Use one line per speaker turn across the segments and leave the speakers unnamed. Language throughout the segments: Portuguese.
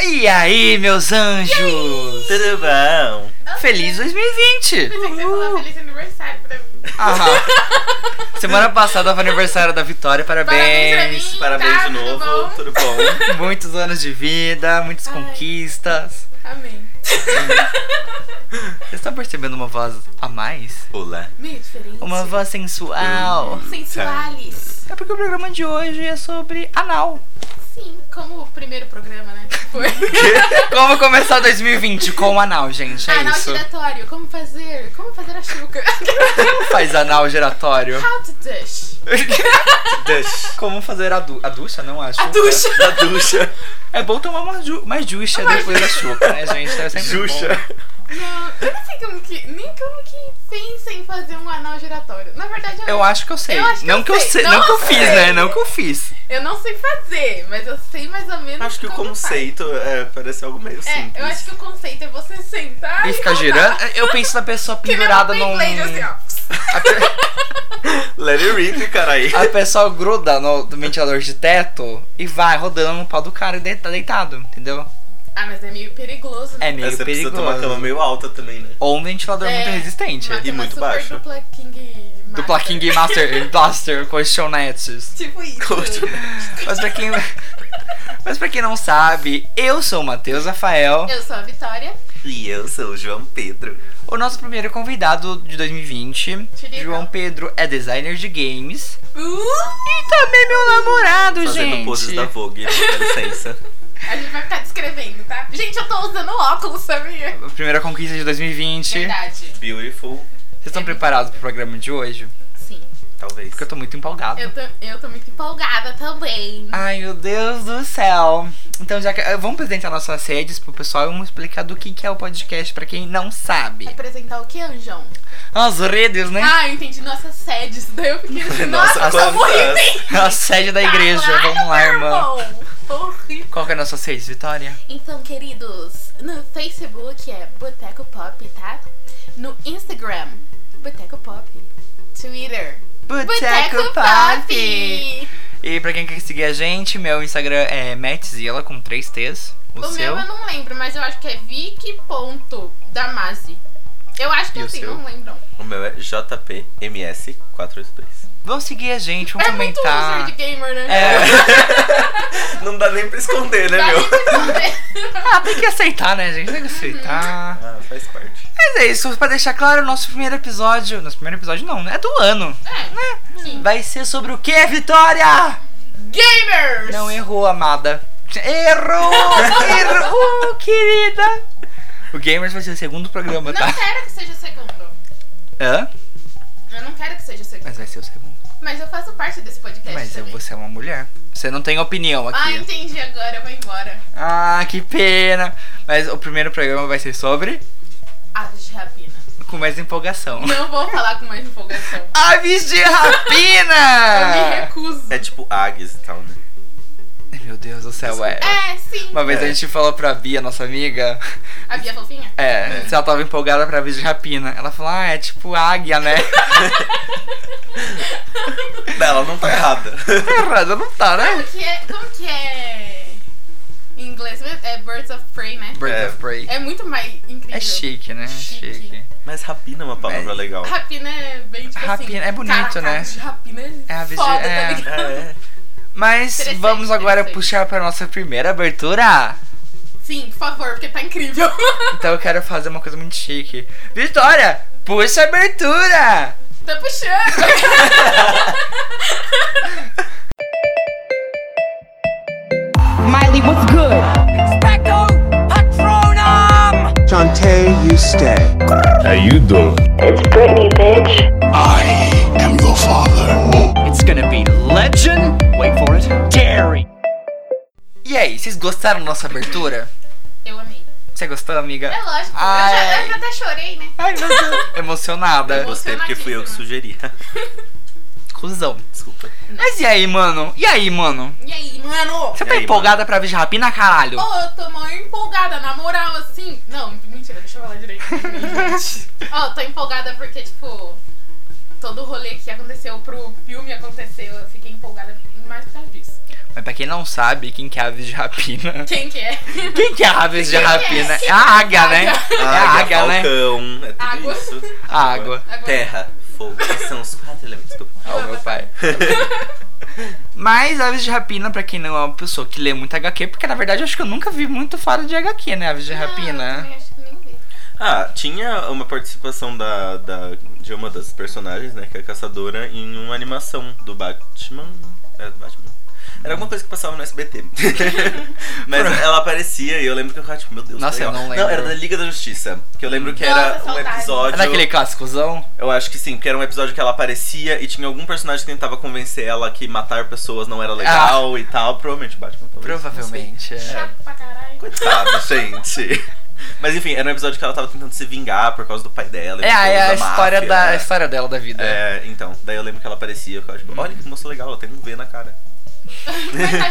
E aí, meus anjos?
Tudo bom?
Feliz 2020!
Pensei que você ia falar feliz aniversário pra mim.
Ah, semana passada foi aniversário da Vitória, parabéns!
Parabéns
Parabéns
Tá,
de
tudo
novo,
bom?
tudo bom?
Muitos anos de vida, muitas
Ai.
conquistas.
Amém.
Vocês estão percebendo uma voz a mais?
Olá.
Meio diferente.
Uma voz sensual.
Sensualis.
É porque o programa de hoje é sobre anal.
Sim, como o primeiro programa, né? Foi.
É Como começar 2020 com anal, gente? É
Anal
isso.
giratório. Como fazer? Como fazer a chuca?
Faz anal giratório.
How to dush.
Dush.
Como fazer a, du a ducha, não acho.
A ducha.
Da ducha.
É bom tomar uma, ju uma jucha depois da chuca, né, gente? É sempre
Xuxa.
bom.
Não, eu não sei como que. Nem como que pensa em fazer um anal giratório. Na verdade, eu,
Eu acho que eu sei.
Eu acho que
não
eu
que eu
sei.
sei, não,
Não
que eu fiz,
sei.
né? Não que eu fiz.
eu não sei fazer, mas eu sei mais ou menos.
Acho que o
como faz.
conceito é, parece algo meio assim. simples.
É, eu acho que o conceito é você sentar
E ficar
rodar.
girando. Eu penso na pessoa
Que nem uma
pendurada num.
Beyblade, assim, ó.
A, pe-
Let it rip, carai.
a pessoa gruda no, no ventilador de teto e vai rodando no pau do cara e deita- deitado, entendeu?
Ah, mas é meio perigoso, né?
É meio
Essa precisa ter uma cama
perigoso.
meio alta também, né?
Ou um ventilador muito
É.
resistente.
uma
E
cama
muito
super
baixo.
Dupla King
Dupla
Master.
King Master Blaster Colchonetes.
Tipo isso.
Mas pra quem. Mas pra quem não sabe, eu sou o Matheus Rafael.
Eu sou a Vitória.
E eu sou o João Pedro.
O nosso primeiro convidado de 2020,
Tiririca.
João Pedro, é designer de games.
Uh,
E também meu namorado,
Fazendo
gente.
poses da Vogue, dá licença.
a gente vai ficar descrevendo, tá? Gente, eu tô usando óculos, sabia?
Primeira conquista de 2020.
Verdade.
Beautiful,
Vocês estão preparados pro programa de hoje?
Sim.
talvez.
Porque eu tô muito empolgado.
Eu tô, eu tô muito empolgada também.
Ai, meu Deus do céu. Então, já que. eh, Vamos apresentar nossas redes pro pessoal e vamos explicar do que, que é o podcast pra quem não sabe.
Representar o que, Anjão?
As redes, né?
Ah, eu entendi. Nossas sedes. Daí eu fiquei assim,
Nossa,
nossa, tá
quantas?
morrendo. hein?
A sede da igreja.
Caralho,
Vamos lá,
meu
irmã.
irmão. Horrível.
Qual que é a nossa sede, Vitória?
Então, queridos, no Facebook é Boteco Pop, tá? No Instagram, Boteco Pop. Twitter,
E pra quem quer seguir a gente, meu Instagram é mattzilla com 3 T's. O,
O
seu?
meu é eu não lembro, mas eu acho que é Vic.damasi. Eu acho que
E
é
o
assim,
seu?
não lembro.
O meu é JPMS482.
Vão seguir a gente, vão
É muito
comentar.
user de gamer, né?
é,
Não dá nem pra esconder, né,
Dá
meu?
nem pra esconder.
ah, tem que aceitar, né, gente? Tem que aceitar.
Ah, faz parte.
Mas é isso, pra deixar claro, nosso primeiro episódio. Nosso primeiro episódio não, né? É do ano.
É, sim.
Né? Vai ser sobre o que, Vitória?
Gamers!
Não errou, amada. Errou! errou, querida! O Gamers vai ser o segundo programa,
Não
tá?
quero que seja o segundo.
Hã?
Eu não quero que seja o segundo.
Mas vai ser o segundo.
Mas eu faço parte desse podcast
Mas eu-
também.
você é uma mulher. Você não tem opinião aqui.
Ah, entendi agora, eu vou embora.
Ah, que pena! Mas o primeiro programa vai ser sobre
Aves de rapina.
com mais empolgação.
Não vou falar com mais empolgação.
Aves de Ah.
Eu me
rapina!
recuso.
É tipo Agnes e tal, né?
Meu Deus do céu, é.
É, sim.
Uma vez a gente falou pra Bia, nossa amiga,
A Bia Fofinha?
é, se ela tava empolgada pra aves de rapina. Ela falou, ah, é tipo águia, né?
Não, ela não tá errada.
tá errado, não tá, né?
Como que é. Como que é. Em inglês mesmo? É Birds of Prey, né?
Bird
É.
of Prey.
É muito mais incrível.
É chique, né? É
Chique.
Chique.
Mas rapina é uma palavra
Mas-
legal.
Rapina é bem tipo
Rapina
assim.
é bonito,
caraca,
né?
aves de Rapina é,
É aves de-
foda, tá
é.
ligado?
É,
Mas
Interessante,
vamos agora
interessante.
puxar pra nossa primeira abertura.
Sim, por favor, porque tá incrível.
Então eu quero fazer uma coisa muito chique. Vitória, puxa a abertura!
tá puxando.
Miley, what's good?
Shantae, you stay.
How you doing?
It's Britney, bitch.
It's gonna be legend. Wait for it. Dairy.
E aí, vocês gostaram da nossa abertura?
Eu amei.
Você gostou, amiga?
É lógico. Eu, já,
Ai.
eu já até chorei, né?
Ai, meu Deus.
eu
é
Emocionada.
gostei porque fui eu que sugeri.
Cusão.
Desculpa.
Mas e aí, mano? E aí, mano?
E aí, mano?
Você
E
tá
aí,
empolgada pra vir de rapina, caralho?
Ô, eu tô mal empolgada, na moral, assim. Não, mentira, deixa eu falar direito. Ó, tô empolgada porque, tipo, todo o rolê que aconteceu pro filme aconteceu, eu fiquei empolgada mais por causa disso.
Mas pra quem não sabe, quem que é aves de rapina?
Quem que é?
Quem que é aves de
Quem que é?
rapina?
Quem
É a águia,
que é?
né? É
Água,
a águia, né?
falcão, é tudo
Água.
isso.
Água.
Água.
Terra, fogo. Esses são os quatro elementos. Desculpa.
Ó, o meu pai. Mas Aves de Rapina, pra quem não é uma pessoa que lê muito HQ, porque na verdade eu acho que eu nunca vi muito fora de HQ, né? Aves de
Ah, eu
Rapina.
também acho que nem vi.
Ah, tinha uma participação da, da- de uma das personagens, né? Que é a caçadora, em uma animação do Batman. Era do Batman? Era alguma coisa que passava no SBT. Mas ela aparecia e eu lembro que eu ficava tipo, meu Deus,
Nossa,
que legal.
eu não lembro.
era da Liga da Justiça. Que eu lembro que
Nossa,
era um
saudades.
É
episódio.
daquele clássicozão?
Eu acho que sim, porque era um episódio que ela aparecia e tinha algum personagem que tentava convencer ela que matar pessoas não era legal e tal. Provavelmente o Batman. talvez, não sei.
Ah. Provavelmente. é.
Chato pra caralho.
Coitada, gente. Mas enfim, era um episódio que ela tava tentando se vingar por causa do pai dela. e
É,
por causa
é a
da
história,
máfia.
da, a história dela da vida.
É, então. Daí eu lembro que ela aparecia, eu ficava tipo, olha que moça legal, ela tem um V na cara.
Mas acho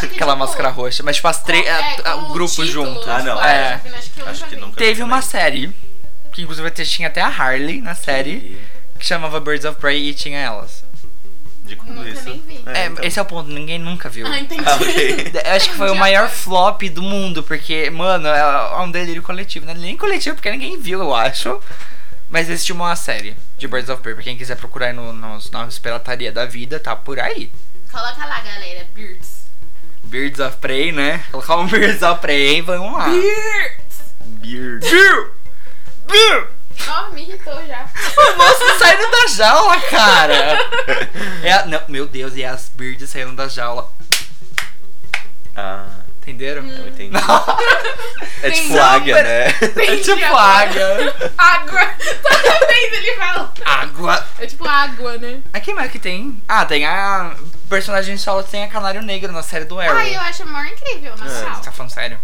que,
Aquela
tipo,
máscara roxa, mas tipo as três.
é,
a- a-
com
O grupo
título,
junto.
Ah, não,
É.
sabe? Acho que eu
Acho
nunca
que
vi.
nunca vi
Teve
também.
uma série, que inclusive tinha até a Harley na série, que chamava Birds of Prey e tinha elas.
De como
Nunca
isso.
nem vi.
É,
então.
Esse é o ponto, ninguém nunca viu.
Ah, entendi.
Ah, ok.
Eu acho que foi o maior flop do mundo, porque, mano, é é um delírio coletivo. Não é nem coletivo, porque ninguém viu, eu acho. Mas existiu uma série de Birds of Prey. Pra quem quiser procurar aí no, nos nomes Pelataria da Vida, tá por aí.
Coloca lá, galera. Beards.
Birds of Prey, né? Colocar um Birds of Prey, vamos lá.
Beards!
Beard.
Biu! Biu!
Ó, me irritou já.
O moço saindo da jaula, cara! É a- não, meu Deus, e as Birds saindo da jaula.
Ah,
Entenderam?
eu entendi. É
Tem
tipo
Hum. não,
águia,
pera-
né?
É
Entendi
tipo
agora.
água.
Água. Toda vez ele fala.
Água.
É tipo água, né?
Mas quem mais que tem? Ah, tem a personagem solo, tem a Canário Negro na série do Arrow.
Ah, eu acho maior incrível, na
É,
moral.
Você tá falando sério?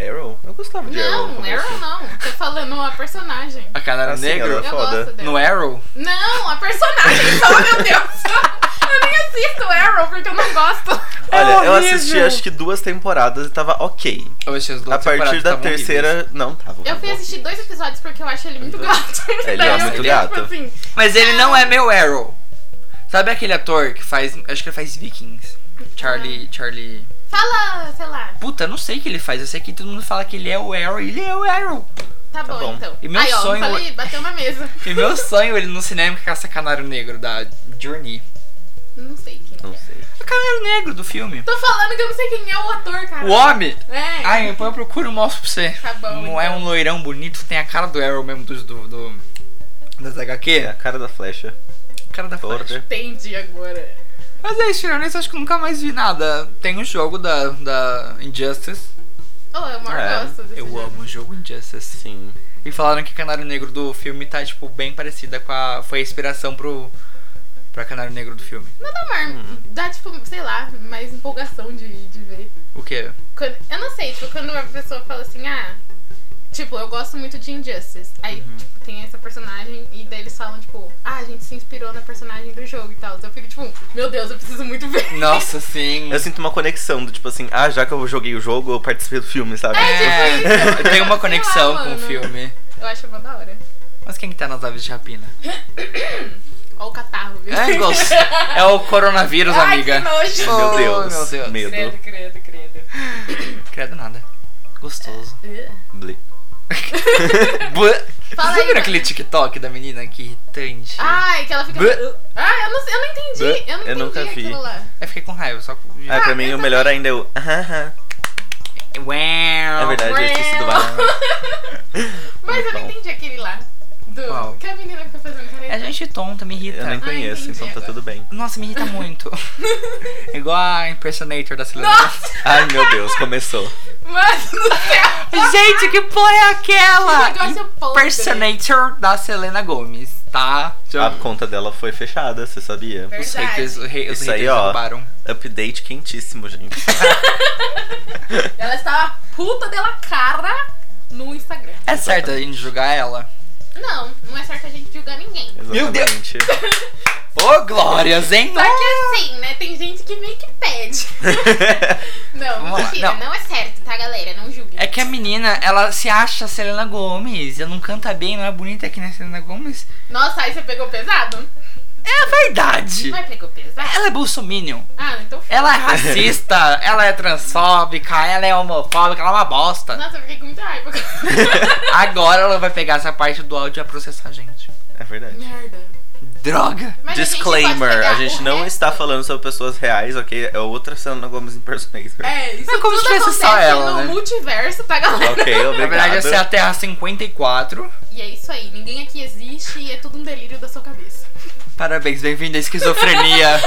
Arrow? Eu
é
gostava de Arrow. no
Não,
começo.
Arrow não. Tô falando uma personagem.
A Canário
Assim,
Negro?
ela é
Eu
foda.
gosto dela.
No Arrow?
Não, a personagem. só, meu Deus. Eu nem assisto Arrow porque eu não gosto.
Olha, eu
É horrível.
assisti acho que duas temporadas e tava ok.
Oxe, as duas
A partir
temporadas
da
estavam
terceira,
horríveis.
não tava.
Eu fui assistir dois episódios porque eu acho ele muito gato.
Ele
Daí
é
eu
muito
fiquei,
gato.
Tipo assim,
Mas ele não é meu Arrow. Sabe aquele ator que faz. Acho que ele faz Vikings.
Ah.
Charlie. Charlie.
fala, sei lá.
Puta, eu não sei o que ele faz. Eu sei que todo mundo fala que ele é o Arrow. Ele é o Arrow.
Tá, bom,
bom.
então.
E meu
Aí, ó,
sonho- é-
falei, bateu na mesa.
E meu sonho é ele no cinema que caça Canário Negro da Journey.
Não sei quem
Não
é.
sei.
O Canário Negro do filme.
Tô falando que eu não sei quem é o ator, cara.
O homem?
É.
Ai, depois eu procuro e mostro pra você.
Tá bom,
Não é
então.
um loirão bonito, tem a cara do Arrow mesmo dos- do, do, das HQ.
É a cara da flecha.
A cara da Flash.
Porra.
Entendi agora.
Mas é isso, tirando isso, acho que eu nunca mais vi nada. Tem um jogo da, da Injustice.
Oh, eu maior
É,
gosto desse
Eu
jogo.
amo o jogo Injustice.
Sim.
E falaram que Canário Negro do filme tá, tipo, bem parecida com a. Foi a inspiração pro. pra Canário Negro do filme.
Não dá mais.
Uhum.
Dá, tipo, sei lá, mais empolgação de, de ver.
O quê?
Quando- eu não sei, tipo, quando uma pessoa fala assim, ah, tipo, eu gosto muito de Injustice. Aí,
Uhum.
tipo, tem essa personagem e daí eles falam, tipo, ah, a gente se inspirou na personagem do jogo e tal. Eu fico, tipo, meu Deus, eu preciso muito ver.
Nossa, sim.
Eu sinto uma conexão do tipo assim, ah, já que eu joguei o jogo, eu participei do filme, sabe?
É, tipo isso.
É, tem uma
Sei
conexão
lá,
com o
Ah, mano.
filme.
Eu acho mó da hora.
Mas quem que tá nas aves de rapina?
Ó o catarro, viu?
É, gosto. é o coronavírus,
Ai,
amiga.
que nojo.
Oh,
Meu Deus.
meu Deus.
Medo.
Credo, credo, credo.
Credo nada. Gostoso.
Ugh.
Ble.
Vocês
Fala aí,
viram
mano. Ah.
aquele TikTok da menina que irritante?
Ai, que ela fica.
Bleh.
Ah, eu não, eu não entendi.
Bleh.
Eu não
Eu
entendi
nunca vi.
aquilo lá.
Eu fiquei com raiva, só com.
Ah, pra mim
eu
o melhor ainda é o. aham,
Uau.
aham. É verdade, eu esqueci do barulho.
Mas eu não
Bom.
entendi aquele lá. Do.
Então. Qual?
Que a menina fica fazendo carinho.
É gente tonta, me irrita.
Eu nem conheço,
Ah, entendi
então tá
agora.
tudo bem.
Nossa, me irrita muito. É Igual a impersonator da Selena.
Ai meu Deus, começou.
Mano do céu.
Gente, que porra é aquela?
Que negócio podre.
Impersonator da Selena Gomes, tá?
A conta dela foi fechada, você sabia?
Os haters, os haters É
Isso aí, ó.
roubaram.
Update quentíssimo, gente.
Ela estava puta dela cara no Instagram.
É certo a gente julgar ela.
Não, não é certo a gente julgar ninguém.
Meu Deus.
Exatamente.
Ô, glórias, hein?
Só que assim, né? Tem gente que meio que pede. não,
Vamos lá,
mentira,
não.
não. é certo, tá, galera? Não julguem.
É que a menina, ela se acha a Selena Gomes. Ela não canta bem, não é bonita que nem a Selena Gomes.
Nossa, aí você pegou pesado?
É a verdade.
Mas pegou pesado?
Ela é bolsominion.
Ah, então foda.
Ela é racista, ela é transfóbica, ela é homofóbica, ela é uma bosta.
Nossa, eu fiquei com muita raiva.
Agora ela vai pegar essa parte do áudio e vai processar a gente.
É verdade.
Merda.
Droga!
Mas a gente pode
Disclaimer,
pegar
a
o
gente não
resto.
está falando sobre pessoas reais, ok? É outra Selena Gomes impersonator.
É, isso
É como
tudo
se tivesse só
acontece
ela,
no
né?
multiverso, tá, galera?
Ok, obrigado.
Na verdade, essa é a Terra 54.
E é isso aí, ninguém aqui existe e é tudo um delírio da sua cabeça.
Parabéns, bem-vindo à esquizofrenia.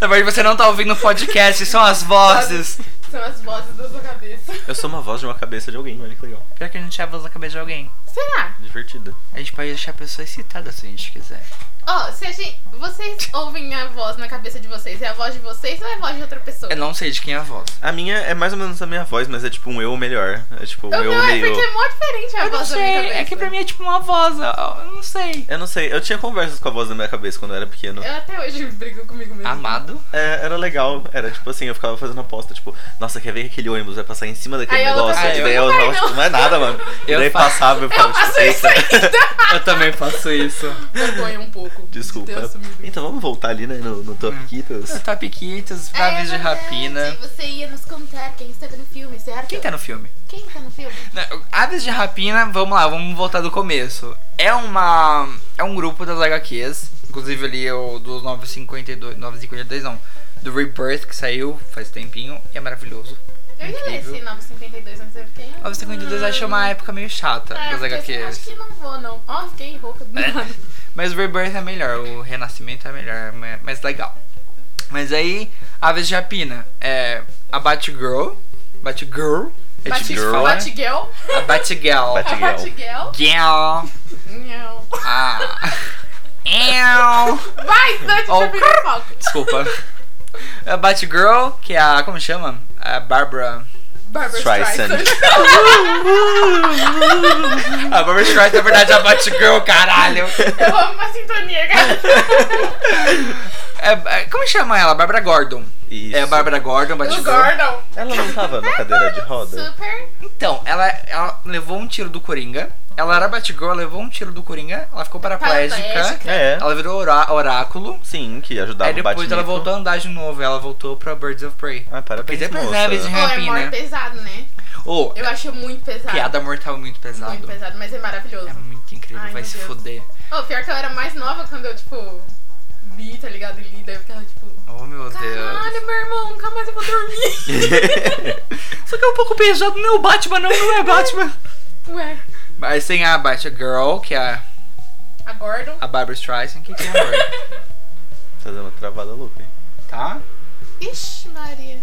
Na verdade, você não tá ouvindo o podcast, são as vozes.
São as vozes da sua cabeça.
Eu sou uma voz de uma cabeça de alguém, olha que legal.
Pior que a gente é a voz na cabeça de alguém.
Será?
Divertida.
A gente pode deixar a pessoa excitada se a gente quiser.
Ó, se a gente. Vocês ouvem a voz na cabeça de vocês, é a voz de vocês ou é a voz de outra pessoa?
Eu não sei de quem é a voz.
A minha é mais ou menos a minha voz, mas é tipo um eu melhor. É tipo um
O meu
eu
é
meio.
porque é mó diferente a
Eu não
voz da minha
sei,
cabeça.
é que pra mim é tipo uma voz, eu- eu não sei.
Eu não sei, eu tinha conversas com a voz da minha cabeça quando eu era pequeno.
Eu até hoje brigo comigo mesmo.
Amado?
É, era legal, era tipo assim, eu ficava fazendo aposta, tipo, nossa, quer ver que aquele ônibus vai passar em cima daquele
Aí ela
negócio?
tá
e
assim,
daí eu
"Não vai,
tava, tipo,
não."
não é nada, mano. E
Eu
daí
faço-
passava eu ficava tipo,
Eu faço isso ainda!
Eu também faço isso.
Vergonha um pouco. de
Desculpa.
ter assumido isso.
Então vamos voltar ali, né, no, no Top Kitas.
Top Kitas,
É,
Braves de Rapina.
Você ia nos contar quem esteve no filme, certo?
Quem tá no filme?
Quem tá no filme?
Não, Aves de Rapina, vamos lá, vamos voltar do começo. É uma. É um grupo das HQs, inclusive ali é o dos 952. 952 não. Do Rebirth que saiu faz tempinho e é maravilhoso.
Eu ia ler esse
Incrível.
952, mas eu fiquei.
952 eu
é
achei uma época meio chata
Ah, eu
das
fiquei assim, acho
HQs.
que não vou, não. Ó, fiquei rouca
É,
do nada.
Mas o Rebirth é melhor, o Renascimento é melhor, é mais legal. Mas aí, Aves de Rapina é a Batgirl. Batgirl. É difícil
Batgirl. né?
falar.
Batiguel?
A Batgirl.
Bat-
A Batiguel?
Girl.
Não.
Ah. Eu.
Vai, senão a gente
Oh,
vai virar palco.
Desculpa. A Batgirl, que é a. Como chama? A Barbara.
Barbara
Streisand.
Streisand.
A Barbara Streisand, na verdade, é a Batgirl, caralho.
Eu amo uma sintonia, cara.
É- é- como chama ela? Barbara Gordon.
Isso.
É a Barbara Gordon,
O
Batgirl.
Gordon. É,
Ela não tava na cadeira de roda?
Super.
Então, ela, ela levou um tiro do Coringa. Ela era Batgirl, ela levou um tiro do Coringa. Ela ficou paraplégica.
Paraplégica.
É.
Ela virou orá- oráculo.
Sim, que ajudava
aí
o
depois
Batman.
ela voltou a andar de novo. Ela voltou pra Birds of Prey.
Ah,
Quer
parabéns,
dizer,
moça.
né, Virgin
Oh, é mó
Rapina.
pesado, né?
Ô,
Eu acho muito pesado.
piada mortal é muito pesado.
Muito pesado, mas é maravilhoso.
É muito incrível,
Ai,
vai
meu
se
Deus.
fuder.
Oh, pior que eu era mais nova quando eu, tipo, vi, tá ligado? E li, daí eu ficava, tipo...
Oh meu Deus.
Caralho, meu irmão, nunca mais eu vou dormir.
Só que é um pouco pesado, não é o Batman, não, não é Batman.
Ué,
Mas tem a Batgirl, que é a-
a Gordon...
a Barbara Streisand, que tem amor.
Tá dando uma travada louca, hein?
tá?
Ixi, Maria.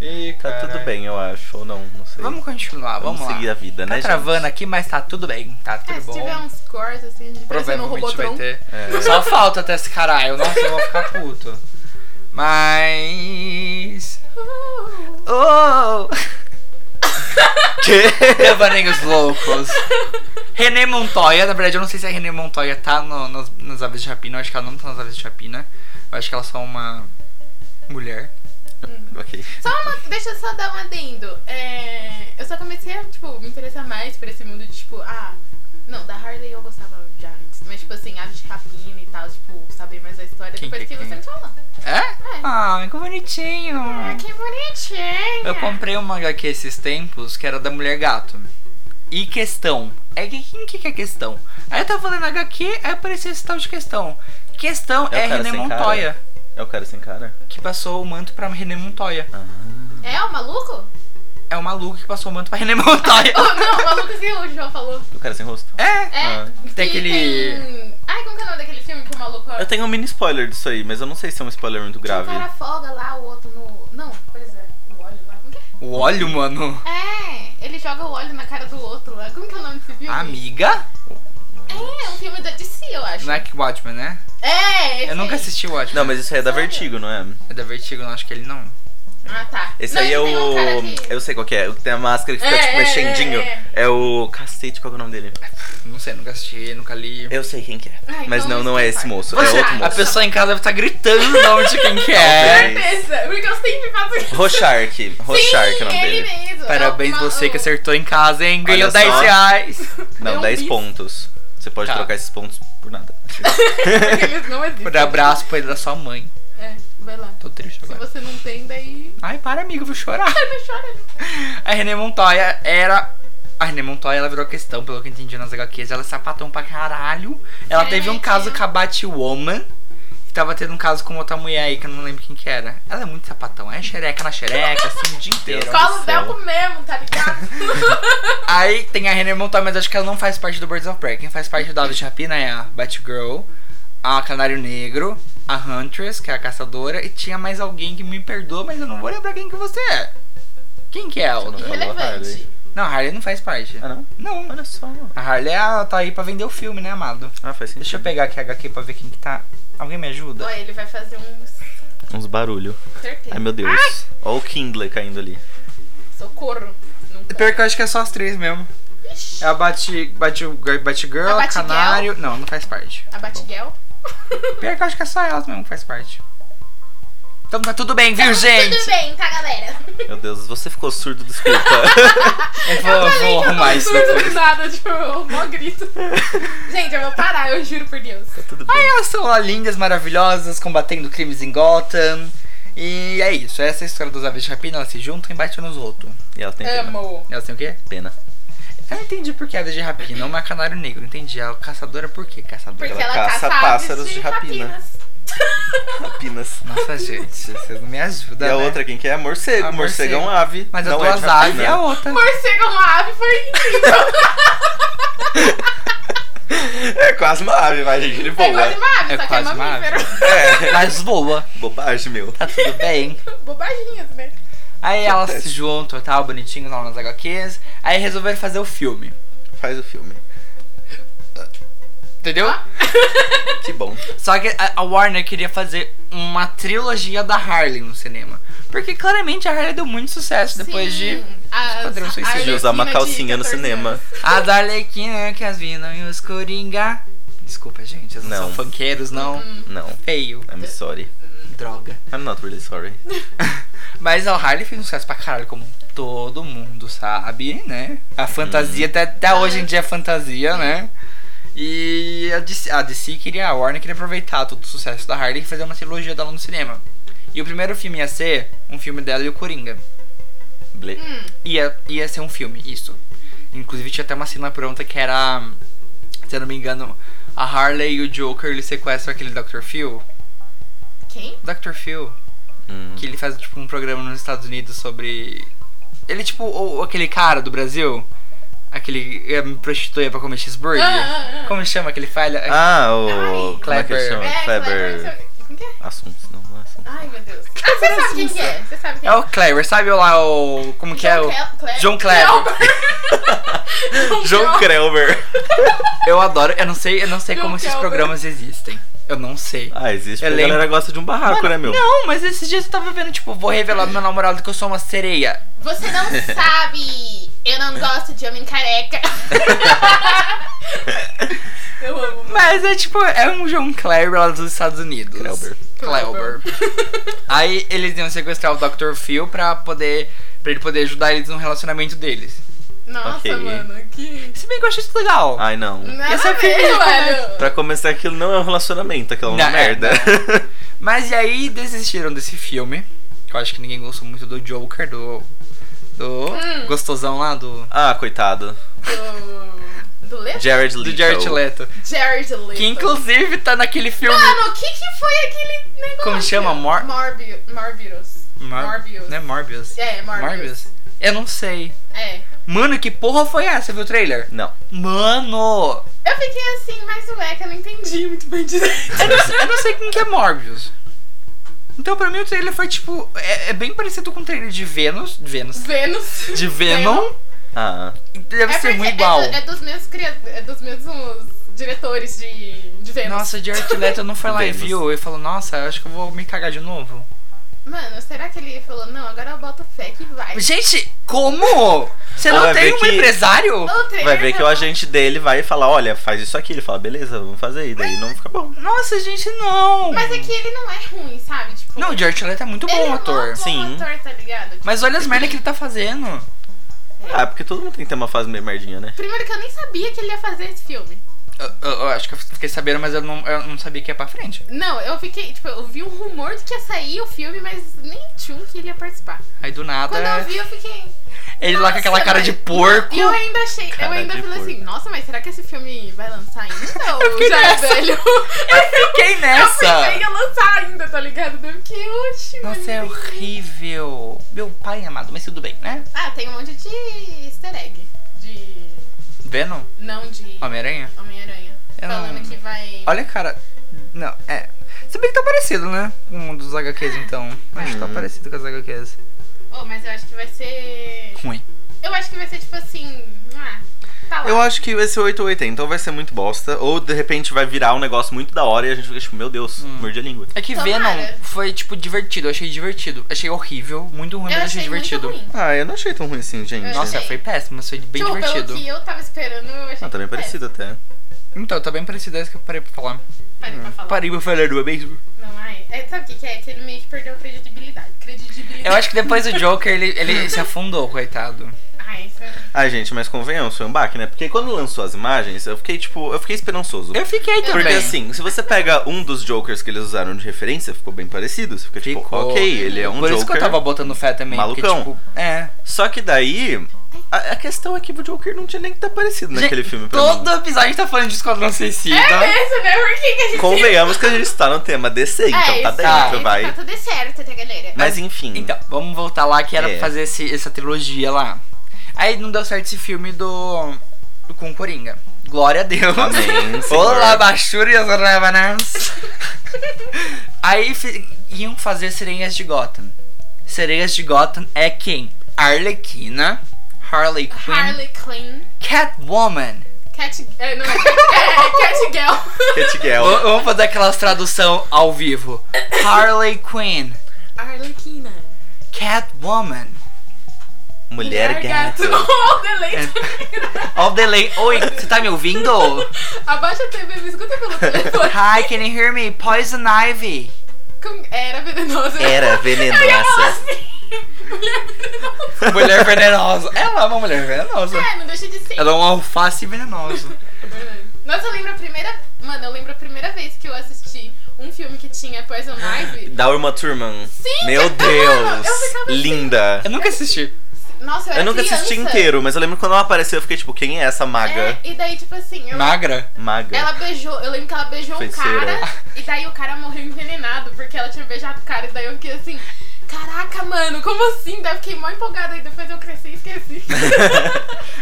E
Tá tudo bem, eu acho, ou não, não sei.
Vamos continuar, vamos, lá.
seguir a vida,
Tá
né,
travando aqui, mas tá tudo bem, tá tudo
É, se
bom.
tiver uns cores, assim, a gente parece no
Provavelmente vai
Robotron.
ter.
É.
Só falta até esse caralho, nossa, eu vou ficar puto. Mas.
Uh,
Oh!
gente?
Devaneios loucos. René Montoya, na verdade eu não sei se a René Montoya tá no- nas, nas aves de rapina, eu acho que ela não tá nas aves de rapina. Eu acho que ela é só uma mulher.
Hum.
ok.
Só uma, deixa eu só dar um adendo. É, eu só comecei a, tipo, me interessar mais por esse mundo de, tipo, ah... Não, da Harley eu gostava já antes. Mas, tipo assim, aves de rapina e tal, tipo, saber mais da história
Quem
depois
que
que,
é
você
quem?
me falou.
É? Ah, que bonitinho.
Ah, que bonitinha.
Eu comprei uma HQ esses tempos que era da Mulher Gato. E questão. É que quem que que é questão? Aí eu tava falando HQ, aí apareceu esse tal de questão. Questão
É o
é,
cara
René
sem cara?
Montoya,
É o cara sem cara?
que passou o manto pra René Montoya.
É o maluco?
É o maluco que passou o manto pra René Montoya.
Oh, não, o maluco que o João falou.
O cara sem rosto?
é,
É.
Ah.
Tem
que
aquele-
tem- Ai, como que é o nome daquele filme que o maluco...
É.
Eu tenho um mini spoiler disso aí, mas eu não sei se é um spoiler muito grave.
O cara folga lá, o outro no... Não, pois é. O óleo lá, como que é?
O óleo, mano.
É, ele joga o óleo na cara do outro lá. Como que é o nome desse filme?
Amiga?
É, um filme da DC, eu acho.
Não é que Watchmen, né?
É, esse
Eu nunca
aí.
assisti Watchmen.
Não, mas isso aí é da Vertigo, não é?
É da Vertigo, não acho que ele não.
Ah, tá.
Esse
Não,
aí é
tem um
o.
cara que-
Eu sei qual que é. O que tem a máscara que fica
É,
tipo
é,
mexendinho.
é,
É, o. Cacete, qual que é o nome dele?
Não sei, nunca assisti, nunca li.
Eu sei quem que é.
Ah,
mas
então
não, não é
isso
esse
não
moço.
faz.
É
Você-
outro
A
moço.
pessoa em casa deve estar gritando o nome de quem que é.
Talvez.
Certeza, porque eu sempre faço isso.
Rochark. Rochark
Sim,
é o nome
ele
dele.
mesmo.
Parabéns
É o maluco.
você que acertou em casa, hein? Ganhou
Olha só.
10 reais.
Não,
Deu um
10
bis.
pontos. Você pode
Tá.
trocar esses pontos por nada.
Porque eles não existem.
Mandar Um abraço pra ele da sua mãe.
É, vai lá.
Tô triste
Se
agora.
você não tem, daí.
Ai, para, amigo, eu vou chorar.
Não chora.
A René Montoya era. A René Montoya, ela virou questão, pelo que eu entendi nas HQs. Ela é sapatão pra caralho. Ela
É,
teve um
né,
caso
tia?
com a Batwoman. E tava tendo um caso com outra mulher aí, que eu não lembro quem que era. Ela é muito sapatão. É xereca na xereca, assim, o dia inteiro.
Cola o
do céu.
Belco mesmo, tá ligado?
Aí tem a René Montoya, mas acho que ela não faz parte do Birds of Prey. Quem faz parte da Ave de Rapina é a Batgirl, a Canário Negro, a Huntress, que é a caçadora, e tinha mais alguém que me perdoa, mas eu não vou lembrar quem que você é. Quem que é ela?
Você não-
Irrelevante.
Não, a Harley não faz parte.
Ah, não?
Não.
Olha só.
A Harley ela tá aí pra vender o filme, né, amado?
Ah, faz sentido.
Deixa eu pegar aqui a HQ pra ver quem que tá. Alguém me ajuda?
Ó, ele vai fazer um.
Uns barulho.
Certeza.
Ai, meu Deus. Ó o Kindle caindo ali.
Socorro. Não pode.
Pior que eu acho que é só as três mesmo. É a Bat, Bat, Batgirl,
A
a
Batgirl.
Canário. Não, não faz parte.
A Batiguel.
Pior que eu acho que é só elas mesmo que faz parte. Então tá tudo bem, viu, gente?
Tudo bem, tá, galera?
Meu Deus, você ficou surdo, desculpa.
Eu vou, vou arrumar isso
Tudo
depois.
do nada, tipo, eu mó grito. Gente, eu vou parar, eu juro por Deus.
Tá Tudo
Aí
bem.
elas são lá lindas, maravilhosas, combatendo crimes em Gotham. E é isso, essa é a história dos aves de rapina, elas se juntam e batem nos outros.
E ela tem pena.
Amo.
Elas têm o quê?
Pena.
Eu não entendi por que aves de rapina, não é canário negro, entendi. A caçadora por quê? Caçadora.
Porque
Ela
ela,
caça
aves
pássaros de rapina.
rapinas.
Apenas.
Nossa, gente, vocês não me ajudam.
E a
né?
outra quem que é? Morcego.
Ah,
morcego. é
morcego.
um ave.
Mas
não
eu tô né?
é de
as
rapina.
aves e a outra.
Morcego é uma ave, foi incrível.
É quase uma ave, vai, gente. Ele
É quase
voa. É.
uma
É
ave, só que é
quase uma ave.
mamífero.
Mas voa,
Bobagem, meu.
tá tudo bem.
Bobaginhas, né?
Aí elas se juntam e tal, bonitinhos lá nas HQs. Aí resolveram fazer o filme.
Faz o filme.
Entendeu?
Que bom.
Só que a a Warner queria fazer uma trilogia da Harley no cinema. Porque claramente a Harley deu muito sucesso depois de.
As,
Esquadrão Suicida.
a
De usar uma
Arlequina de
calcinha no
14
cinema.
anos.
A da Arlequina que é as vinam e os Coringa. Desculpa, gente, eles não,
Não.
são funkeiros, não.
Não.
Feio.
I'm sorry.
Droga.
I'm not really sorry.
Mas a Harley fez um sucesso pra caralho, como todo mundo sabe, né? A fantasia, até, até hoje em dia é fantasia, né? E a DC, a DC queria, a Warner queria aproveitar todo o sucesso da Harley e fazer uma trilogia dela no cinema. E o primeiro filme ia ser um filme dela e o Coringa.
Ble-
Hum,
Ia, ia ser um filme, isso. Inclusive tinha até uma cena pronta que era, se eu não me engano, a Harley e o Joker eles sequestram aquele Dr. Phil.
Quem?
Dr. Phil,
Hum.
que ele faz tipo um programa nos Estados Unidos sobre. Ele é tipo o- aquele cara do Brasil, aquele eh, me prostituía pra comer cheeseburger.
Ah, ah, ah.
Como chama aquele falha?
Ah, o.
Ai.
Como é que ele
Kleber.
chama?
É,
Kleber.
Kleber. Quem que é?
Assuntos, não, não é assunto.
Ai, meu Deus. Ah, você sabe quem que é? Você sabe quem
É o Clever, sabe lá o. Como que é o. John Kleber.
John Kreber.
Eu adoro, eu não sei, eu não sei
John
como esses
Kleber.
programas existem. Eu não sei.
Ah, existe.
Eu
porque A
lembro.
galera gosta de um barraco, né, meu?
Não, mas esses dias eu tava vendo, tipo, vou revelar pro meu namorado que eu sou uma sereia.
Você não sabe. Eu não gosto de homem careca. Eu amo.
Mas é tipo, é um John Kleber lá dos Estados Unidos.
Kleber.
Kleber. Aí eles iam sequestrar o Dr. Phil pra poder. Pra ele poder ajudar eles no relacionamento deles.
Nossa,
Ok.
mano, que.
Se bem que eu achei isso legal.
Ai, não.
Nada
Essa
a ver,
filha de
velho.
Pra começar, aquilo não é um relacionamento, aquilo é uma
Não, é,
merda.
Mas e aí desistiram desse filme. Eu acho que ninguém gostou muito do Joker, do. Do.
Hum.
Gostosão lá, do.
ah, coitado.
Do. Do Leto?
Jared Leto.
É Do Jared Leto.
Jared Leto.
Que inclusive tá naquele filme.
Mano, o que que foi aquele negócio?
Como chama? Mor-
Morbi Morbius.
Mor-
Morbius.
Não é Morbius?
É, Morbius.
Morbius? Eu não sei.
É.
Mano, que porra foi essa? Você viu o trailer?
Não.
Mano!
Eu fiquei assim, mas ué, que eu não entendi muito bem direito.
Eu não, sei- eu não sei quem que é Morbius. Então, pra mim, o trailer foi tipo. É, é bem parecido com o trailer de Vênus. de Vênus.
Vênus.
De Venom.
Ah,
Deve
É
ser
porque
muito
é
igual.
do- É, dos mesmos cria- é dos mesmos diretores de, de Vênus.
Nossa, Jared Leto não foi lá e
Vênus.
viu. E falou, nossa, eu acho que eu vou me cagar de novo.
Mano, será que ele falou, não, agora eu boto fé que vai.
Gente, como? Você não
Vai ver
tem um
que-
empresário?
O trailer
vai ver que o
não-
agente dele vai falar, olha, faz isso aqui. Ele fala, beleza, vamos fazer. E daí não fica bom.
Nossa, gente, não.
Mas é que ele não é ruim, sabe? Tipo,
Não, o Jared Leto é muito
ele é
bom
mó
ator.
bom
Sim.
ator, tá ligado?
Mas olha as merda que ele tá fazendo.
Ah, porque todo mundo tem que ter uma fase meio merdinha, né?
Primeiro que eu nem sabia que ele ia fazer esse filme.
Eu, eu- eu acho que eu fiquei sabendo, mas eu não, eu não sabia que ia pra frente.
Não, eu fiquei, tipo, eu vi um rumor de que ia sair o filme, mas nem tinha que ele ia participar.
Aí do nada.
Quando eu vi, eu fiquei.
ele lá com aquela
"Nossa,
cara de
mas-"
porco.
E eu ainda achei, eu
Cara
ainda
de
falei assim,
porco.
nossa, mas será que esse filme vai lançar ainda?
Eu
Ou
fiquei
já
nessa.
é velho? Eu
fiquei nessa.
Eu pensei que ia lançar ainda, tá ligado? Daí Eu fiquei, oxi,
Nossa, é
mano."
horrível. Meu pai é amado, mas tudo bem, né?
Ah, tem um monte de easter egg. De.
Venom?
Não de.
Homem-Aranha?
Homem-Aranha.
Eu não-
Falando que vai.
Olha, cara. Não, é. Se bem que tá parecido, né? Com um dos HQs, então. Acho que tá
Hum.
parecido com as HQs.
Oh, mas eu acho que vai ser.
Ruim.
Eu acho que vai ser tipo assim. Ah, tá lá.
Eu acho que vai ser 880, então vai ser muito bosta. Ou de repente vai virar um negócio muito da hora e a gente fica tipo, meu Deus, morde a língua.
É que
Tomara.
Venom foi, tipo, divertido. Eu achei divertido. Achei horrível, muito ruim,
Eu
mas achei
achei muito
divertido.
ruim.
Ah, eu não achei tão ruim assim, gente.
Eu
Nossa,
achei.
foi péssimo, mas foi bem
tipo,
divertido.
pelo que eu tava esperando, eu achei.
Ah,
é.
tá bem parecido até.
Então, tá bem parecido essa que eu parei pra falar.
Parei é,
Hum.
pra falar.
Parei pra falar, não é mesmo?
Não, ai. É, sabe o que, que é? Que ele meio que perdeu a credibilidade. Credibilidade.
Eu acho que depois do Joker ele, ele se afundou, coitado.
Ai, isso é-
Ah, gente, mas convenhamos, foi um baque, né? Porque quando lançou as imagens, eu fiquei, tipo, eu fiquei esperançoso.
Eu fiquei também.
Porque assim, se você pega um dos Jokers que eles usaram de referência, ficou bem parecido. Você fica tipo,
Ficou.
ok, ele é um
Por
Joker.
isso que eu tava botando fé também.
malucão.
Porque, tipo, é.
Só que daí, a, a questão é que o Joker não tinha nem que estar parecido naquele
Gente,
filme. Pra
Todo
mim.
episódio a gente tá falando de Esquadrão Suicida.
Então,
Esse, né? Por que, que a gente.
Convenhamos que a gente tá no tema DC, então
é,
tá
isso, é,
dentro,
Tá
vai.
tudo certo, tá, galera?
Mas enfim.
Então, vamos voltar lá que era
É.
pra fazer esse- essa trilogia lá. Aí não deu certo esse filme do. do com o Coringa. Glória a Deus.
Amém, Senhor.
Olá, Bachurias Ravanans. Aí fi- iam fazer Sereias de Gotham. Sereias de Gotham é quem? Arlequina, Harley Quinn,
Harley Quinn.
Catwoman.
Cat. É, não é Cat. É, Cat Girl.
Cat
V-
Girl.
Vamos fazer aquelas tradução ao vivo. Harley Quinn,
Arlequina.
Catwoman.
Mulher gato.
Oh,
É.
deleite.
Ó o delay. Oi, você tá me ouvindo?
Abaixa a TV, me escuta pelo telefone.
Hi, can you hear me? Poison Ivy.
Com- Era venenosa.
Era venenosa.
Eu ia falar assim.
Mulher
Mulher venenosa.
venenosa. Ela é uma mulher venenosa.
É, não deixa de ser.
Ela é uma alface venenosa.
Verdade. Nossa, eu lembro a primeira. Mano, eu lembro a primeira vez que eu assisti um filme que tinha Poison Ivy.
Da Uma Thurman.
Sim,
Meu
eu- mano, eu
Deus.
ficava assim.
Linda.
Eu nunca assisti.
Nossa, eu,
Eu
era
nunca
criança.
assisti inteiro, mas eu lembro quando ela apareceu, eu fiquei tipo, quem é essa maga?
É, e daí, tipo assim, eu,
Magra?
Maga.
ela beijou. Eu lembro que ela beijou
Feiticeira.
um cara. E daí o cara morreu envenenado porque ela tinha beijado o cara. E daí eu fiquei assim. Caraca, mano, como assim? Daí eu fiquei mó empolgada e depois eu cresci e esqueci.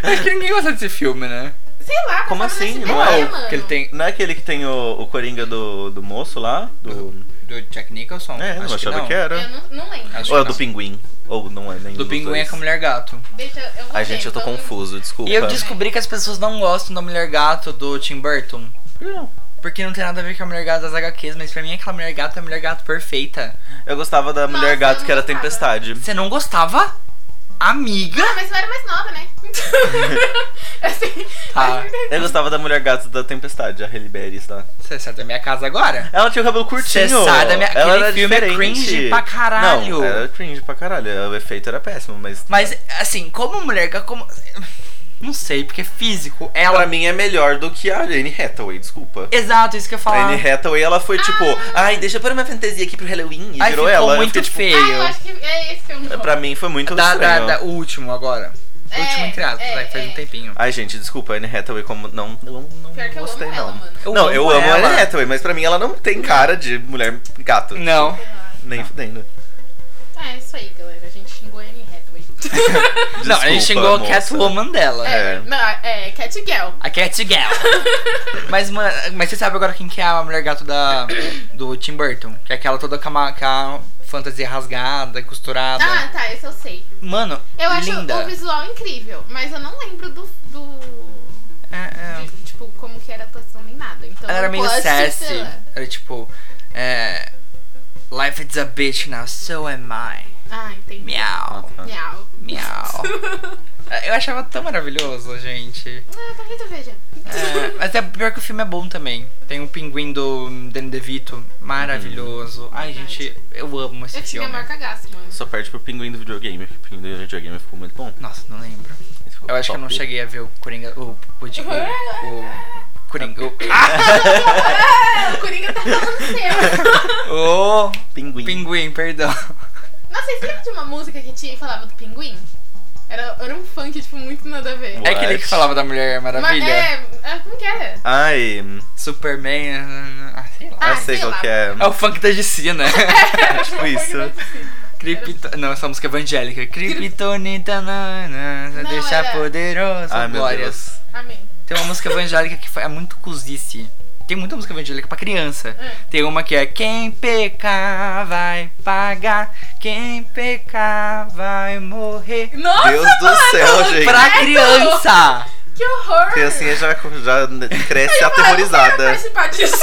Acho que ninguém gosta desse filme, né?
Sei lá,
Como
passava no
assim?
SBT,
Não é o
mano.
Que ele tem.
Não é aquele que tem o, o Coringa do, do moço lá? Do...
Do Jack Nicholson?
É, eu
Acho
achava que,
não.
Eu
era.
não, não lembro.
Acho
Ou é
que
do
não.
pinguim. Ou não é nem
Do
dos
Pinguim é
dois.
com a Mulher Gato.
Deixa eu vou
Ai, gente,
ver,
eu tô
então-
confuso, desculpa.
E eu descobri que as pessoas não gostam da Mulher Gato do Tim Burton.
Não.
Porque não tem nada a ver com a Mulher Gato das HQs, mas pra mim aquela Mulher Gato é a Mulher Gato perfeita.
Eu gostava da mulher
Nossa,
gato
eu
que era
não gostava.
tempestade.
Você não gostava? Amiga?
Ah, mas eu era mais nova, né? assim,
Tá.
Eu gostava da mulher gato da tempestade, a Halle Berry, tá?
Você sai da minha casa agora?
Ela tinha o cabelo
Cê
curtinho.
sabe, a minha-
Ela
aquele
era
filme é
diferente.
cringe pra caralho.
Não, era cringe pra caralho. O efeito era péssimo, mas.
Mas, assim, como mulher, como. Não sei, porque físico, ela.
Pra mim é melhor do que a Anne Hathaway, desculpa.
Exato, isso que eu ia
A
falar.
Anne Hathaway, ela foi tipo, ai, deixa eu pôr uma fantasia aqui pro Halloween. E
Ah. Ai,
virou
ficou
ela. Eu
muito
fiquei, tipo,
ah,
feio.
eu acho que é esse filme.
Pra mim foi muito
da, da,
estranho.
da- o último agora. O
É,
último entre aspas,
é,
vai, faz um
é.
tempinho.
Ai, gente, desculpa, a Anne Hathaway como... Não, não, não
Pior que eu
gostei,
amo
não.
ela, mano.
Eu
não, eu amo a
ela.
Anne Hathaway, mas pra mim ela não tem cara de mulher gato. tipo,
Não.
Nem fudendo.
Ah, é isso aí, galera. A gente xingou a Anne Hathaway.
não, a gente xingou a
moça.
Catwoman dela.
É.
Não, é Cat Girl.
A Catgirl. mas, mano, mas você sabe agora quem que é a mulher gato da, do Tim Burton? Que é aquela toda com a, com a fantasia rasgada, costurada.
Ah, tá, esse eu sei.
Mano,
Eu acho
linda.
o visual incrível, mas eu não lembro do. do
É, é.
de, tipo, como que era a atuação nem nada. Então,
Ela era
eu
meio
posso,
sassy.
sei lá.
Era tipo. É, Life is a bitch now, so am I.
Ah, entendi.
Miau,
tá.
Miau.
miau. Eu achava tão maravilhoso, gente.
Ah, pra que tu veja?
É, mas é pior que o filme é bom também. Tem o pinguim do Danny DeVito, maravilhoso. Ai, gente, eu amo esse
Eu tinha
filme.
maior cagaço, mano.
Só perde pro pinguim do videogame. porque O pinguim do videogame ficou muito bom.
Nossa, não lembro.
Ele ficou
Eu acho que eu não
top.
Tipo, é,
cheguei a ver o Coringa. O, o, o, o Coringa. O,
Ah, o Coringa tá falando seu.
o
Pinguim.
pinguim, perdão.
Nossa, vocês lembram de uma música que tinha e falava do pinguim? Era, era um funk, tipo, muito nada a ver.
É aquele que falava da Mulher
Mas,
Maravilha?
é, é, como que era?
Ai,
Superman. ah, sei lá.
Ah,
eu sei
sei
qual
lá.
que é.
É o funk da DC, né?
tipo isso.
Cripto... Não, essa música é evangélica. Kryptonita, na, na, na,
Não, é-
deixar
era-
poderoso.
Ai, meu
glórias.
Deus.
Amém.
Tem uma música evangélica que é muito cozice. Tem muita música evangélica pra criança.
Hum.
Tem uma que é Quem pecar vai pagar, quem pecar vai morrer.
Nossa,
Deus do céu, gente.
Pra
credo!
criança!
que horror!
Criancinha já, já cresce
Eu quero
aterrorizada.
participar disso.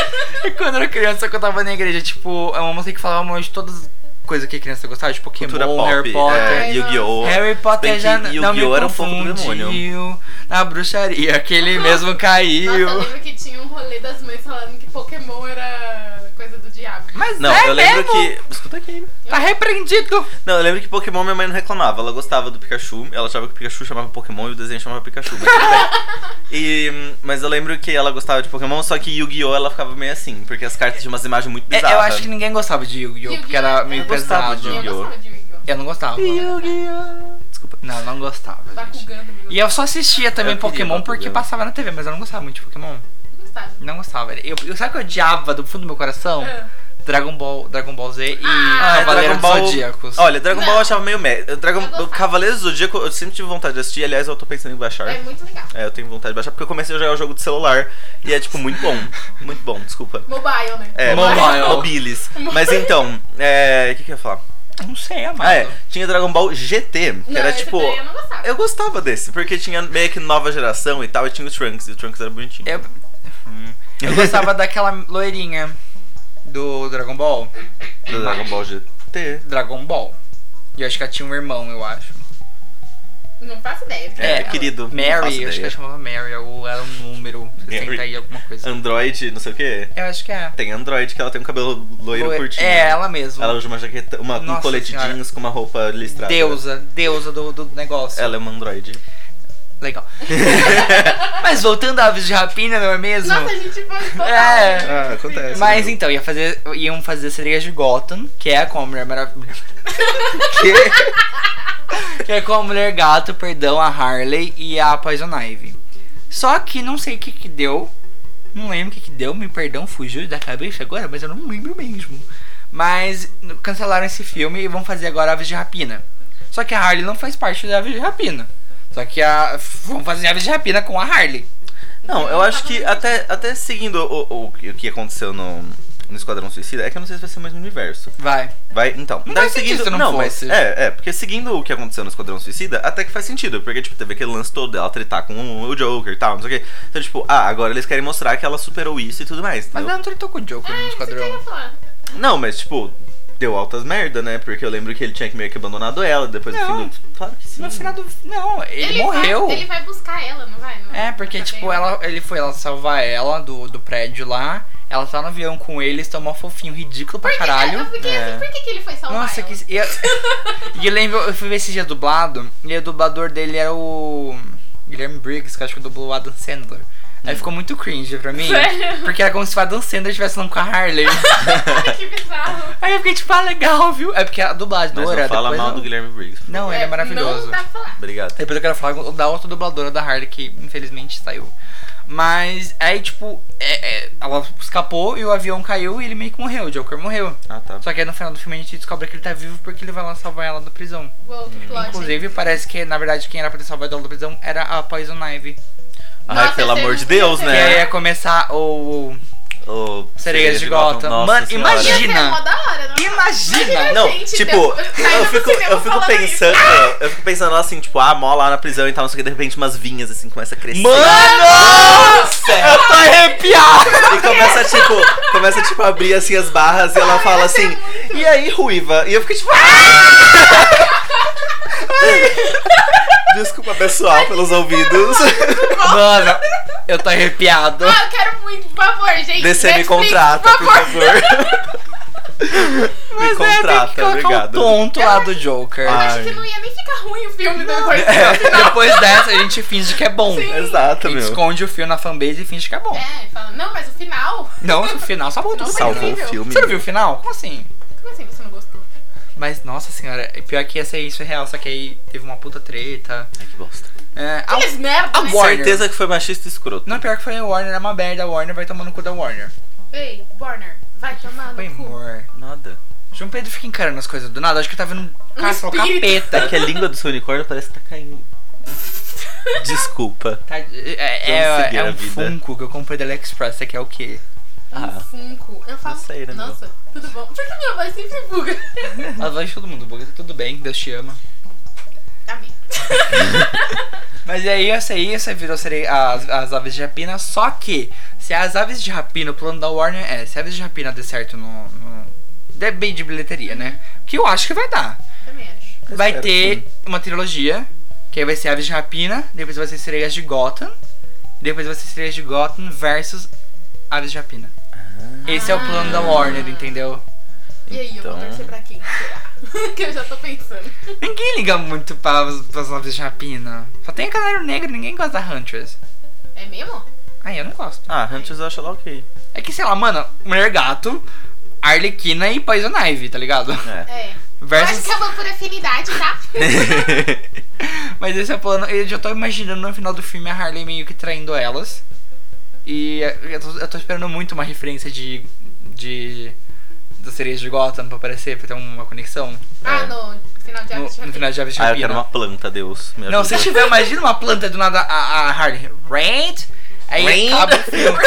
Quando eu era criança, que eu tava na igreja, tipo, é uma música que falava mais de todas as coisas que criança gostava, tipo Pokémon,
Cultura
Harry
pop,
Potter.
é,
Ai,
Yu-Gi-Oh!
Harry Potter
Bem
já
que
não me
Yu-Gi-Oh! era um pouco do demônio.
confundiu na bruxaria, aquele mesmo
Nossa,
caiu.
eu lembro que tinha um rolê das mães falando que Pokémon era coisa do diabo.
Mas
Não,
é
eu lembro
mesmo?
que. Escuta aqui.
Tá repreendido.
Não, eu lembro que Pokémon minha mãe não reclamava. Ela gostava do Pikachu, ela achava que o Pikachu chamava Pokémon e o desenho chamava Pikachu. Mas tudo bem. E, mas eu lembro que ela gostava de Pokémon, só que Yu-Gi-Oh! ela ficava meio assim, porque as cartas tinham umas imagens muito
É,
bizarras.
eu acho que ninguém gostava de Yu-Gi-Oh! Porque era
Yu-Gi-Oh!
meio
Eu
gostava
pesado.
de
Eu
Yu-Gi-Oh!
gostava de Yu-Gi-Oh!
Eu não gostava.
Yu-Gi-Oh! Tá
Desculpa. Não, não gostava. gente.
Bakugando,
E eu só assistia também
Eu queria
Pokémon porque
Bakugou.
passava na TV, mas eu não gostava muito de Pokémon.
gostava.
Não gostava. Eu, eu, sabe o que eu odiava do fundo do meu coração?
Ah.
Dragon Ball, Dragon Ball Z e
Ah,
é
Cavaleiro
Dragon Ball.
dos Zodíacos.
Olha, Dragon Ball
Não.
eu achava meio merda.
Eu
Dragon...
gostava.
Cavaleiros do Zodíaco eu sempre tive vontade de assistir. Aliás, eu tô pensando em baixar.
É muito legal.
É, eu tenho vontade de baixar porque eu comecei a jogar o jogo de celular e é tipo muito bom. muito bom, desculpa.
Mobile, né?
É,
Mobile.
mobiles. Mas então, é. O que, que eu ia falar?
Eu não sei, amado.
Ah, é. Tinha Dragon Ball GT, que
Não,
era
esse
tipo.
daí é eu não gostava.
Eu gostava desse, porque tinha meio que nova geração e tal, e tinha o Trunks, e o Trunks era bonitinho.
Eu, hum. eu gostava daquela loirinha do Dragon Ball.
Do Dragon Ball GT.
Dragon Ball. E eu acho que ela tinha um irmão, eu acho.
Não faço ideia.
É,
É,
querido. não faço
Mary, eu acho que
ideia.
ela chamava Mary, ou era um número, 60
Mary.
e alguma coisa.
Android, não sei o quê.
Eu acho que é.
Tem Android que ela tem um cabelo loiro
Loi-
curtinho.
É, ela mesma.
Ela usa uma jaqueta, uma, um
Nossa
colete
senhora.
jeans com uma roupa listrada.
Deusa, deusa do, do negócio.
Ela é uma Android.
Legal. Mas voltando a aves de rapina, não é mesmo?
Nossa, a gente foi total.
É.
né?
Ah, acontece.
Mas então, ia fazer, iam fazer Sereias de Gotham, que é com a Mulher Maravilha. que é com a Mulher Gato, perdão, a Harley e a Poison Ivy. Só que não sei o que que deu. Não lembro o que que deu, me perdão, fugiu da cabeça agora, mas eu não lembro mesmo. Mas n- cancelaram esse filme e vão fazer agora Aves de Rapina. Só que a Harley não faz parte da Aves de Rapina. Só que a, vão fazer Aves de Rapina com a Harley.
Não, eu acho que até, até seguindo o, o, o que aconteceu no, no Esquadrão Suicida, é que eu não sei se vai ser o mesmo universo.
Vai.
Vai, então.
Não
Daí
faz sentido se não fosse.
É, é, porque seguindo o que aconteceu no Esquadrão Suicida, até que faz sentido. Porque, tipo, teve aquele lance todo dela tretar com o- o Joker e tal, não sei o quê. Então, tipo, ah, agora eles querem mostrar que ela superou isso e tudo mais.
Mas
entendeu?
ela não tratou com o Joker
Ah,
no
isso que eu
esquadrão.
ia falar.
Não, mas, tipo, deu altas merda, né? Porque eu lembro que ele tinha que meio que abandonado ela depois do
Não.
fim do. Claro que sim.
No final do. Não, ele,
vai-
morreu.
um ele vai buscar ela, não vai? Não- Tá
É, porque,
não
tipo,
sabia.
ela, ele foi lá salvar ela do, do prédio lá. Ela tá no avião com ele, eles estão mó fofinho, ridículo pra
Por que- Eu
caralho. É.
fiquei assim, por que, que ele foi salvar
Nossa,
ela?
que. E eu, e eu lembro, eu fui ver esse dia dublado, e o dublador dele era o. Guilherme Briggs, que eu acho que dublou o Adam Sandler.
Hum.
Aí ficou muito cringe pra mim.
Sério?
Porque era como se o Adam Sandler estivesse falando com a Harley.
Ai, que bizarro.
Aí eu fiquei tipo, ah, legal, viu? É porque a
Mas
dubladora.
não fala
depois
mal
eu-
do Guilherme Briggs. por
Não, É.
favor.
ele é maravilhoso.
Não tá dá pra falar.
Obrigado.
Depois eu quero falar da outra dubladora da Harley, que infelizmente saiu. Mas aí, tipo, é- é, ela escapou e o avião caiu e ele meio que morreu, o Joker morreu.
Ah, tá.
Só que aí no final do filme a gente descobre que ele tá vivo porque ele vai lá salvar ela da prisão.
Vou, plot.
Hum, Inclusive, parece que na verdade quem era pra ter salvado ela da prisão era a Poison Ivy.
Ai,
Nossa,
pelo
esse
amor
é
de
um
Deus,
filme.
Que aí ia
né?
começar o.
Ô,
Sereias de Gotham.
Nossa
Mano,
Senhora.
imagina.
Ia ser mó da hora, não é?
Imagina!
Imagina
Não,
a gente
tipo,
dentro- saindo
eu
do
fico,
cinema
eu fico
falando isso.
pensando, eu fico pensando assim, tipo, ah, mó lá na prisão e tal, não sei o que, de repente umas vinhas assim começa a crescer.
Mano! Eu tô arrepiado!
E começa, tipo, começa, tipo, a abrir assim as barras e ela fala assim,
é
e aí, ruiva? E eu fico tipo. "Ah!" Desculpa, pessoal, pelos ouvidos.
Mano, eu tô arrepiado.
Ah, eu quero muito, por favor, gente.
Descer me
Netflix,
contrata, por favor. Me
Mas é, tem que
contrata,
colocar o
obrigado.
tonto lá do Joker.
Ah.
Acho que não ia nem ficar ruim o filme depois.
É, depois dessa a gente finge que é bom.
Sim.
A
Exato,
gente
meu.
esconde o fio na fanbase e finge que é bom.
É, fala, não, mas o final.
Não, o final só voltou.
Não
pro
salvou.
final.
Salvou o
incrível.
filme.
assim? Você não viu o final? Como assim?
Como assim você não gostou?
Mas, nossa senhora, pior que essa aí, isso é real, só que aí teve uma puta treta.
Ai, que bosta.
É, a-
Eles merda, né?
Warner.
Certeza que foi baixista e escroto.
Não, pior que foi a Warner, é uma merda, a Warner vai tomar no cu da Warner.
Ei, Warner, vai tomar
Foi
no cu.
amor.
Nada.
João Pedro fica encarando as coisas do nada, acho que tá vendo um caça, um
espírito.
capeta.
É que a língua do seu unicórnio parece que tá caindo. Desculpa.
Tá- é- é,
Vamos
é,
seguir a
um
vida.
funko que eu comprei da AliExpress, isso aqui é o quê?
Ah.
Um funko. Eu falo,
Não sei, né, meu?
nossa, tudo bom. Por que minha voz sempre buga?
A voz de todo mundo, buga, tá tudo bem, Deus te ama.
Amém.
Mas é aí essa aí, essa virou seria as, as aves de rapina, só que se as aves de rapina, o plano da Warner é, se as aves de rapina der certo no. no der bem de bilheteria, né? Que eu acho que vai dar.
Também acho.
Vai
espero
ter
que
uma trilogia, que aí vai ser Aves de Rapina, depois vai ser Sereias de Gotham, depois vai ser Sereias de Gotham versus Aves de Rapina. Esse é o plano da Warner, entendeu?
E aí, eu vou
Então.
torcer pra quem? Será? que eu já tô pensando.
Ninguém liga muito para as Aves de Rapina. Só tem a galera negra, ninguém gosta da Huntress.
É mesmo?
Aí eu não gosto.
Ah, Hunters eu acho lá ok.
É que, sei lá, mano, Mulher Gato, Arlequina e Poison Ivy, tá ligado?
É.
É. Eu acho
Versus...
que eu vou por afinidade, tá?
Mas esse é o plano. Eu já tô imaginando no final do filme a Harley meio que traindo elas. E eu tô, eu tô esperando muito uma referência de. de. da sereia de Gotham pra aparecer, pra ter uma conexão.
ah, no final
No,
de Aves de
no
Rapina.
final de Aves de
Ah, eu quero
Rapina.
uma planta, Deus. Me
Não, se
ajuda.
tiver, imagina uma planta do nada a, a Harley. Rant? Aí
Rant?
acaba o filme.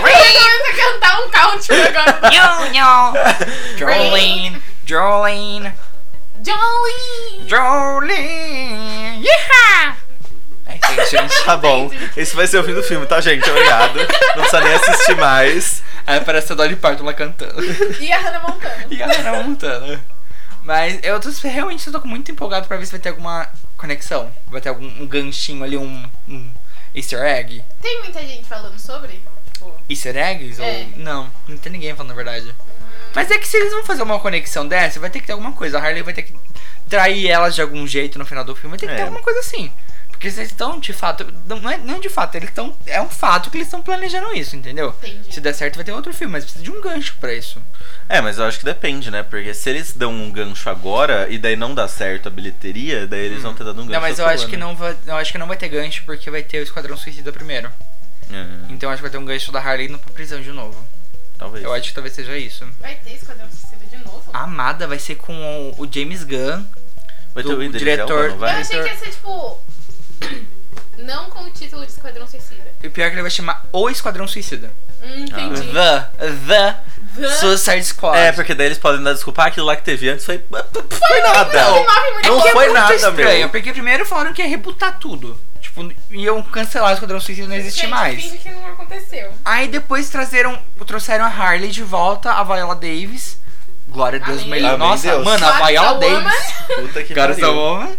Eu ia cantar um country agora.
Yo, yo. Jolene, Jolene,
Jolene!
Jolene. Yeah! É isso aí, gente.
Tá bom. Esse vai ser o fim do filme, tá, gente? Obrigado. Não precisa nem assistir mais.
Aí aparece a Dolly Parton lá cantando.
E a Hannah Montana.
E a Hannah Montana. Mas eu tô, realmente tô muito empolgado pra ver se vai ter alguma conexão. Vai ter algum um ganchinho ali, um, um easter egg.
Tem muita gente falando sobre? Tipo,
Easter eggs?
É.
Ou... Não, não tem ninguém falando na verdade. Mas é que se eles vão fazer uma conexão dessa, vai ter que ter alguma coisa. A Harley vai ter que trair elas de algum jeito no final do filme. Vai ter que ter
É.
alguma coisa assim. Porque vocês estão de fato. Não é, não é de fato, eles estão. É um fato que eles estão planejando isso, entendeu?
Entendi.
Se der certo, vai ter outro filme, mas precisa de um gancho pra isso.
É, mas eu acho que depende, né? Porque se eles dão um gancho agora e daí não dá certo a bilheteria, daí eles vão ter dado um gancho.
Não, mas eu
outro
acho que
ano.
não vai, eu acho que não vai ter gancho porque vai ter o Esquadrão Suicida primeiro.
É,
Então acho que vai ter um gancho da Harley indo pra prisão de novo.
talvez.
Eu acho que talvez seja isso.
vai ter Esquadrão Suicida de novo?
A Amada vai ser com o- o James Gunn.
Vai ter
do
o Idris
diretor-
Elba, não
Eu
vai?
achei que ia ser, tipo... Não com o título de Esquadrão Suicida.
E o pior é que ele vai chamar o Esquadrão Suicida.
Hum,
Ah, né?
entendi.
The, the Suicide Squad.
É, porque daí eles podem dar desculpa. "Ah, Aquilo lá que teve antes foi. Foi nada.
Não, nove mulheres.
Não
Que é
foi
muito
nada,
estranho,
meu.
Porque primeiro falaram que ia rebutar tudo. Tipo, iam cancelar o Esquadrão Suicida não existe
Gente,
mais.
finge que não aconteceu.
Aí depois trazeram, trouxeram a Harley de volta, a Viola Davis. Glória a Deus,
Amém.
melhor.
Amém,
Nossa,
Deus.
mano, a Viola
Batwoman.
Davis.
Puta que
Cara, essa
pariu.
woman.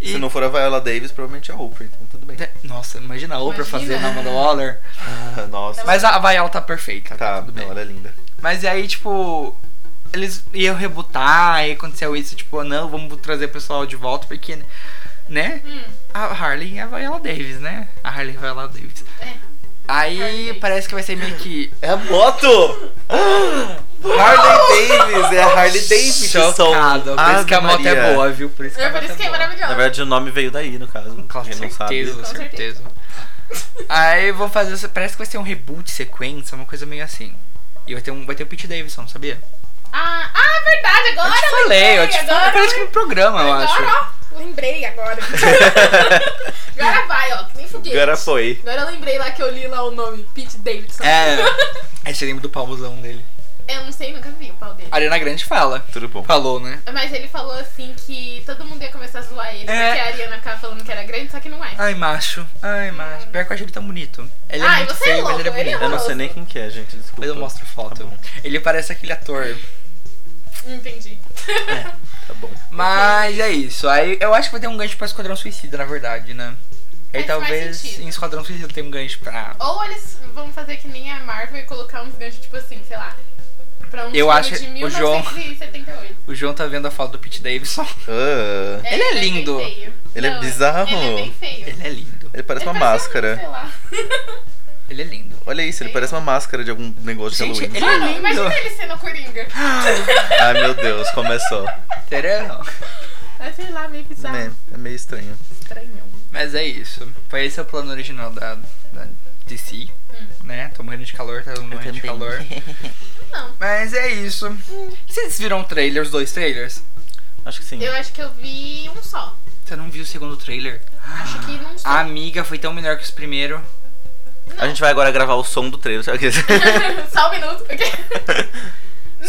Se
E-
não for a Viola Davis, provavelmente é a Oprah, então tudo
Tá.
bem.
Nossa, imagina a Oprah
Imagina.
fazendo a Amanda Waller.
Ah, Nossa.
Mas a Viola tá perfeita.
Tá,
tudo bem.
não, ela é linda.
Mas aí, tipo, eles iam rebutar, aí aconteceu isso, tipo, não, vamos trazer o pessoal de volta, porque, né?
Hum.
A Harley e a Viola Davis, né? A Harley e a Viola Davis.
É.
Aí
Harley Davis.
parece que vai ser meio que.
É a moto! Harley Davis, é a Harley Davis.
Chocado. Por isso que a moto é boa, viu? Por isso que a
É por
moto
isso que é
boa.
Na
maravilhoso.
verdade, o nome veio daí, no caso.
Com
Quem não
certeza,
sabe.
com
Com
certeza. Aí vou fazer. essa- Parece que vai ser um reboot sequência, uma coisa meio assim. E vai ter, um, vai ter o Pete Davidson, sabia?
Ah, ah, é verdade, agora
eu te falei, eu te falei. Parece que no programa, eu acho.
Agora, ó, lembrei agora. agora vai, ó, que nem foguete.
Agora é foi.
Agora eu lembrei lá que eu li lá o nome, Pete Davidson.
É. Aí você lembra do pauzão dele.
Eu não sei, nunca vi o pau dele.
A Ariana Grande fala.
Tudo bom.
Falou, né?
Mas ele falou assim que todo mundo ia começar a zoar ele,
É.
porque a Ariana ficava falando que era grande, só que não é.
Ai, macho. Ai, macho. Pior que eu acho ele tão bonito. Ele é
Ai,
muito
você é
feio, mas
louco,
ele é
ele
bonito.
Eu não sei nem quem que é, gente. Desculpa.
Depois eu mostro foto. ele parece aquele ator.
Entendi.
Tá bom.
Mas é isso. Aí eu acho que vai ter um gancho pra Esquadrão Suicida, na verdade, né? Aí
Faz mais
talvez
sentido.
em Esquadrão Suicida tem um gancho pra.
Ou eles vão fazer que nem a Marvel e colocar uns ganchos, tipo assim, sei lá. pra um
Eu
filme
acho
de
que o João-
1978.
O João tá vendo a foto do Pete Davidson.
Ah,
Ele é
bem
lindo.
feio.
Ele é
Não,
bizarro.
Ele é bem feio.
Ele é lindo.
ele parece
Ele
uma
parece um, sei
máscara.
lá.
Ele é lindo.
Olha isso, ele
Sei
parece uma máscara de algum negócio de
Gente,
Halloween.
ele é
Mano,
lindo.
Ah, imagina ele sendo o Coringa.
Ai meu Deus, começou.
Sério?
Ah, sei lá, meio bizarro.
É, é meio estranho.
Estranhão.
Mas é isso. Foi esse o plano original da, da DC,
Hum.
né? Tô morrendo de calor, tá todo mundo morrendo de calor.
Não.
Mas é isso. Vocês viram o trailer, os dois trailers?
Acho que sim.
Eu acho que eu vi um só.
Você não viu o segundo trailer?
Acho que não só.
A amiga foi tão melhor que os primeiros.
A gente vai agora gravar o som do trailer. sabe?
só um minuto. porque- Não,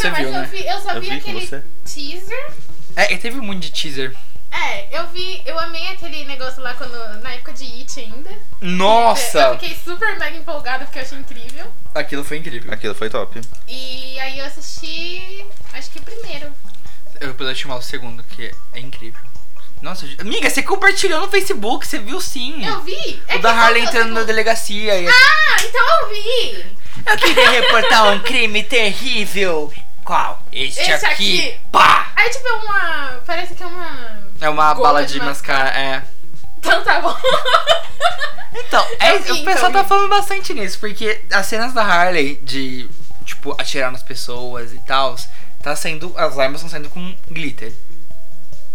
Você
mas
viu,
eu,
né?
vi, eu só
Eu
vi,
vi com
aquele
você.
teaser.
É, e teve um monte de teaser.
É, eu vi, eu amei aquele negócio lá quando, na época de It ainda. Eu
Nossa!
fiquei super mega empolgada porque eu achei incrível.
Aquilo foi incrível.
Aquilo foi top.
E aí eu assisti, acho que o primeiro.
Eu vou poder chamar o segundo, que é incrível. Nossa, gente- amiga, você compartilhou no Facebook, você viu sim.
Eu vi! É
O da
que
Harley
qual que é o
entrando na
segundo?
delegacia. E... assim,
Ah, então eu vi!
Eu queria reportar um crime terrível. Qual? Este,
Este
aqui.
aqui.
Pá!
Aí tipo é uma. Parece que é uma.
É uma
Goma
bala
de
de mascara, é.
Então tá bom.
Então, é,
Eu vi,
o
então,
pessoal tá
vi.
falando bastante nisso, porque as cenas da Harley de, tipo, atirar nas pessoas e tal, tá sendo. As armas estão saindo com glitter.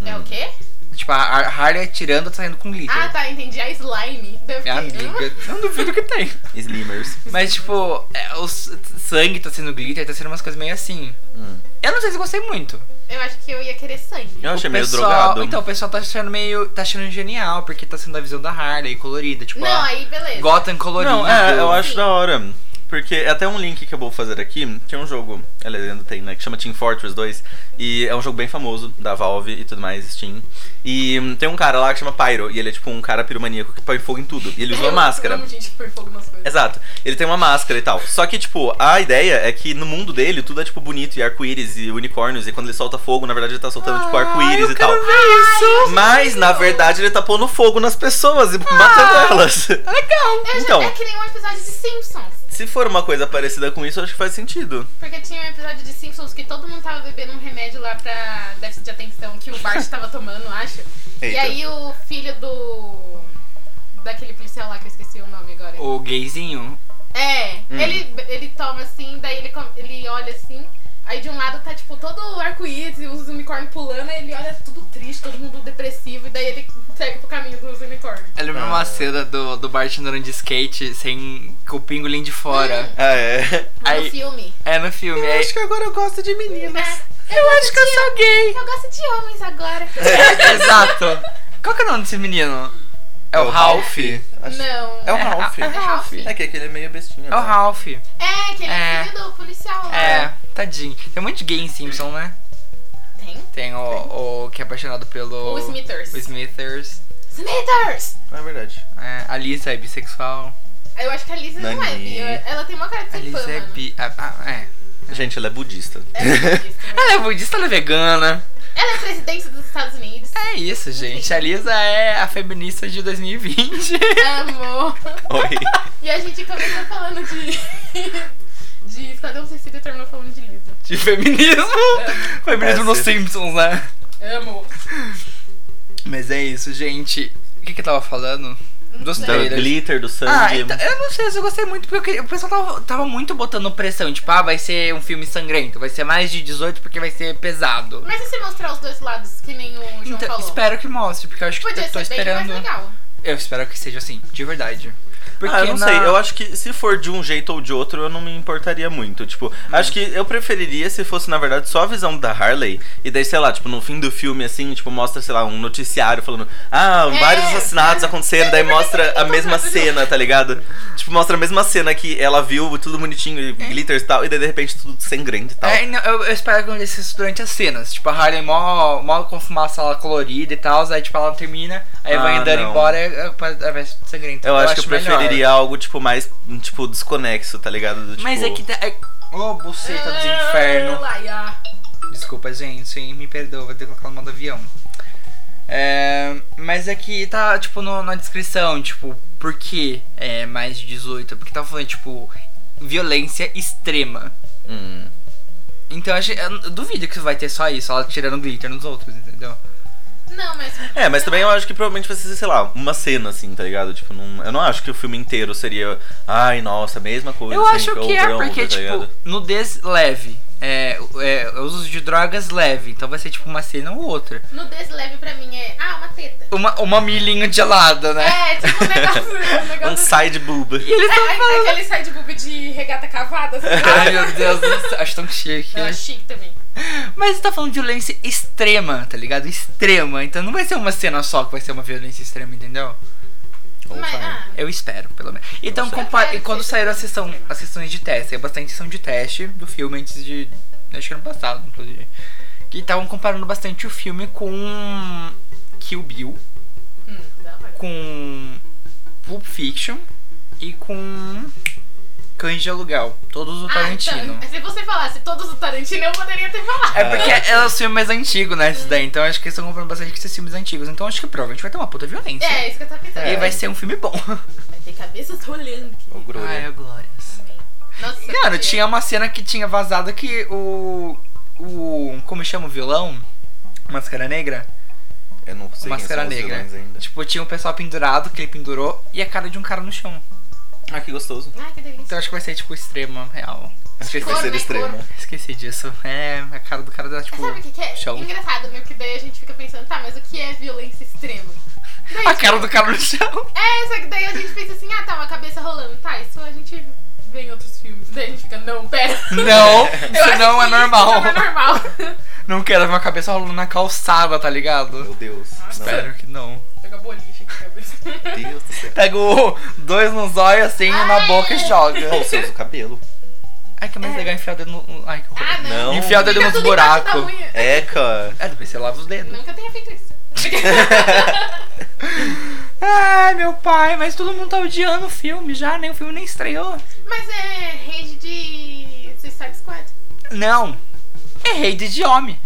É o quê?
Tipo, a a Harley atirando tá saindo com glitter.
Ah, tá, entendi. A slime. Deve
Minha É amiga, eu não duvido que tem.
Slimmers.
Mas, tipo, é, o s- sangue tá sendo glitter, tá sendo umas coisas meio assim.
Hum.
Eu não sei se eu gostei muito.
Eu acho que eu ia querer sangue.
Eu achei
O
meio
pessoal-
drogado.
Então, o pessoal tá achando meio. tá achando genial, porque tá sendo a visão da Harley colorida, tipo,
Não, é
a
aí beleza.
Gotham colorida.
Não, é, eu acho
Sim.
da hora. Porque é até um link que eu vou fazer aqui, que é um jogo, aliás, ainda tem, né? Que chama Team Fortress 2. E é um jogo bem famoso, da Valve e tudo mais, Steam. E hum, tem um cara lá que chama Pyro, e ele é tipo um cara piromaníaco que põe fogo em tudo. E ele usa uma
Eu
máscara.
amo gente que põe fogo nas coisas.
Exato. Ele tem uma máscara e tal. Só que, tipo, a ideia é que no mundo dele tudo é, tipo, bonito e arco-íris e unicórnios. E quando ele solta fogo, na verdade ele tá soltando,
Ah,
tipo, arco-íris e tal.
isso!
Mas, na verdade, ele tá pondo fogo nas pessoas
Ah!
e matando elas.
Legal!
Eu já-
Então.
É que nem um episódio de Simpsons.
Se for uma coisa parecida com isso, acho que faz sentido.
Porque tinha um episódio de Simpsons que todo mundo tava bebendo um remédio lá pra déficit de atenção que o Bart tava tomando, acho. E
Eita.
aí o filho do. Daquele policial lá que eu esqueci o nome agora.
O Hum. gayzinho.
É, ele, ele toma assim, daí ele, com- ele olha assim. Aí de um lado tá tipo todo arco-íris e os unicórnios pulando, aí ele olha tudo triste, todo mundo depressivo, e daí ele segue pro caminho dos unicórnios.
Eu lembro uma cena do, do Bart andando de skate sem com o pingolim de fora.
Ah, é.
Aí-
No filme.
É no filme.
Eu
é-
acho que agora eu gosto de meninas.
eu,
acho que eu sou gay.
Eu gosto de homens agora.
Exato. Qual que é o nome desse menino? É o Ralph? É
Não.
É o Ralph.
É o Ralph.
É que aquele é meio bestinha.
o
né?
Ralph.
É, que ele é
É.
filho do policial. lá.
É, tadinho. Tem um monte de gay em Simpson, né?
Tem?
Tem o, o que é apaixonado pelo.
O Smithers.
O Smithers.
Smithers!
É verdade.
É, a Lisa é bissexual.
Eu acho que a Lizzie não é
Nani.
bi. Ela tem uma cara de
A
ser né? fã,
Lisa é
mano.
bi. ah, ah, é.
Gente, ela é budista.
Ela é budista, né?
Ela é budista, ela é vegana.
Ela é presidente dos Estados Unidos.
É isso, gente. A Lisa é a feminista de 2020.
Amor.
Oi.
E a gente começou falando de. de Esquadrão Suicida e terminou falando de Lisa.
De feminismo. Feminismo nos
Essa-
Simpsons, né?
Amo.
Mas é isso, gente. O que que eu tava falando? Dos
Do
trailers.
glitter, do sangue.
Ah, então, eu não sei se eu gostei muito, porque eu queria- o pessoal tava, tava muito botando pressão, tipo, ah, vai ser um filme sangrento, vai ser mais de 18 porque vai ser pesado.
Mas e se mostrar os dois lados, que nem o João
Então,
falou?
espero que mostre, porque eu acho que
Podia
eu tô
ser bem
esperando.
mais legal.
Eu espero que seja assim, de verdade. Porque
ah, eu não
na-
sei. Eu acho que se for de um jeito ou de outro, eu não me importaria muito.
Hum.
Tipo, acho que eu preferiria se fosse, na verdade, só a visão da Harley. E daí, sei lá, tipo, no fim do filme, assim, tipo, mostra, sei lá, um noticiário falando, ah,
É.
vários assassinatos aconteceram. Daí mostra a mesma cena, tá ligado? Tipo, mostra a mesma cena que ela viu, tudo bonitinho, e glitters e tal. E daí, de repente, tudo sangrento e tal.
É, não, eu, eu espero que aconteça isso durante as cenas. Tipo, a Harley mó, mó com fumaça lá colorida e tal, aí tipo, ela termina, aí
Ah,
vai andando
não.
embora e é, é, vai ser sangrento.
Eu, acho, que eu
melhor.
preferiria algo, tipo, mais, tipo, desconexo, tá ligado? Do,
Mas é
tipo,
que tá. É... Ô, buceta dos
Ah,
infernos.
Laia.
Desculpa, gente, me perdoa, vou ter que colocar no modo avião. É, mas aqui tá, tipo, no- na descrição, tipo, por que é mais de 18? Porque tá falando, tipo, violência extrema.
Hum.
Então eu, achei, eu duvido que vai ter só isso, ela tirando glitter nos outros, entendeu?
Não, mas.
É, mas
sei
também eu
lá.
acho que provavelmente vai ser, sei lá, uma cena, assim, tá ligado? Tipo, não, eu não acho que o filme inteiro seria, ai, nossa, mesma coisa.
Eu
assim,
acho que
over
é,
and over",
porque,
tá
tipo,
ligado?
nudez leve. É, é, uso de drogas leve. Então vai ser tipo uma cena ou outra.
Nudez leve pra mim é. Ah, uma teta.
Uma, uma milhinha gelada, né?
É, tipo um negócio. Um negócio
Um side boob.
E eles
É,
tão
é,
falando.
aquele side boob de regata cavada. Assim.
Ai meu Deus, do céu, acho tão chique.
Eu
né?
acho É, chique também.
Mas tá falando de violência extrema, tá ligado? Extrema. Então não vai ser uma cena só que vai ser uma violência extrema, entendeu?
Mas, ah,
Eu espero, pelo menos. Então,
sei.
compa-
Eu
e
quero
quando
que
saíram as,
seja
sessão,
extrema.
as sessões de teste, é bastante sessão de teste do filme antes de. Acho que ano passado, inclusive. Que estavam comparando bastante o filme com. Kill Bill,
hum, dá pra-
com. Pulp Fiction e com. Cães de Aluguel. Todos do
Ah,
Tarantino.
então, se você falasse todos do Tarantino, eu poderia ter falado.
É porque é os filmes mais antigos, né? Esses daí. Então acho que eles estão comprando bastante com esses filmes antigos. Então acho que provavelmente vai ter uma puta violência.
É, isso que eu tava pensando.
E vai ser um filme bom.
Vai ter cabeças rolando.
O Grover.
Ai, glórias.
Nossa,
Cara,
mentira.
tinha uma cena que tinha vazado que o. O. Como chama o vilão? Máscara Negra?
Eu não sei quem
Máscara
são os
Negra.
vilões ainda.
Tipo, tinha um pessoal pendurado, que ele pendurou, e a cara de um cara no chão.
Ah, que gostoso.
Ai, que delícia.
Então acho que vai ser, tipo, extrema, real.
Acho que
Esqueci,
vai
Cor,
ser
né,
extremo.
esqueci disso. É, a cara do cara dela,
Mas
tipo.
sabe o que, que é?
chão.
Engraçado, meu, que daí a gente fica pensando, tá, mas o que é violência extrema? Daí,
A
tipo,
cara do cara no chão.
É, só que daí a gente pensa assim, ah, tá, uma cabeça rolando. Tá, isso a gente vê em outros filmes. Daí a gente fica, não, pera.
Não,
Eu
isso
acho
não
que
é normal.
Isso não é normal.
Não quero ver uma cabeça rolando na calçada, tá ligado?
Meu Deus.
Espero que não.
Pega boliche aqui, cabeça.
Meu Deus do céu.
Pega o dois nos olhos assim, um na
Ai.
boca e joga.
Ou você usa o cabelo.
Ai, que mais legal enfiar o dedo no. Ai, que horror.
Ah, não.
Não.
Enfiar o dedo
Fica
nos
tudo embaixo da
buracos.
unha.
É, cara.
É, depois você lava os dedos.
Nunca tenha feito isso.
Ai, meu pai, mas todo mundo tá odiando o filme já, nem o filme nem estreou.
Mas é rede de Suicide Squad.
Não. É rede de homem.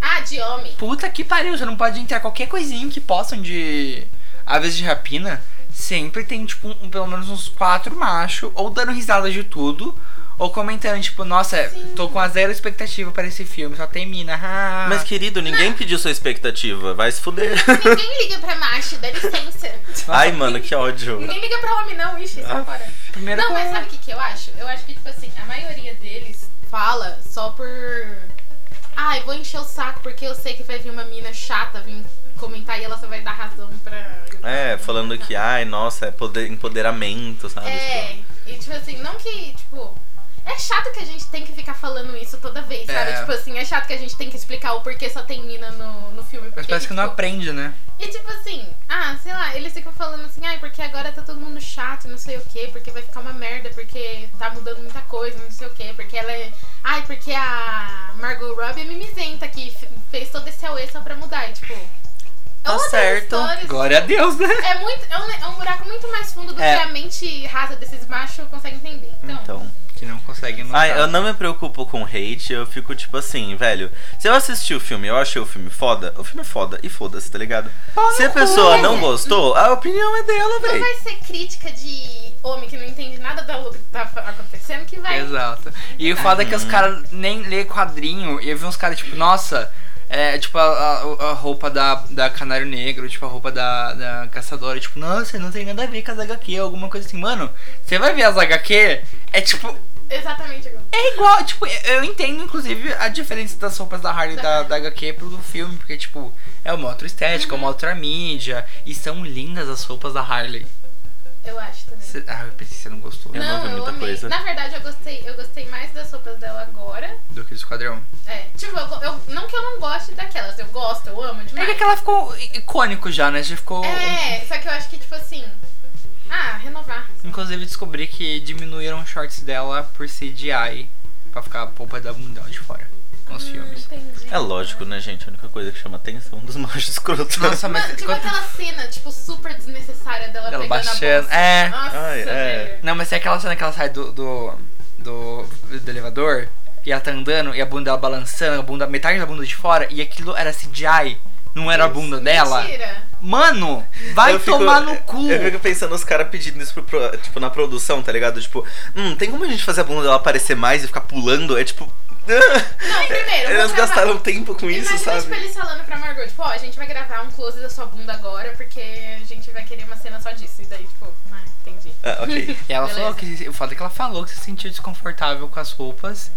Ah, de homem.
Puta que pariu, você não pode entrar qualquer coisinha que possam de aves de rapina. Sempre tem, tipo, um- pelo menos uns quatro machos, ou dando risada de tudo, ou comentando, tipo, nossa,
Sim.
tô com a zero expectativa pra esse filme, só tem mina. ah."
Mas, querido, ninguém pediu sua expectativa. Vai se fuder.
Ninguém liga pra macho, dá licença.
Ai, mano, que ódio.
Ninguém liga pra homem, não, ixi, sai
Ah.
fora.
Primeiro
Não,
com- um.
mas é sabe o que, que eu acho? Eu acho que, tipo assim, a maioria deles fala só por. Ai, vou encher o saco porque eu sei que vai vir uma mina chata vir comentar e ela só vai dar razão pra.
É, falando que, ai, nossa, é poder, empoderamento, sabe?
É, e tipo assim, não que, tipo. É chato que a gente tem que ficar falando isso toda vez, sabe?
É.
Tipo assim, é chato que a gente tem que explicar o porquê só tem mina no, no filme.
Mas
Porque,
parece que não
tipo,
aprende, né?
E tipo assim, ah, sei lá, eles ficam falando assim, ai, porque agora tá todo mundo chato, e não sei o quê, porque vai ficar uma merda, porque tá mudando muita coisa, não sei o quê, porque ela é. Ai, porque a Margot Robbie é mimizenta que f- fez todo esse auê só pra mudar, e tipo.
Tá
outras
certo.
histórias-
Glória a Deus, né?
É, muito, é, um, é um buraco muito mais fundo do
É.
que a mente rasa desses machos consegue entender. Então,
Então.
Que não consegue notar.
Ai, eu não me preocupo com hate, eu fico tipo assim, velho. Se eu assisti o filme e eu achei o filme foda, o filme é foda e foda-se, tá ligado? Se a pessoa não gostou, a opinião é dela,
não
velho.
vai ser crítica de homem que não entende nada da luta que tá fa- acontecendo que vai.
Exato. E o foda é que os caras nem lê quadrinho. E eu vi uns caras, tipo, nossa, é tipo a, a- a roupa da, da Canário Negro, tipo a roupa da, da Caçadora. Tipo, nossa, não tem nada a ver com as HQ, alguma coisa assim. Mano, você vai ver as HQ, é tipo,
Exatamente igual.
é igual. Tipo, eu eu entendo, inclusive, a diferença das roupas da Harley da, da HQ pro do filme, porque, tipo, é uma outra estética, uma outra mídia. E são lindas as roupas da Harley.
Eu acho também.
Cê- ah, eu pensei que você não gostou
Eu não vi muita
amei.
coisa.
Na verdade, eu gostei, eu gostei mais das roupas dela agora.
do que do esquadrão.
É, tipo, eu, go- eu- não que eu não goste daquelas, eu gosto, eu amo
É
demais.
que aquela ficou i- icônico já, né? Já ficou.
É, só que eu acho que, tipo assim. Ah, renovar.
Inclusive descobri que diminuíram os shorts dela por CGI pra ficar a polpa da bunda de fora nos
Hum.
filmes.
Entendi.
É lógico, né, gente? A única coisa que chama atenção dos machos escrotos.
Nossa, mas.
Mano, tipo
quando-
aquela cena, tipo, super desnecessária dela
Ela
pegando a
baixando.
bolsa.
É.
Nossa,
Ai, é.
velho.
Não, mas é aquela cena que ela sai do. do. do, do elevador e ela tá andando e a bunda dela balançando, a bunda, metade da bunda de fora, e aquilo era CGI, não era a bunda dela.
Mentira.
Mano, vai
Eu fico-
tomar no cu!
Eu fico pensando os caras pedindo isso pro, pro- tipo, na produção, tá ligado? Tipo, hum, tem como a gente fazer a bunda dela aparecer mais e ficar pulando? É tipo,
Não, primeiro.
Elas
vamos gravar.
gastaram tempo com isso,
Imagina,
sabe?
tipo, eles falando pra Margot, tipo, ó, a gente vai gravar um close da sua bunda agora, porque a gente vai querer uma cena só disso. E daí, tipo, ah, entendi.
Ah, ok.
E ela falou que. O fato é que ela falou que se sentiu desconfortável com as roupas.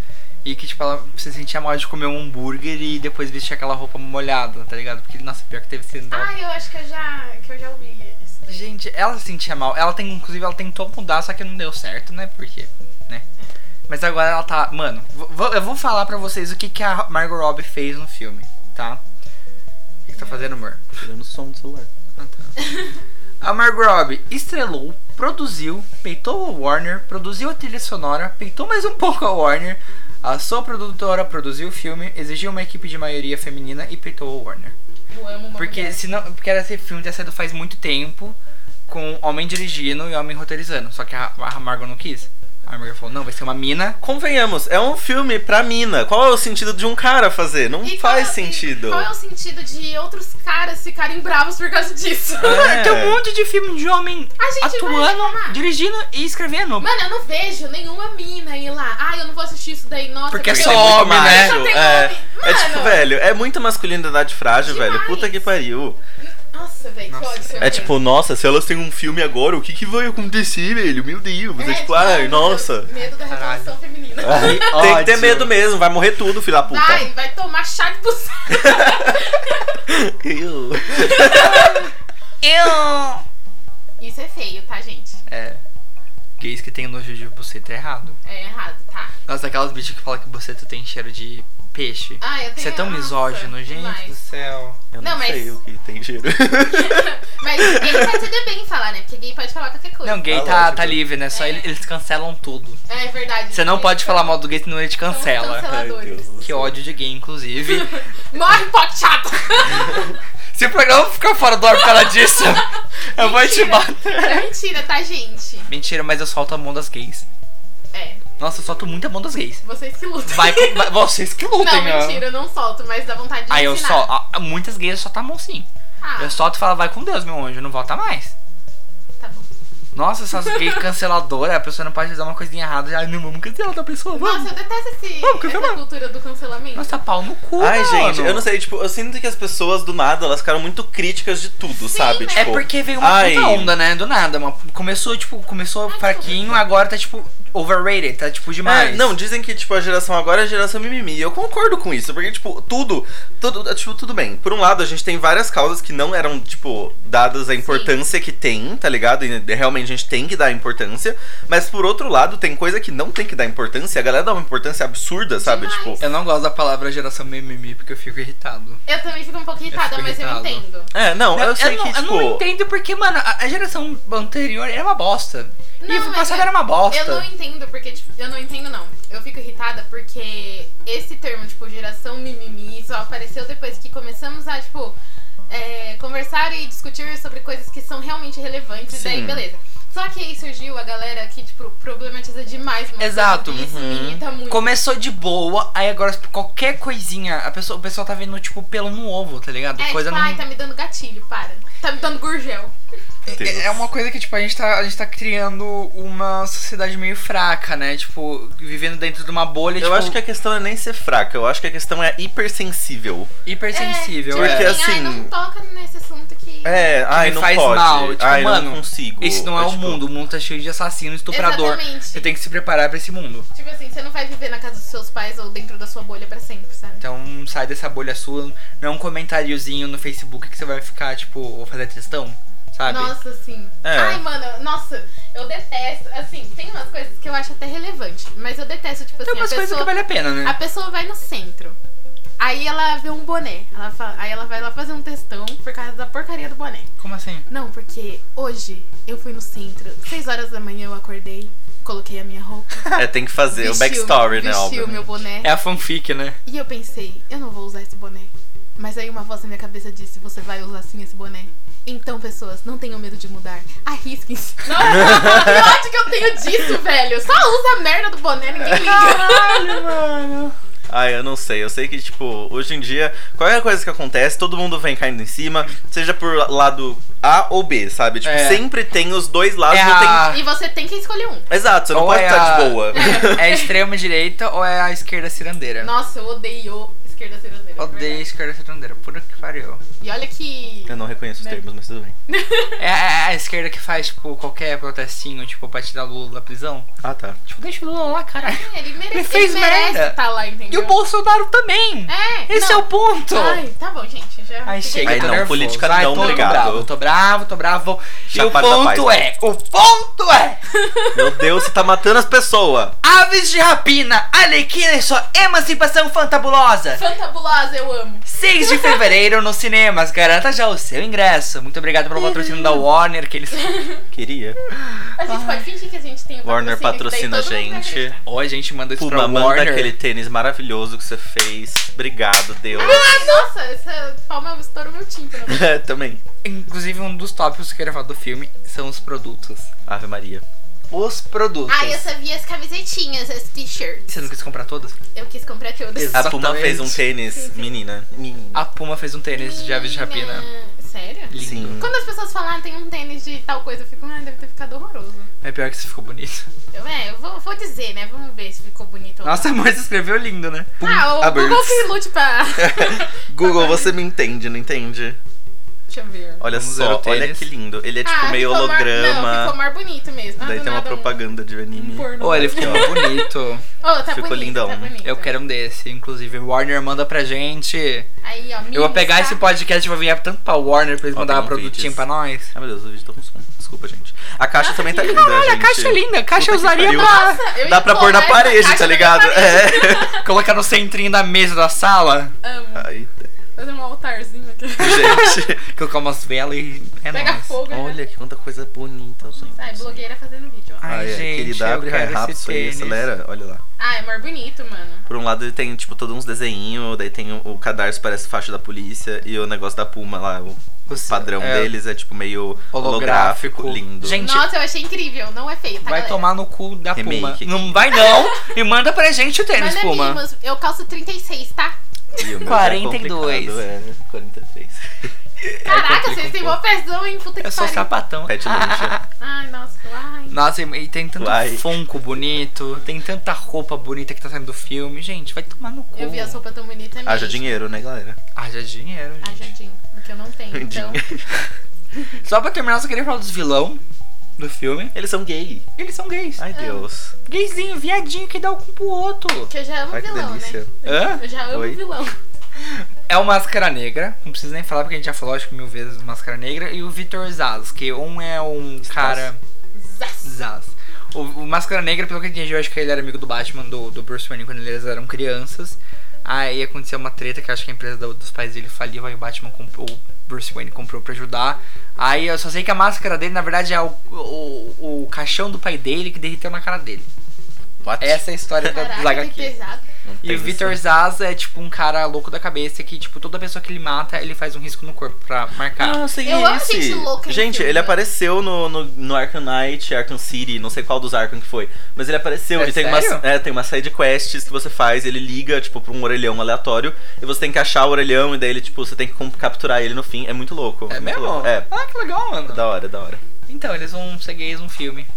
E que, tipo, ela se sentia mal de comer um hambúrguer e depois vestir aquela roupa molhada, tá ligado? Porque, nossa, pior que teve cena dela.
Ah, eu acho que eu já, que eu já ouvi isso. daí.
Gente, ela se sentia mal. Ela tem, inclusive, ela tentou mudar, só que não deu certo, né? Porque, né? Mas agora ela tá. Mano, vo- vo- eu vou falar pra vocês o que, que a Margot Robbie fez no filme, tá? O que, que tá fazendo, amor? Ah, tá.
Tirando o som do celular.
A Margot Robbie estrelou, produziu, peitou a Warner, produziu a trilha sonora, peitou mais um pouco a Warner. A sua produtora produziu o filme, exigiu uma equipe de maioria feminina e peitou a Warner.
Eu amo uma
Porque
mulher.
senão, porque era esse filme ter saído faz muito tempo com homem dirigindo e homem roteirizando. Só que a, a Margot não quis. A Margot falou, não, vai ser uma mina.
Convenhamos, é um filme pra mina. Qual é o sentido de um cara fazer? Não
E qual é
faz
o-
sentido.
Qual é o sentido de outros caras ficarem bravos por causa disso?
É.
Tem um monte de filme de homem
A gente vai reclamar.
atuando, dirigindo e escrevendo.
Mano, eu não vejo nenhuma mina ir lá. Ah, eu não vou assistir isso daí, nossa.
Porque é
Porque
só
tem muito
homem,
macho.
né?
Só tem
É,
homem.
É tipo,
Mano.
velho, é muita masculinidade frágil,
Demais.
velho. Puta que pariu.
Nossa, velho, que
Nossa,
ódio.
É tipo, nossa, se elas têm um filme agora, o que, que vai acontecer, velho? Meu Deus. É,
É,
tipo,
tipo,
ai,
ah,
nossa.
Medo da revolução feminina.
Tem que ter medo mesmo, vai morrer tudo, filha da puta.
Vai, vai tomar chá de buceta.
Eu.
Isso é feio, tá, gente?
É. Gays que tem nojo de buceta é errado.
É errado, tá?
Nossa, aquelas bichas que falam que buceta tem cheiro de peixe.
Ah, eu tenho...
Você é tão
nossa,
misógino, gente
demais.
do céu.
Eu não,
Não, mas-
sei o que tem cheiro.
Mas gay tá tudo bem falar, né? Porque gay pode falar qualquer coisa.
Não, gay
Tá
tá,
lógico.
tá livre, né? Só
É.
ele- eles cancelam tudo.
É Então verdade.
Você não
Eles
pode
são-
falar mal do gay, senão ele te
são
cancela.
Ai,
canceladores.
Deus do
Que
céu.
ódio de gay, inclusive.
Morre, pote chato.
Se o programa ficar fora do ar por causa disso, eu vou te
Mentira.
bater.
É mentira, tá, gente?
Mentira, mas eu solto a mão das gays.
É,
Nossa, eu solto muito a mão das gays.
vocês que lutam.
Vai, vai- vocês que lutem,
Não,
né?
mentira, eu não solto, mas dá vontade de
Aí eu
ensinar.
solto. ah, Muitas gays soltam a mão sim.
Ah,
Eu solto e falo, vai com Deus, meu anjo, não volta mais.
tá bom.
Nossa, essas gays canceladoras, a pessoa não pode fazer uma coisinha errada. Já, não, vamos cancelar da pessoa, vamos.
Nossa, eu detesto esse,
Vamos,
essa
cancelar.
cultura do cancelamento.
Nossa, pau no cu,
Ai,
mano.
gente, eu não sei, tipo, eu sinto que as pessoas do nada, elas ficaram muito críticas de tudo,
Sim,
sabe?
né?
Tipo,
É porque veio uma
ai,
puta onda, né? Do nada. uma- Começou, tipo, começou
Ai,
fraquinho, agora tá, tipo, overrated, tá, tipo, demais.
É, não, dizem que, tipo, a geração agora é a geração mimimi. Eu concordo com isso, porque, tipo, tudo, tudo, é, tipo, tudo bem. Por um lado, a gente tem várias causas que não eram, tipo, dadas a importância que tem, tá ligado? E realmente a gente tem que dar importância. Mas por outro lado, tem coisa que não tem que dar importância. A galera dá uma importância absurda, sabe?
Demais.
Tipo.
Eu não gosto da palavra geração mimimi porque eu fico irritado.
Eu também fico um pouco irritada,
fico
mas
irritado.
eu entendo.
É, não, eu, sei
não,
que,
eu
tipo.
não entendo porque, mano, a, a geração anterior era uma bosta. e
Não,
o
mas
passado
eu-
era uma bosta.
Eu não entendo porque, tipo, eu não entendo não. Eu fico irritada porque esse termo, tipo, geração mimimi só apareceu depois que começamos a, tipo, é, conversar e discutir sobre coisas que são realmente relevantes.
Sim.
Daí, beleza. Só que aí surgiu a galera que, tipo, problematiza demais. Uma coisa
Exato. uhum.
que Isso me irrita muito.
Começou de boa, aí agora por qualquer coisinha, a pessoa, o pessoal tá vendo, tipo, pelo no ovo, tá ligado?
É,
coisa
tipo,
não-
ai, tá me dando gatilho, para. Tá me dando gurgel.
Deus.
É uma coisa que, tipo, a gente, tá, a gente tá criando uma sociedade meio fraca, né? Tipo, vivendo dentro de uma bolha,
Eu
tipo,
acho que a questão é nem ser fraca, eu acho que a questão é hipersensível.
hipersensível.
é, tipo,
Porque
é.
ai,
assim-
não toca nesse assunto que...
É, ai,
me
não
faz
pode.
mal, tipo,
ai, eu não
mano,
consigo.
Esse não é, o
tipo,
mundo, o mundo tá cheio de assassino, estuprador.
Exatamente.
Você tem que se preparar pra esse mundo.
Tipo assim, você não vai viver na casa dos seus pais ou dentro da sua bolha pra sempre, sabe?
Então sai dessa bolha sua, não é um comentáriozinho no Facebook que você vai ficar, tipo, vou fazer textão, sabe?
Nossa, sim.
É.
Ai, mano, nossa, eu detesto. Assim, tem umas coisas que eu acho até relevante, mas eu detesto, tipo
Tem
assim, a
umas coisas que
pessoa,
vale a pena, né?
a pessoa vai no centro. Aí ela vê um boné. Ela fala- aí ela vai lá fazer um textão por causa da porcaria do boné.
Como assim?
Não, porque hoje eu fui no centro, seis horas da manhã eu acordei, coloquei a minha roupa.
É, tem que fazer o
vestiu-
backstory, né,
Vesti o
obviamente.
meu boné.
É a fanfic, né?
E eu pensei, eu não vou usar esse boné. Mas aí uma voz na minha cabeça disse, você vai usar sim esse boné. Então, pessoas, não tenham medo de mudar. Arrisquem-se. Não, que ódio que eu tenho disso, velho. Só usa a merda do boné, ninguém liga.
Caralho, mano.
Ai, eu não sei. Eu sei que, tipo, hoje em dia, qualquer coisa que acontece, todo mundo vem caindo em cima, seja por lado A ou B, sabe? Tipo,
É.
sempre tem os dois lados.
É
não tem-
a-
E você tem que escolher um.
Exato, você não
Ou
pode
é
estar
a-
de boa.
É a extrema direita ou é a esquerda cirandeira?
Nossa, eu odeio esquerda cirandeira. de
Odeio a
verdade.
esquerda cirandeira, puta que pariu.
E olha que.
Eu não reconheço os
Né?
termos, mas tudo bem.
É, é a esquerda que faz, tipo, qualquer protestinho, tipo, pra tirar o Lula da prisão.
Ah, tá.
Tipo, deixa o Lula lá, caralho.
É, ele merece,
Ele fez
ele merece
merda.
tá lá,
E
entendeu?
o Bolsonaro também!
É,
Esse é
não.
o ponto!
Ai, tá bom, gente. Já
Ai,
fiquei-
chega,
Ai,
eu tô
não,
nervoso.
política
Ai,
não,
tô,
obrigado.
Tô bravo, tô bravo, tô bravo. E o
Chapado da paz,
ponto
né?
é, o ponto é,
Meu Deus, você tá matando as pessoas.
aves de rapina, alequina e sua emancipação fantabulosa.
Fantabulosa, eu amo.
6 de fevereiro nos cinemas, garanta já o seu ingresso. Muito obrigado pelo patrocínio da Warner, que eles...
Queria.
A gente pode fingir que a gente tem o
Warner
patrocínio,
patrocina a
assim, é que daí todo mundo vai
gente.
acreditar.
Ó, a gente manda isso
Puma,
pra
manda
Warner.
aquele tênis maravilhoso que você fez. Obrigado, Deus.
Ai, Nossa, essa palma estourou meu tímpano.
É, Também.
Inclusive, um dos tópicos que eu ia falar do filme são os produtos.
Ave Maria.
Os produtos.
Ai, eu só vi as camisetinhas, as t-shirts.
Você não quis comprar todas?
Eu quis comprar todas.
Exato.
A Puma
Exatamente.
fez um tênis, menina. Menina.
A Puma fez um tênis de aves de
né?
rapina.
Menina, Sério?
Sim.
Quando as pessoas falam, ah, tem um tênis de tal coisa, eu fico, ah, deve ter ficado horroroso.
É pior que isso ficou bonito.
Eu, é, eu vou, vou dizer, né? Vamos ver se ficou bonito ou não.
Nossa, mas escreveu lindo, né?
Ah, o
a
Google
Birds.
que lute pra...
Google, você me entende, não entende?
Deixa eu ver.
Olha
Vamos ver o
só, olha
tênis.
que lindo. Ele é tipo
ah,
meio
ficou mar- Não, ficou
holograma.
mais bonito mesmo. Ah,
Daí
do
tem uma
nada um-
propaganda de
um
anime.
porno.
Olha, ficou muito bonito.
Oh, tá
ficou
bonito,
lindão.
Tá bonito.
Eu quero um desse. Inclusive, Warner manda pra gente.
Aí, ó,
Eu vou
mimos,
pegar
tá?
esse podcast e vou enviar tanto pra Warner pra eles
Ó,
mandarem um
tem vídeos.
produtinho pra nós.
Ah, meu Deus, o vídeo tá com som. Desculpa, gente. A caixa também tá linda,
Olha, a
gente.
caixa é linda. A caixa eu
Puta que
usaria
pariu.
pra
Nossa, eu ia
Dá pra pôr na
colar essa
parede,
caixa na
tá
minha
ligado?
parede.
É.
colocar no centrinho da mesa da sala.
Amo.
Ai,
Fazer um altarzinho aqui.
gente.
Colocar umas velas e. É
Pega
nóis.
fogo. né?
Olha que quanta coisa bonita, gente.
Ai, blogueira fazendo vídeo, ó.
Ai,
Ai, é
gente,
querida,
eu
abre
quero
rápido
esse
isso aí,
tênis.
acelera. Olha lá.
Ah, é mais bonito, mano.
Por um lado ele tem, tipo, todos uns desenhos, daí tem o, o cadarço parece faixa da polícia e o negócio da Puma lá, o
Você-
padrão
é,
deles é tipo meio
Holográfico.
holográfico, lindo.
Gente,
Nossa, eu achei incrível. Não é feio, tá,
Vai
galera?
tomar no cu da
Remake
Puma.
aqui.
Não vai não. E manda pra gente o tênis,
Manda
Puma.
mimos. Eu calço 36, tá?
E o meu é
42.
complicado, É, 43.
Caraca,
complica
vocês
um
têm mó
pouco.
pezão, hein? Puta que
Eu sou
pariu.
sapatão.
Pet
Ah,
Ninja.
Ai, nossa, ai.
Nossa, e- e tem tanto
Vai.
funko bonito, tem tanta roupa bonita que tá saindo do filme. Gente, vai tomar no cu.
Eu vi a sopa tão
Ah,
bonita Ah, mesmo.
Haja dinheiro, né, galera?
Haja dinheiro, gente.
Haja dinheiro. Porque eu não tenho, então.
Só pra terminar, eu só queria falar dos vilão do filme.
Eles são gay.
Eles são gays.
Ah,
Ai, Deus.
Gayzinho, viadinho que dá o cu pro outro.
Porque eu já amo
Ai, que
vilão,
delícia.
né?
Hã?
Eu já amo
Oi?
vilão.
É o Máscara Negra, não preciso nem falar porque a gente já falou acho que mil vezes do Máscara Negra. E o Vitor Zaz, que um é um cara.
Zaz.
Zaz. O, o Máscara Negra, pelo que eu entendi, eu acho que ele era amigo do Batman, do, do Bruce Wayne, quando eles eram crianças. Aí aconteceu uma treta que eu acho que a empresa do- dos pais dele faliu, aí o Batman comprou, o Bruce Wayne comprou pra ajudar. Aí eu só sei que a máscara dele, na verdade, é o, o, o caixão do pai dele que derreteu na cara dele.
What?
Essa é a história da dos
Caraca, que
HQ.
pesado.
Não
E
tem
o
isso.
Vitor Zaz é tipo um cara louco da cabeça que, tipo, toda pessoa que ele mata, ele faz um risco no corpo pra marcar.
Ah, sim,
Eu amo
esse.
gente louca em
Gente,
filme.
ele apareceu no, no, no Arkham Knight, Arkham City, não sei qual dos Arkham que foi. Mas ele apareceu,
É
ele tem
sério?
uma, é, tem uma série de quests que você faz, ele liga, tipo, pra um orelhão aleatório, e você tem que achar o orelhão, e daí ele, tipo, você tem que com- capturar ele no fim. É muito louco.
é
muito
mesmo?
louco. É.
Ah, que legal, mano.
Da hora, da hora.
Então, eles vão ser gays num filme.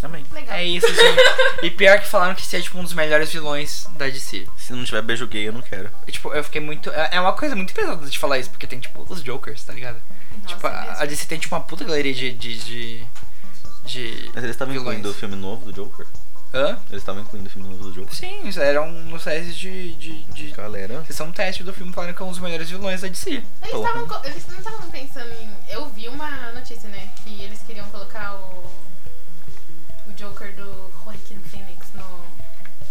Amém.
Legal.
É isso, gente. e pior que falaram que esse é, tipo, um dos melhores vilões da DC.
Se não tiver beijo gay, eu não quero.
E, tipo, eu fiquei muito... É é uma coisa muito pesada de falar isso, porque tem, tipo, os Jokers, tá ligado?
Nossa, é
tipo, a,
mesmo.
a DC tem, tipo, uma puta galeria de... de, de... de-
Mas eles estavam
vilões.
incluindo o filme novo do Joker?
Hã?
Eles estavam incluindo o filme novo do Joker?
Sim, isso era um no teste de... de, de...
Galera.
Sessão teste do filme falaram que é um dos melhores vilões da DC.
Eles,
Porra.
tavam co- eles não estavam pensando em. Eu vi uma notícia, né? Que eles queriam colocar o. O Joker do Joaquin Phoenix no.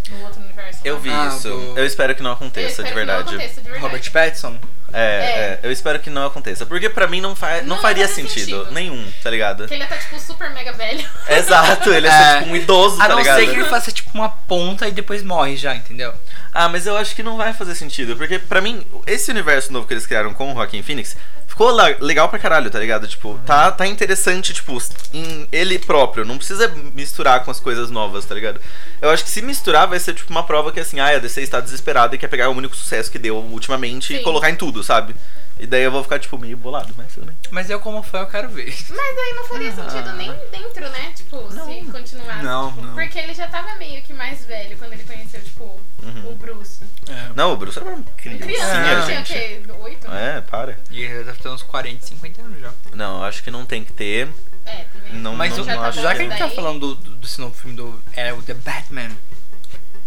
No outro universo. É,
Eu vi
Ah,
isso.
do-
Eu espero que não aconteça, de verdade.
Não aconteça, um de verdade.
Robert Pattinson?
É, é, eu espero que não aconteça. Porque pra mim não, fa não,
Não
faria
faz
sentido,
sentido.
nenhum, tá ligado?
Porque ele tá, tipo, super mega velho.
Exato, ele é,
É.
tipo um idoso,
A
tá
não
ligado?
ser que ele faça tipo uma ponta e depois morre já, entendeu?
Ah, mas eu acho que não vai fazer sentido. Porque pra mim, esse universo novo que eles criaram com o Joaquin Phoenix ficou la- legal pra caralho, tá ligado? Tipo, tá, tá interessante, tipo, em ele próprio. Não precisa misturar com as coisas novas, tá ligado? Eu acho que se misturar vai ser, tipo, uma prova que, assim, ah, a DC está desesperada e quer pegar o único sucesso que deu ultimamente e
Sim.
colocar em tudo, sabe? E daí eu vou ficar, tipo, meio bolado, mas tudo bem.
Mas eu, como fã, eu quero ver.
Mas aí não
Ah.
faria sentido nem dentro, né? Tipo, se continuasse.
Não,
tipo,
não.
Porque ele já tava meio que mais velho quando ele conheceu, tipo, o Bruce.
Uhum.
É.
Não, o Hum. Bruce era uma
É Criança,
criancinha,
ele tinha o
gente.
quê? Oito? né?
É, para.
E ele deve ter uns 40, 50 anos já.
Não, eu acho que não tem que ter.
É, também.
Não,
Mas
não,
o-
não
já,
acho
bom,
que a
que...
né?
gente tá
daí-
falando do, do, desse novo filme do. É o The Batman.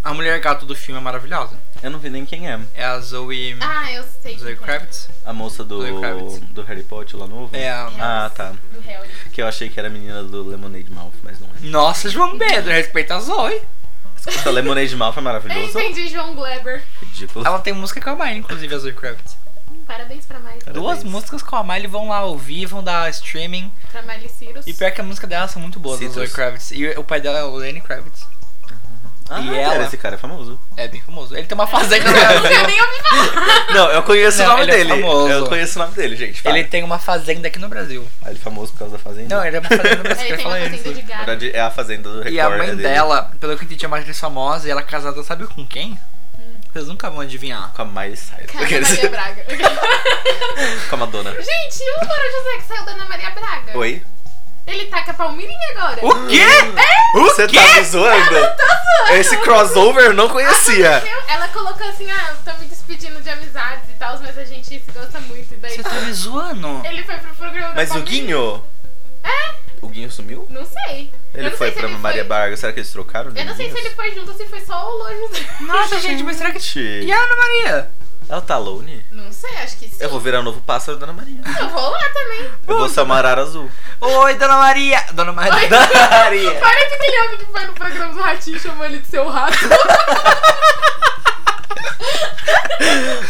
A mulher gato do filme é maravilhosa.
Eu não vi nem quem é.
É a Zoe.
Ah, eu sei.
Zoe
quem que é.
Kravitz?
A moça do,
Zoe Kravitz.
do Harry Potter lá novo?
É a.
Ah, tá.
Do Harry.
Que eu achei que era a menina do Lemonade Mouth, mas não é.
Nossa, João Pedro, respeita a Zoe.
Essa Lemonade Mouth é
Eu
maravilhosa.
entendi, João Gleber.
Ridículo.
Ela tem música com a Miley, inclusive a Zoe Kravitz.
Parabéns pra Miley.
Duas músicas com a Miley vão lá ouvir, vão dar streaming.
Pra Miley Cyrus.
E pior que a música dela são muito boas, a
Citrus.
Zoe Kravitz. E o pai dela é o Lenny Kravitz.
Ah,
E
cara,
ela?
esse cara é famoso.
É bem famoso. Ele tem uma fazenda no
é.
Brasil.
Eu nem ouvi falar.
Não, eu conheço
Não,
o nome
ele é
dele.
famoso.
eu conheço o nome dele, gente. Ele...
Ele tem uma fazenda aqui no Brasil.
Ah, ele é famoso por causa da Fazenda?
Não, ele é uma fazenda no Brasil.
Ele
eu
tem uma
falei isso.
fazenda de
Na
gato.
verdade, é a Fazenda do Record.
E a mãe
é dele.
dela, pelo que eu entendi, é uma atriz famosa e ela é casada, sabe com quem? Vocês nunca vão adivinhar.
Com a Miley Cyrus.
é Ana Maria Braga.
Com a Madonna.
Gente, e o Moro José que saiu da Ana Maria Braga?
Oi?
Ele tá com a Palmirinha agora.
O quê?
Você tá me zoando? Esse crossover eu não conhecia.
Aconteceu, Ela colocou assim, ah, eu tô me despedindo de amizades e tal, mas a gente se gosta muito. E daí
Você tá me zoando?
ele foi pro programa
Mas
da
o
Palmirinha.
Guinho... O Guinho sumiu?
Não sei. Eu
Ele
não
foi
sei se
pra
ele
Maria
foi-
Braga. Será que eles trocaram?
Eu não sei se ele foi junto ou se foi só o Lô José.
Nossa, gente, mas será que.
Gente.
E a Ana Maria?
Ela tá alone?
Não sei, acho que sim.
Eu vou virar o novo pássaro da Ana Maria.
Eu vou lá também.
Eu vou ser uma arara azul.
Oi, Dona Maria! Dona Maria!
Oi.
Dona Maria!
Parece aquele homem que vai no programa do Ratinho e chamou ele de seu rato.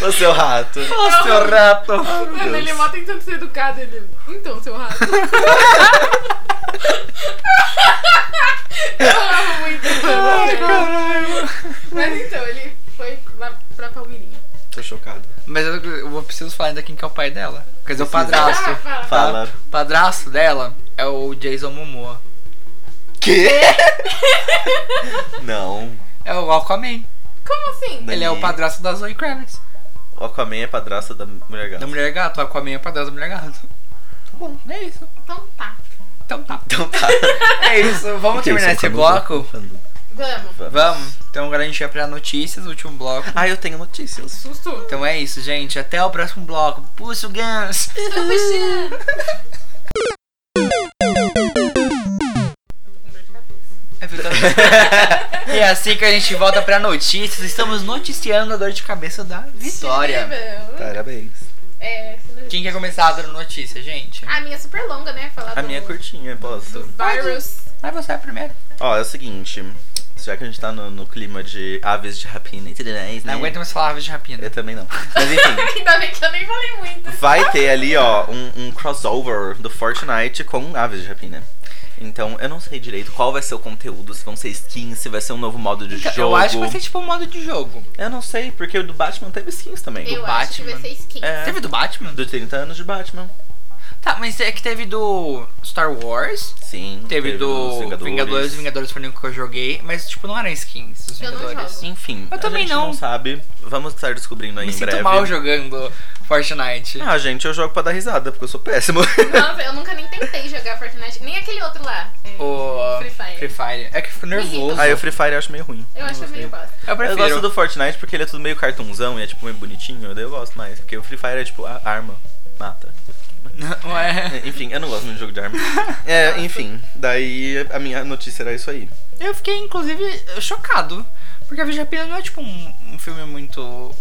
Ô seu rato.
Ô, seu rato!
Mano, ele é mó tentando ser educado. Ele, então, seu rato. Eu amo muito esse
Ai,
programa.
caralho!
Mas então, ele foi lá pra Palmeirinha.
Tô chocado.
Mas eu, eu vou- preciso falar ainda quem que é o pai dela. Quer dizer, o
Precisa.
padrasto.
Ah, fala.
Fala.
O padrasto dela é o Jason Momoa.
Quê? não.
É o Aquaman.
Como assim?
Não.
Ele é o
Sim.
padrasto da Zoe Kravitz.
O Aquaman é padrasta da mulher gata.
Da Mulher Gato. O Aquaman é o padrasto da Mulher Gato. Tá bom, é isso.
Então tá.
Então tá.
Então tá.
É isso, vamos terminar
é
esse bloco?
Vamos.
Vamos. Então agora a gente vai pra notícias, último bloco.
Ah, eu tenho notícias.
Susto.
Então é isso, gente. Até o próximo bloco. Puxa o Gans.
Tô puxando.
É verdade. e é assim que a gente volta pra notícias. Estamos noticiando a dor de cabeça da Vitória.
Incrível.
Parabéns.
É, sinal-
Quem quer começar a dando notícia, gente?
a minha é super longa, né? Falar
Tá
A
do,
minha é curtinha,
do
posso?
virus.
Mas você é a primeira.
Ó, é o seguinte. Já que a gente tá no, no clima de aves de rapina e tudo mais, né?
Não aguento mais falar aves de rapina.
Eu também não. Mas enfim.
Ainda bem que eu nem falei muito.
Vai ter ali, ó, um, um crossover do Fortnite com aves de rapina. Então, eu não sei direito qual vai ser o conteúdo, se vão ser skins, se vai ser um novo modo de
Então,
jogo.
eu acho que vai ser tipo um modo de jogo.
Eu não sei, porque o do Batman teve skins também.
eu acho que vai
Batman.
ser skin.
É.
Teve do Batman?
Do 30 anos de Batman.
Tá, mas é que teve do Star Wars.
Sim.
Teve, do
dos
Vingadores. Vingadores, foi o único que eu joguei, mas tipo, não eram skins dos
Eu não
Vingadores.
jogo.
Enfim,
Eu
a
também
gente
não.
sabe. Vamos estar descobrindo aí
Me
em
sinto
breve.
mal jogando Fortnite.
Ah, gente, eu jogo pra dar risada, porque eu sou péssimo.
Nossa, eu nunca nem tentei jogar Fortnite. Nem aquele outro lá. É,
o
Free Fire.
Free Fire. É que eu fico nervoso.
aí o Free Fire eu acho meio ruim.
Eu acho meio bosta.
Eu
Eu
prefiro.
gosto do Fortnite porque ele é tudo meio cartunzão e é tipo meio bonitinho, daí eu gosto mais. Porque o Free Fire é tipo a arma, mata.
Ué.
É, Enfim, eu não gosto muito de jogo de arma. É, enfim, daí a minha notícia era isso aí.
Eu fiquei, inclusive, chocado. Porque a Vijapina não é tipo um, um filme muito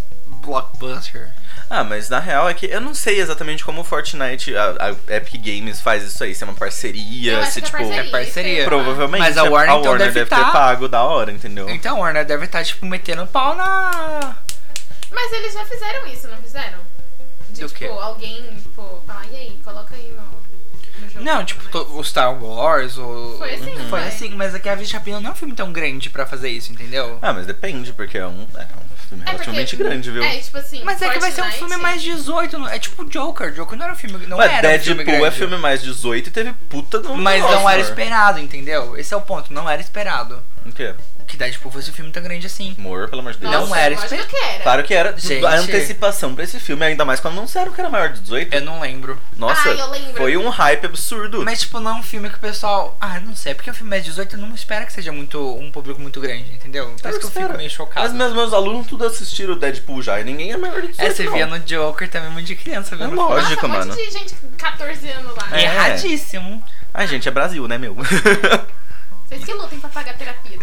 blockbuster.
Ah, mas na real é que eu não sei exatamente como o Fortnite, a, a Epic Games faz isso aí, se é uma
Eu
parceria,
acho
se
que
tipo.
é
isso
parceria.
que eu ia falar.
Provavelmente
Mas a Warner, então, deve
deve É.
tá-
ter pago da hora, entendeu?
Então, a Warner deve estar, tipo, metendo pau na.
Mas eles já fizeram isso, não fizeram? De,
Do
tipo,
quê?
alguém, tipo, falar, e aí, coloca aí no, no jogo.
Não, tipo,
Mas-
to- o Star Wars, o.
Foi assim,
Uhum. Foi
né?
assim, mas é que a Vijapina não é um filme tão grande pra fazer isso, entendeu?
Ah, mas depende, porque é um, é um filme
É
relativamente
porque-
grande, viu?
É, tipo assim.
Mas é que vai ser um
Fortnite-
filme mais 18. não- É tipo Joker. Joker não era um filme. Não
Mas
era um
Deadpool
filme grande.
é filme mais 18 e teve puta no
Mas não
Oscar.
era esperado, entendeu? Esse é o ponto. Não era esperado.
O quê?
Que Deadpool fosse um filme tão grande assim.
Amor, pelo amor de Deus.
Nossa,
Não era
lógico
espe-
que era.
Claro que era.
Gente.
A antecipação pra esse filme, ainda mais quando anunciaram que era maior de 18.
Eu não É. lembro.
Nossa,
Ai, eu lembro.
foi um hype absurdo.
Mas, tipo, não é um filme que o pessoal. Ah, não sei. É porque o filme é 18 não espera que seja muito um público muito grande, entendeu? Por
Claro
isso que eu
era.
fico meio
Mas
chocado.
meus, meus alunos tudo assistiram o Deadpool já e ninguém é maior de 18.
É, você
não.
via no Joker também um monte de criança vendo.
É
filme.
lógico.
Nossa,
mano.
Um monte de gente com 14 anos lá.
É.
Erradíssimo.
Ai, gente, é Brasil, né, meu?
Vocês que lutem pra pagar a terapia.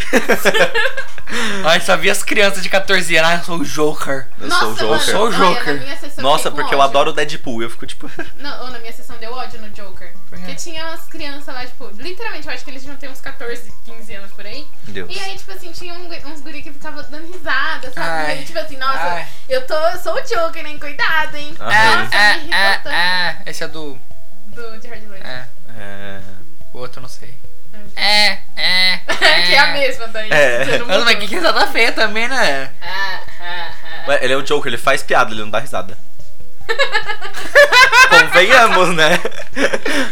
Ai, só via as crianças de 14 anos. Ah, eu sou o Joker.
Eu
Nossa,
sou o Joker.
mano,
Sou o
olha,
Joker.
na minha sessão um
Nossa,
fiquei com
porque eu
ódio.
adoro o Deadpool. Eu fico tipo.
Não, ou na minha sessão deu ódio no Joker.
Por quê?
Porque tinha umas crianças lá, tipo, literalmente, eu acho que eles deviam ter uns 14, 15 anos por aí.
Deus.
E aí, tipo assim, tinha um gu- uns guri que ficava dando risada, sabe?
Ai.
E aí, tipo assim, nossa,
Ai.
eu tô, eu sou o Joker, hein? Cuidado, hein?
Ah,
Nossa,
É,
me irritou
é,
tanto.
é, é. Esse é do.
Do Jared Leto.
É.
É.
O outro eu não sei. É, é.
que é a mesma daí.
É.
você não
Nossa, mas que
mudou.
risada feia também, né?
Ah, ah, ah.
Ué, ele é o Joker, ele faz piada, ele não dá risada. Convenhamos, né?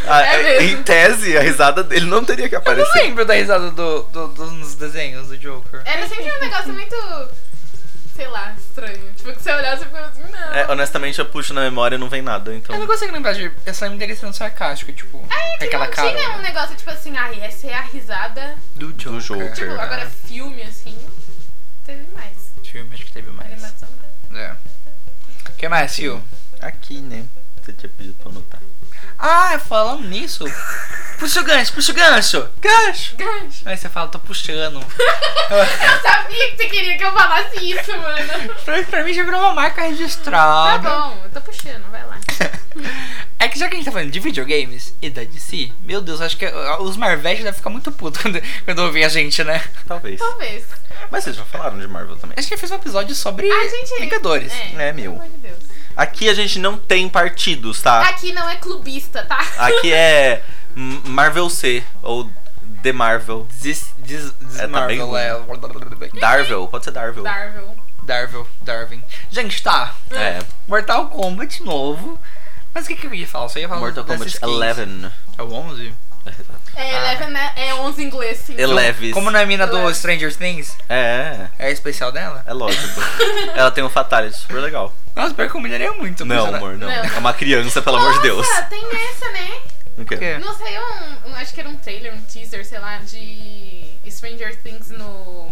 A-
É mesmo.
Em tese, a risada dele não teria que
Eu não
aparecer.
lembro da risada do, do- dos desenhos do Joker.
Era sempre um negócio muito. Sei lá, estranho. Tipo, que você olhava e ficava assim, não.
É, honestamente, eu puxo na memória e não vem nada, então.
Eu não consigo lembrar de. Eu só me interessei sendo sarcástico, tipo.
É, tipo,
aquela
não
cara. né?
tinha um negócio tipo assim, ai, essa é a risada.
Do Joker. é.
Joker.
Tipo,
Verdade.
né?
agora filme assim. Teve mais.
Filme, acho que teve mais.
Animação não.
É. O que mais, Fio?
Aqui, né? Você tinha pedido pra anotar.
Ah, falando nisso. Puxa o gancho, puxa o gancho! Gancho!
Gancho.
Aí você fala, tô puxando.
Eu sabia que você queria que eu falasse isso, mano.
pra, pra mim já virou uma marca
Tá
registrada.
bom, eu tô puxando, vai lá.
É que já que a gente tá falando de videogames e da DC, meu Deus, acho que ah, os Marvete devem ficar muito putos quando, quando ouvir a gente, né?
Talvez.
Talvez.
Mas vocês já falaram de Marvel também.
Acho que fez um episódio sobre
A Ah, gente.
Vingadores.
É,
É, meu.
Pelo amor de Deus.
Aqui a gente não tem partidos, tá?
Aqui não é clubista, tá?
Aqui é M- Marvel C ou The Marvel.
This, this, this
É, tá
Marvel
bem-
é.
Darvel, pode ser Darvel.
Darvel.
Darvel, Darwin. Gente, tá.
É,
Mortal Kombat novo. Mas o que, que eu ia falar? Só ia falar
Mortal
das
Kombat
skins.
11.
É o 11?
É,
Ah.
Eleven né? é 11 em inglês, sim.
Ele- Leves.
Como é- na mina do
Eleven.
Stranger Things?
É,
É especial dela?
é lógico. Ela tem um fatality super legal.
Nossa, pior que eu humilharia muito.
Não,
personagem.
amor, não.
Não.
É uma criança, pelo amor de Deus.
Nossa, tem essa, né?
O quê?
O quê?
Não saiu um, um- Acho que era um trailer, um teaser, sei lá, de Stranger Things no.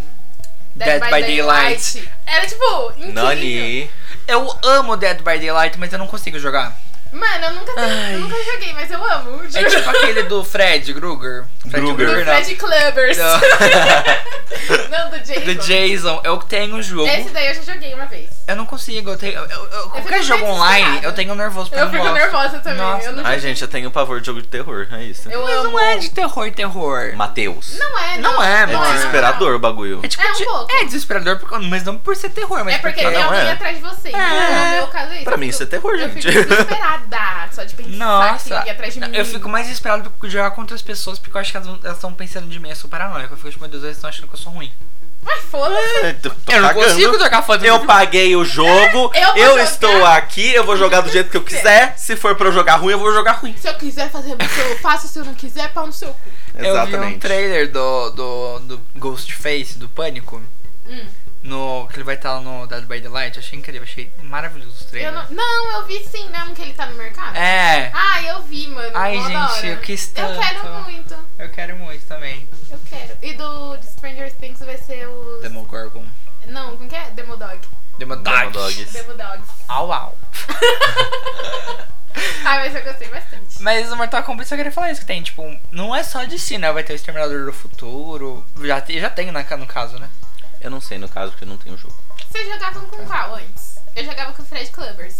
Dead by Daylight.
Era tipo, incrível.
Nani.
Eu amo Dead by Daylight, mas eu não consigo jogar.
Mano, eu nunca, eu nunca joguei, mas eu amo.
É
Juro.
tipo aquele do Fred Krueger. Fred
Krueger.
do
Krueger, não.
Fred Clubbers.
Do,
Não, do Jason.
do Jason. Eu tenho o jogo.
Esse daí eu já joguei uma vez.
Eu não consigo. Eu tenho, eu- eu- qualquer
fico
jogo
meio
online,
desesperada.
eu tenho nervoso pra
Eu fico
gosto.
nervosa também.
Nossa.
Eu não
Ai,
joguei.
gente, eu tenho pavor de jogo de terror, é isso.
Eu
Mas
amo.
não é de terror, terror.
Matheus.
Não é,
Não é,
É
mano.
desesperador o bagulho.
É, tipo,
É um
de-
pouco.
é desesperador, porque- mas não por ser terror, mas
É porque
Ah,
tem
não,
alguém
é.
atrás de você.
É.
No meu caso é isso.
Pra mim isso é terror,
Eu
gente.
fico desesperada só de pensar que tem
Nossa,
alguém atrás de mim.
eu fico mais desesperado de jogar contra as pessoas porque eu acho que elas elas estão pensando de mim, eu sou paranoico. Eu fico tipo, meu Deus, eles estão achando que eu sou ruim.
Mas foda-se.
É, tô- tô
eu não
cagando.
consigo jogar foda
Eu paguei o jogo,
É, eu vou
eu,
jogar.
estou aqui, eu vou jogar do jeito que eu quiser. Se for pra eu jogar ruim, eu vou jogar ruim.
Se eu quiser fazer bico, eu faço. Se eu não quiser, pau no seu cu.
Eu vi um trailer do, do, do Ghostface, do Pânico,
Hum.
no, que ele vai estar no Dead by Daylight. Achei incrível, achei maravilhoso o trailer.
Eu não... não, eu vi sim mesmo que ele tá no mercado.
É,
Ah, eu vi, mano.
Ai,
mó da
gente,
hora.
eu quis
Eu
tanto.
quero muito.
eu quero muito também.
Eu quero. E do de Stranger Things vai ser o.
Demogorgon.
Não, como que é? Demodog.
Demodog.
Demodogs.
Demodogs.
Au, au.
Ah, mas eu gostei bastante.
Mas no Mortal Kombat só queria falar isso, que tem, tipo, não é só de si, né? Vai ter o Exterminador do Futuro, já, te- já tem na, ca- no caso, né?
Eu não sei, no caso, porque eu não tenho jogo.
Vocês jogavam
Tá.
com qual antes? Eu jogava com o Fred Clubbers.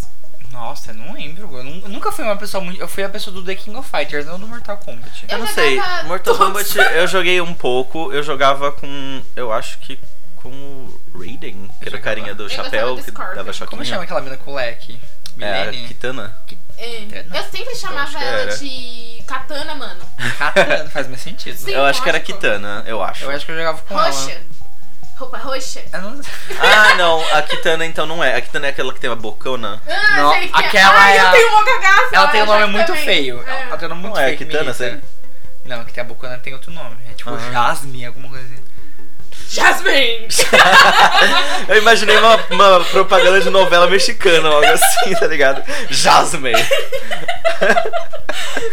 Nossa, eu não lembro, eu, nun- eu nunca fui uma pessoa muito... Eu fui a pessoa do The King of Fighters, não do Mortal Kombat.
Eu
Eu, não sei.
jogava
Mortal
todos.
Kombat eu joguei um pouco. Eu jogava com. Eu acho que com o Raiden, que
jogava.
era o carinha do
Eu
chapéu
gostava do
que
Scorpion.
dava choquinho.
Como chama aquela mina com o leque?
É, a
Milene?
Kitana.
É.
Katana.
Eu sempre
acho
chamava
que
ela
era.
de Katana, mano.
Katana, faz mais sentido.
Sim,
eu acho que era
lógico.
Kitana, eu acho.
Eu acho que eu jogava com
Roxa.
ela.
Roupa roxa?
Eu não
Ah, não. A Kitana então não é. A Kitana é aquela que tem uma bocona.
Ah,
Não,
sei que é.
aquela
Ai,
é
eu
a-
tenho uma cagaça.
Ela tem um
eu
nome
acho
muito
também.
feio.
Ah, É.
Ela tem um nome muito
Não é
feio. que me
Kitana,
irrita.
sério?
Não, que tem a Bocana tem outro nome. É tipo
Ah.
Jasmine, alguma coisa assim.
Jasmine!
Eu imaginei uma, uma propaganda de novela mexicana, algo assim, tá ligado? Jasmine.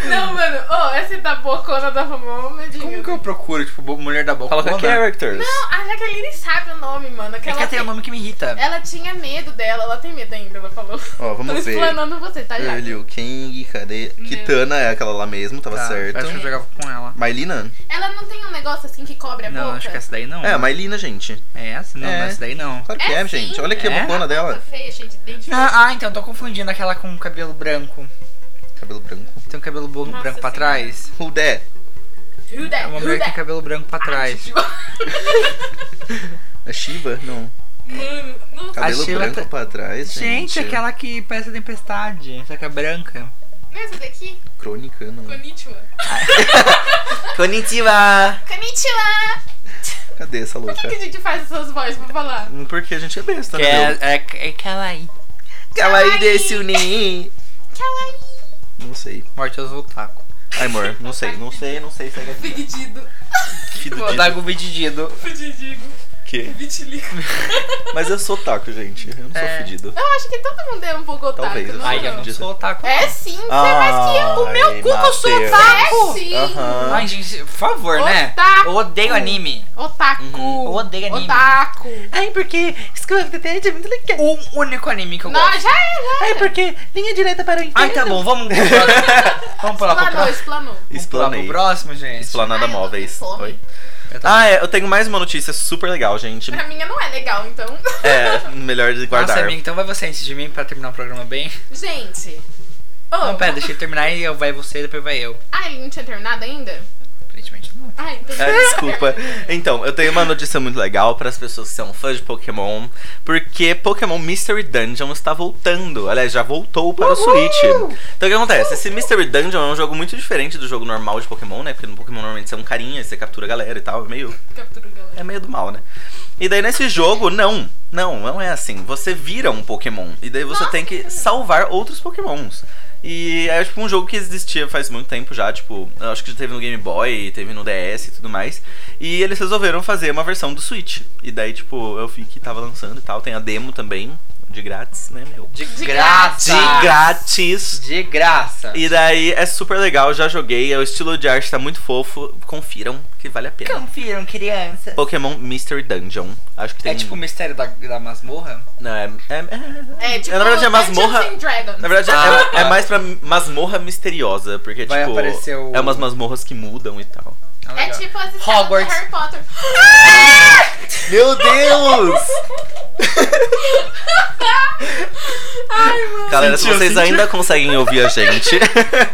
Não, mano, ô, essa da bocona da Romão, meu Deus.
Como que eu procuro, tipo, bo- mulher da Bocona?
Coloca characters.
Não, a Jaqueline sabe o nome, mano. Que
É que
ela,
ela tem um nome que me irrita.
ela tinha medo dela, ela tem medo ainda, ela falou.
Ó,
Tô
vamos ver.
explanando você, tá ligado?
Early King, cadê? Kitana é aquela lá mesmo, tava
Tá, Acho que eu
certo.
jogava com ela.
Mailina?
Ela não tem um negócio assim que cobre a
Não,
boca?
acho que essa daí não.
É, Mailina, gente.
É essa? Não,
É.
não é essa daí não.
Claro que é,
É sim.
gente. Olha aqui
É?
a bocona
Nossa,
dela.
feia, gente, dente feio.
Ah, ah, então tô confundindo aquela com cabelo branco.
Cabelo branco.
Tem um cabelo bo-
Nossa
branco pra
Senhora.
trás.
Who that?
Who that?
É uma mulher
Who
que tem
that? Tipo,
cabelo branco pra trás.
A Shiva? Não.
Mano, não
A
Cabelo
Shiva
branco
tá-
pra trás, gente.
Gente, aquela que parece a tempestade, só que é branca.
Não é essa daqui?
Crônica, não.
Konnichiwa.
Konnichiwa!
Konnichiwa!
Cadê essa
Por
louca?
que, que a gente faz essas vozes pra falar?
Porque a gente é besta,
Que
né?
é, é, é kawaii.
Kawaii
desse
unin.
Kawaii!
Não sei.
Morte aos otaku.
Ai, amor, não sei, não sei, não sei. é Segue aqui.
Pedido.
Fido
Vou dar com o Vididido.
Pedidigo.
quê?
Vitiligo.
Mas eu sou taco, gente. Eu não sou
É.
fedido.
Eu acho que todo mundo é um pouco otaku,
Talvez,
não
eu
Ai,
é
eu
não?
não sou otaku.
É sim, você é mais que eu.
O meu
Ai,
cu que eu sou
Mateus.
otaku!
É sim.
Aham.
Ai, gente, por favor, né?
Otaku.
Eu odeio anime.
Otaku.
Uhum. Eu odeio anime.
Otaku.
Ai, porque Scrooge é muito legal. O único anime que eu
Não,
gosto.
já era.
porque linha direita para o inferno. Ai, tá bom, vamos pro próximo. vamos pular pro
Explanou,
próximo.
explanou.
Vamos pular pro
Explanei.
próximo, gente.
Explanada
Ai, eu tô com
móveis.
fome.
Oi.
Eu tô-
Ah, é, eu tenho mais uma notícia super legal, gente.
Pra minha não é legal, então.
É, melhor de
Nossa,
guardar.
amiga, então vai você antes de mim pra terminar o programa bem.
Gente. Ô,
Não, pera, deixa ele terminar e eu vai você, depois vai eu.
Ai, não tinha terminado ainda?
Aparentemente não.
Ai, então.
É, desculpa. Então, eu tenho uma notícia muito legal para as pessoas que são fãs de Pokémon, porque Pokémon Mystery Dungeon está voltando. Aliás, já voltou para o Switch. Então, o que acontece? Esse Mystery Dungeon é um jogo muito diferente do jogo normal de Pokémon, né? Porque no Pokémon normalmente você é um carinha, você captura a galera e tal, é meio
Captura o galera.
é meio do mal, né? E daí nesse jogo, não. Não, não é assim. Você vira um Pokémon. E daí você tem que salvar outros Pokémons. E é tipo um jogo que existia faz muito tempo já, tipo, eu acho que já teve no Game Boy, teve no DS e tudo mais. E eles resolveram fazer uma versão do Switch. E daí, tipo, eu vi que tava lançando e tal. Tem a demo também, de grátis, né, meu?
De,
De
graça.
graça.
De grátis!
De graça.
E daí é super legal, já joguei, o estilo de arte tá muito fofo. Confiram que vale a pena.
Confiram, criança.
Pokémon Mystery Dungeon. Acho que tem um-
É tipo o mistério da, da masmorra?
Não, é. é, é-
É, tipo,
na verdade é
Dungeons and
masmorra.
Dragons.
Na verdade,
Ah,
é, é
tá.
mais pra masmorra misteriosa, porque,
Vai
tipo,
aparecer o-
é umas masmorras que mudam e tal.
Ah,
É
legal.
tipo as escadas do
Hogwarts.
Harry Potter.
Meu Deus!
Ai, mano.
Galera, se
Sentiu,
vocês
sentiu.
ainda conseguem ouvir a gente.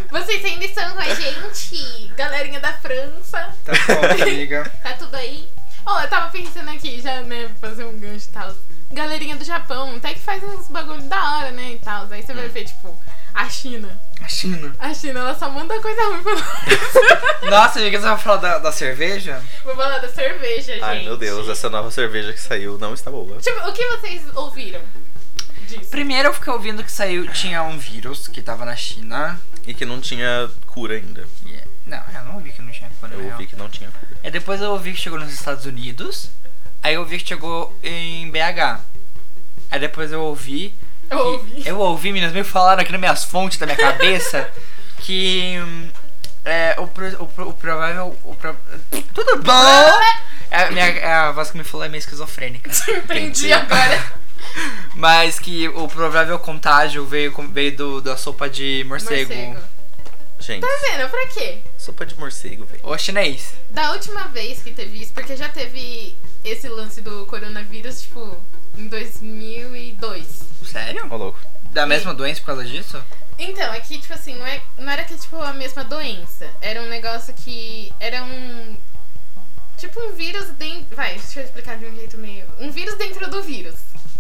Vocês ainda estão com a gente, galerinha da França.
Tá bom, amiga.
Tá tudo aí? Ó, eu tava pensando aqui, já, né, pra fazer um gancho e tal. Galerinha do Japão, até que faz uns bagulho da hora, né, e tal. Aí você
Hum.
vai ver, tipo, a China.
A China.
A China, ela só manda coisa ruim pra nós.
Nossa, amiga, você vai falar da, da cerveja?
Vou falar da cerveja, gente.
Ai, meu Deus, essa nova cerveja que saiu não está boa.
Tipo, o que vocês ouviram disso?
Primeiro eu fiquei ouvindo que saiu, tinha um vírus que tava na China.
E que não tinha cura ainda.
que é- Não, eu não ouvi que não tinha cura, na
Eu
real.
ouvi que não tinha cura.
E É, depois eu ouvi que chegou nos Estados Unidos. Aí eu ouvi que chegou em BH. Aí depois eu ouvi.
Eu
que-
ouvi.
Eu ouvi, meninas, me falaram aqui nas minhas fontes da minha cabeça que. hum, É, o, pro- o, pro- o provável. O pro- Tudo bom? É, a minha, é, a voz que me falou é meio esquizofrênica.
Entendi agora.
Mas que o provável contágio veio, com- veio do, da sopa de morcego.
Gente,
Tá vendo? Pra quê?
sopa de morcego, velho.
Ô chinês.
Da última vez que teve isso, porque já teve esse lance do coronavírus, tipo, em 2002.
Sério?
Ô, louco.
Da mesma doença por causa disso?
Então, é que, tipo assim, não, é, não era que, tipo, a mesma doença. Era um negócio que. Era um. Tipo um vírus dentro. Vai, deixa eu explicar de um jeito meio. Um vírus dentro do vírus.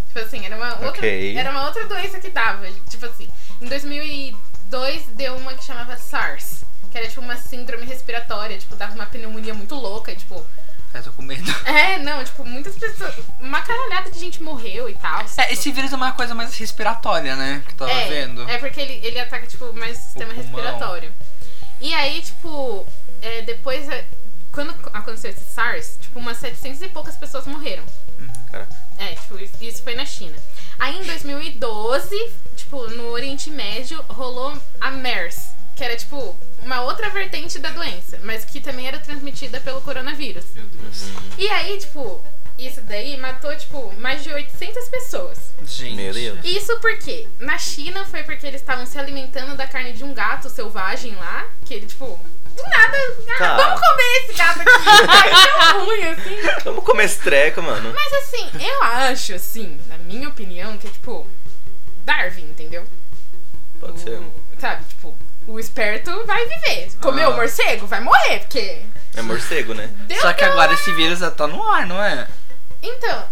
Tipo assim, era uma outra.
Ok.
Era uma outra doença que dava. Tipo assim, em 2002 deu uma que chamava SARS. Que era tipo uma síndrome respiratória, tipo, dava uma pneumonia muito louca, e, tipo,
Eu tô com medo.
É, não, tipo, muitas pessoas. Uma caralhada de gente morreu e tal.
É, esse vírus é uma coisa mais respiratória, né? Que eu tava
é,
vendo.
É porque ele, ele ataca, tipo, mais o sistema
pulmão.
respiratório. E aí, tipo, é, depois. é, Quando aconteceu esse SARS, tipo, umas 700 e poucas pessoas morreram.
Uhum.
Cara,
É, tipo, isso- isso foi na China. Aí em 2012, tipo, no Oriente Médio, rolou a MERS, que era tipo uma outra vertente da doença, mas que também era transmitida pelo coronavírus.
Meu Deus.
E aí, tipo, isso daí matou, tipo, mais de 800 pessoas.
Gente.
Meu Deus.
Isso porque na China foi porque eles estavam se alimentando da carne de um gato selvagem lá, que ele, tipo, do nada, ah,
Tá.
vamos comer esse gato aqui. Ai, tão ruim, assim.
vamos comer esse treco, mano.
Mas assim, eu acho, assim, na minha opinião, que é tipo. Darwin, entendeu?
Pode ser.
O- sabe, tipo, o esperto vai viver. Comeu
Ah.
o morcego, vai morrer, porque.
É morcego, né?
Deus
Só que
deu-
agora esse vírus já tá no ar, não é?
Então,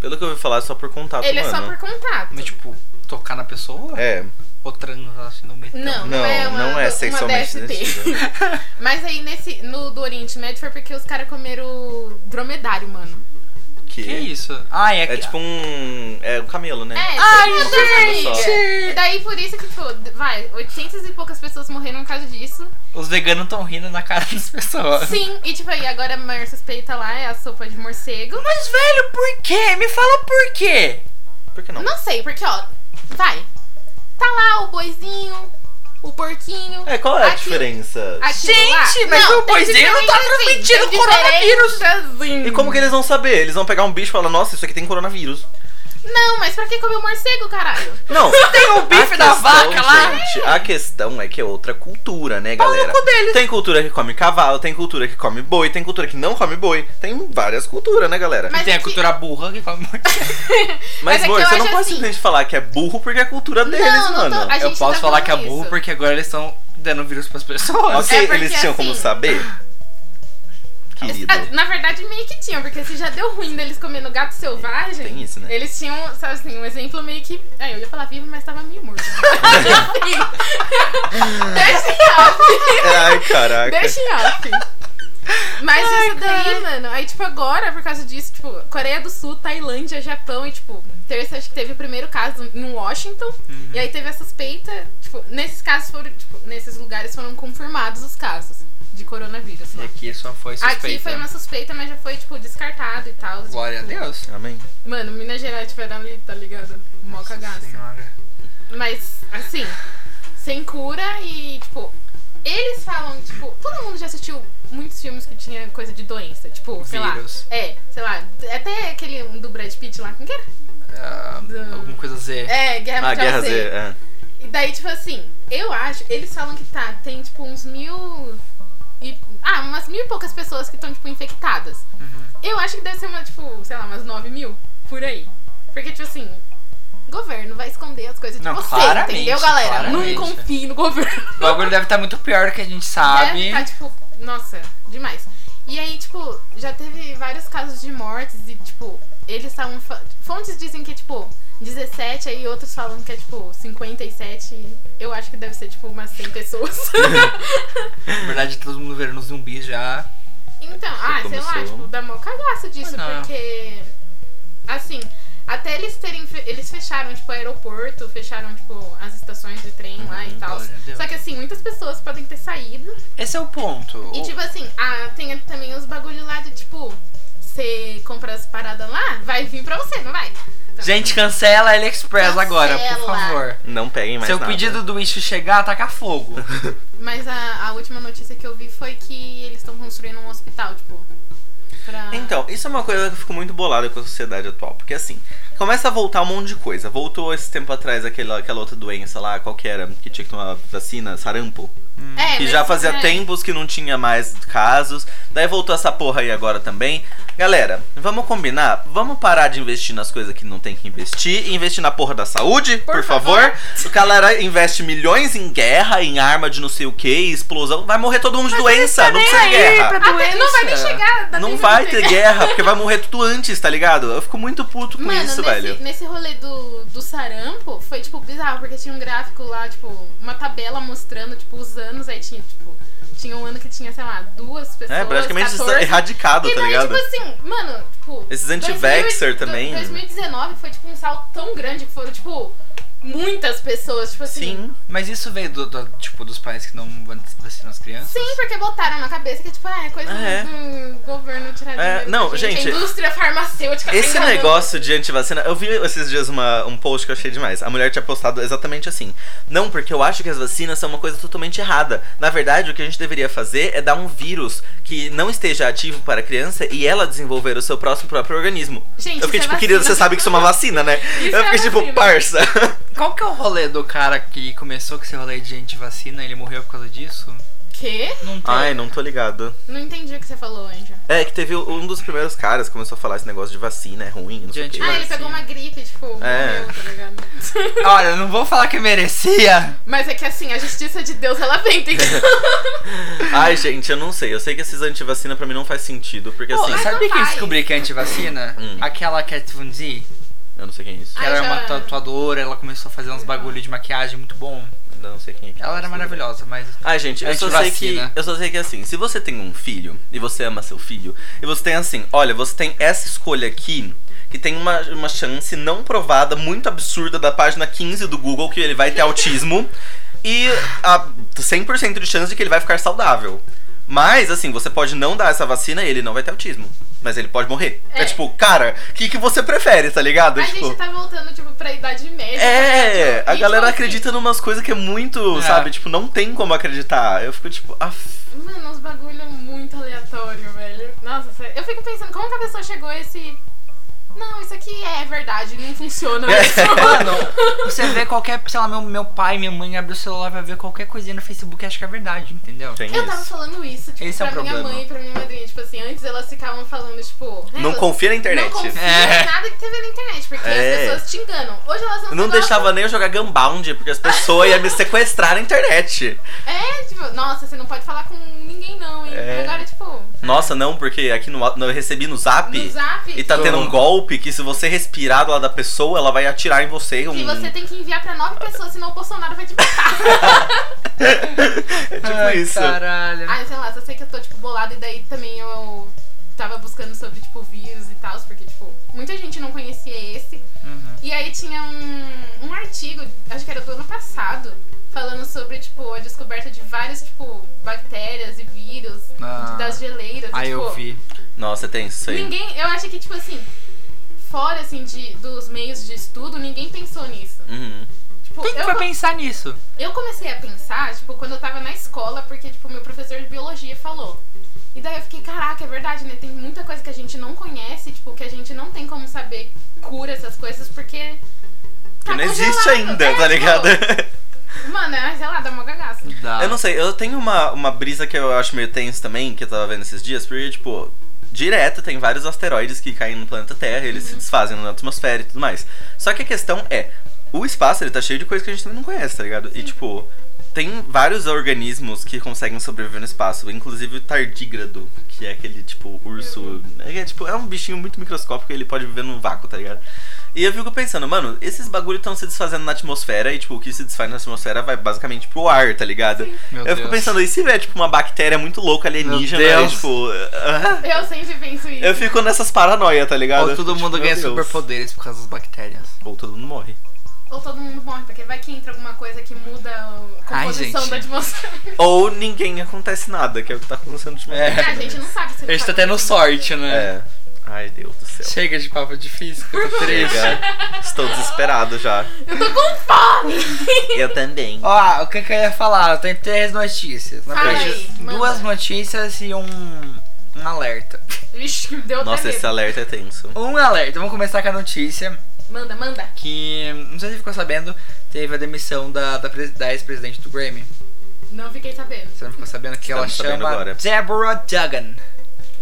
Pelo que eu ouvi falar, é só por contato,
ele é
mano.
só por contato.
Mas tipo, tocar na pessoa?
É,
Ou transar assim no meio?
Não, não,
Não,
é uma,
não é
uma
sexualmente
DST. Mas aí nesse, no do Oriente Médio foi porque os caras comeram dromedário, mano.
que...
Que isso? Ah, é,
É
que-
tipo um... É um camelo, né?
É,
Ai,
tipo,
gente!
E daí por isso que, tipo, vai, 800 e poucas pessoas morreram por causa disso.
Os veganos tão rindo na cara das pessoas.
Sim, e tipo aí, agora a maior suspeita lá é a sopa de morcego.
Mas velho, por quê? Me fala por quê?
Por que não?
Não sei, porque ó, vai. Tá lá o boizinho, o porquinho.
É, qual é a
aquilo-
diferença?
aquilo
Gente,
lá.
mas
Não,
o boizinho não tá
tem diferença, sim,
transmitindo
tem
coronavírus.
diferença, sim.
E como que eles vão saber? Eles vão pegar um bicho e falar, nossa, isso aqui tem coronavírus.
Não, mas pra que comer o morcego, caralho?
Não.
Tem
um
o bife da vaca lá?
gente, a questão é que é outra cultura, né,
Pau no
galera?
cu deles.
Tem cultura que come cavalo, tem cultura que come boi, tem cultura que não come boi. Tem várias culturas, né, galera?
Mas
tem
é
a
que-
cultura burra que come muito.
mas é
Mas,
que
amor,
eu
você não
acho
pode
assim-
simplesmente falar que é burro porque é a cultura deles,
não tô-
mano.
a gente
Eu
tá
posso falar
falando
que é burro
isso.
porque agora eles estão dando vírus pras pessoas.
Ok,
É porque
eles tinham como
assim-
saber. Querido.
Ah, Na verdade, meio que tinham, porque se já deu ruim deles comendo gato selvagem.
Tem isso, né?
Eles tinham, sabe assim, um exemplo meio que. Ah, eu ia falar vivo, mas tava meio morto. Deixa em off.
Ai, caraca.
Deixa em off. Mas isso daí, mano, aí tipo agora, por causa disso, tipo, Coreia do Sul, Tailândia, Japão, e tipo, terça acho que teve o primeiro caso em Washington,
Uhum.
e aí teve a suspeita, tipo, nesses casos foram, tipo, nesses lugares foram confirmados os casos de coronavírus.
E
lá.
aqui só foi suspeita.
Aqui foi uma suspeita, mas já foi, tipo, descartado e tal.
Glória a
tipo,
Deus.
Amém.
Mano, Minas Gerais tiveram ali, tá ligado? Mó cagaço.
Senhora.
Mas, assim, sem cura e, tipo, eles falam, tipo, todo mundo já assistiu muitos filmes que tinha coisa de doença, tipo, sei lá.
Vírus.
É, sei lá, até aquele um do Brad Pitt lá, como que era?
Ah,
Do-
alguma coisa a dizer.
É, Guerra
Ah,
Mundial
Guerra
Z.
Z, é.
E daí, tipo assim, eu acho, eles falam que tá, tem tipo uns mil. E, ah, umas mil e poucas pessoas que estão, tipo, infectadas.
Uhum.
Eu acho que deve ser uma, tipo, sei lá, umas nove mil por aí. Porque, tipo assim, governo vai esconder as coisas de
Não,
você,
claramente,
entendeu, galera?
claramente.
Não confie no governo.
O bagulho deve estar muito pior do que a gente
Deve
sabe.
tá, tipo, nossa, demais. E aí, tipo, já teve vários casos de mortes e, tipo, eles estavam. fa- Fontes dizem que é, tipo, 17, aí outros falam que é, tipo, 57. e Eu acho que deve ser, tipo, umas 100 pessoas. tá.
Na verdade, todo mundo vendo nos zumbis já.
então, ah, sei lá,
começou.
tipo, dá mó cagaço disso,
Mas não.
porque. Assim, até eles terem. fe- Eles fecharam, tipo, aeroporto, fecharam, tipo, as estações de trem lá e tal.
glória a Deus.
Tá. Só que, assim, muitas pessoas podem ter saído.
Esse é o ponto.
E tipo assim, ah, tem também os bagulho lá de tipo, você compra as paradas lá, vai vir pra você, não vai? Então,
Gente, cancela a AliExpress agora, por
Cancela.
favor.
Não peguem mais
Se o
nada.
pedido do Wish chegar, taca fogo.
Mas a, a última notícia que eu vi foi que eles estão construindo um hospital, tipo. Pra...
Então, isso é uma coisa que eu fico muito bolada com a sociedade atual. Porque assim, começa a voltar um monte de coisa. Voltou esse tempo atrás aquela, aquela outra doença lá, qual que era? Que tinha que tomar vacina, sarampo.
é,
que
mas-
já fazia
é.
tempos que não tinha mais casos. Daí voltou essa porra aí agora também. Galera, vamos combinar? Vamos parar de investir nas coisas que não tem que investir e investir na porra da saúde, por,
Por
favor. O galera investe milhões em guerra, em arma de não sei o que, explosão. Vai morrer todo mundo de
tá
doença, não precisa de guerra.
Até, não vai nem chegar, dá
Não
tempo
vai
de
ter guerra, porque vai morrer tudo antes, tá ligado? Eu fico muito puto com
Mano,
isso, velho.
nesse, nesse rolê do, do sarampo, foi, tipo, bizarro, porque tinha um gráfico lá, tipo, uma tabela mostrando, tipo, os anos, aí tinha, tipo, tinha um ano que tinha, sei lá, duas pessoas,
É, praticamente isso
14,
tá erradicado,
E
tá
daí,
ligado?
tipo assim, mano, tipo...
Esses
2000
anti-vaxxer também. né?
2019 foi, tipo, um salto tão grande que foram, tipo, muitas pessoas, tipo assim...
Sim.
Mas isso veio do, do- tipo, dos pais que não vacinam as crianças?
Sim, porque botaram na cabeça que, tipo, ah, é coisa
É.
do governo tirar
É,
dinheiro
não,
pra
gente,
A indústria farmacêutica tá
Esse
enganando.
negócio de antivacina, eu vi esses dias uma- um post que eu achei demais. A mulher tinha postado exatamente assim. Não, porque eu acho que as vacinas são uma coisa totalmente errada. Na verdade, o que a gente deveria fazer é dar um vírus que não esteja ativo para a criança e ela desenvolver o seu próximo próprio organismo.
Gente,
eu fiquei
isso é
tipo, querida,
vacina.
você sabe que isso é uma vacina, né?
Isso
eu
é
fiquei tipo,
vacina.
parça.
Qual que é o rolê do cara que começou com esse rolê de antivacina? Ele morreu por causa disso?
Quê?
Não tem.
Ai, não tô ligado.
Não entendi o que você falou, Angel.
É, que teve um dos primeiros caras que começou a falar esse negócio de vacina, é ruim, não sei o
Gente,
quê.
Ah, ele
Vacina.
pegou uma gripe, tipo,
É.
morreu, tá ligado?
Olha, não vou falar que merecia.
Mas é que assim, a justiça de Deus, ela vem, tem que...
Ai, gente, eu não sei. Eu sei que esses antivacina pra mim não faz sentido, porque
Pô,
assim,
mas
sabe
não
quem
faz.
descobri que é antivacina?
Hum.
Aquela é, tipo, Kat Von D,
eu não sei quem é isso.
que
Ai,
ela era uma
já-
tatuadora, ela começou a fazer uns bagulho de maquiagem muito bom.
Não sei quem é. que é,
Ela era
mas tudo bem.
maravilhosa, mas.
Ai, gente, eu só, sei que,
Antivacina.
eu só sei que assim, se você tem um filho e você ama seu filho, e você tem assim, olha, você tem essa escolha aqui, que tem uma, uma chance não provada, muito absurda, da página 15 do Google, que ele vai ter autismo, e a 100% de chance de que ele vai ficar saudável. Mas, assim, você pode não dar essa vacina e ele não vai ter autismo. Mas ele pode morrer. É,
É.
tipo, cara, o que, que você prefere, tá ligado?
A
tipo,
gente tá voltando, tipo, pra idade média.
é,
tá ligado?
a
E,
galera
tipo, assim,
acredita numas coisas que é muito,
É.
sabe? Tipo, não tem como acreditar. Eu fico tipo, af...
Mano, uns bagulho muito aleatório, velho. Nossa, sério. eu fico pensando, como que a pessoa chegou a esse... Não, isso aqui é verdade, não funciona.
É.
isso.
Mano, você vê qualquer. Sei lá, meu, meu pai, minha mãe abre o celular pra ver qualquer coisinha no Facebook e acha que é verdade, entendeu?
tem
Eu tava
isso.
falando isso, tipo,
Esse é
pra
o
minha
problema.
mãe e pra minha madrinha. Tipo assim, antes elas ficavam falando, tipo... "Ah,
Não
elas-
confia na internet.
Não confia
É.
em nada que teve na internet, porque
É.
as pessoas te enganam. Hoje elas não
Eu
se
não
gostam.
deixava nem eu jogar Gunbound, porque as pessoas iam me sequestrar na internet.
É, tipo, nossa, você não pode falar com ninguém não, hein?
É.
Agora, tipo,
Nossa, não, porque aqui no, no- eu recebi no zap,
no zap,
e tá
tipo,
tendo um golpe que se você respirar do lado da pessoa, ela vai atirar em você. Um...
E você tem que enviar pra nove pessoas, senão o Bolsonaro vai te matar.
É tipo
Ai,
isso.
Caralho.
ah, sei lá, só sei que eu tô, tipo, bolada e daí também eu tava buscando sobre, tipo, vírus e tal, porque, tipo, muita gente não conhecia esse.
Uhum.
E aí tinha um, um artigo, acho que era do ano passado, falando sobre, tipo, a descoberta de várias, tipo, bactérias e vírus
Ah.
das geleiras. e,
Aí
tipo,
eu vi.
Nossa, tem isso aí.
Ninguém, eu acho que, tipo assim, fora, assim, de, dos meios de estudo, ninguém pensou nisso.
Uhum.
Tipo,
Quem que
eu,
vai
co-
pensar nisso?
eu comecei a pensar, tipo, quando eu tava na escola, porque, tipo, meu professor de biologia falou. E daí eu fiquei, caraca, é verdade, né? Tem muita coisa que a gente não conhece, tipo, que a gente não tem como saber cura essas coisas, porque.
Que
tá
não existe
congelado. É,
ainda,
tipo,
tá ligado?
Mano, é, sei lá, dá uma gagaça.
Dá.
Eu não sei, eu tenho uma, uma brisa que eu acho meio tenso também, que eu tava vendo esses dias, porque, tipo, direto tem vários asteroides que caem no planeta Terra,
Uhum.
eles se desfazem na atmosfera e tudo mais. Só que a questão é, o espaço, ele tá cheio de coisa que a gente também não conhece, tá ligado? E, tipo, tem vários organismos que conseguem sobreviver no espaço, inclusive o tardígrado, que é aquele, tipo, urso... É, é, tipo, é um bichinho muito microscópico e ele pode viver no vácuo, tá ligado? E eu fico pensando, mano, esses bagulho estão se desfazendo na atmosfera e, tipo, o que se desfaz na atmosfera vai basicamente pro ar, tá ligado?
Meu
eu fico
Deus.
pensando, e se vier, tipo, uma bactéria muito louca alienígena,
Meu
né?
Deus.
tipo. ah,
Eu sempre penso isso.
eu fico nessas paranoia, tá ligado?
Ou todo
Tipo,
mundo
meu
ganha
Deus.
superpoderes por causa das bactérias.
Ou todo mundo morre.
Ou todo mundo morre, porque vai que entra alguma coisa que muda a
Ai,
composição
gente.
da atmosfera.
Ou ninguém acontece nada, que é o que tá acontecendo ultimamente.
É.
Ah, a gente não sabe se
A gente tá tendo sorte, né?
É. Ai, Deus do céu.
Chega de papo de física, eu tô triste.
Chega. Estou desesperado já.
Eu tô com fome!
Eu também.
Ó, o que, que eu ia falar? Eu tenho três notícias. Na
Fala
verdade,
aí, manda.
duas notícias e um, um alerta.
Vixe, deu até
Nossa,
medo.
esse alerta é tenso.
Um alerta, vamos começar com a notícia.
Manda, manda.
Que, não sei se ficou sabendo, teve a demissão da, da, pres- da ex-presidente do Grammy.
Não fiquei sabendo.
Você não ficou sabendo que ela
Estamos tá sabendo
chama
agora.
Deborah Duggan.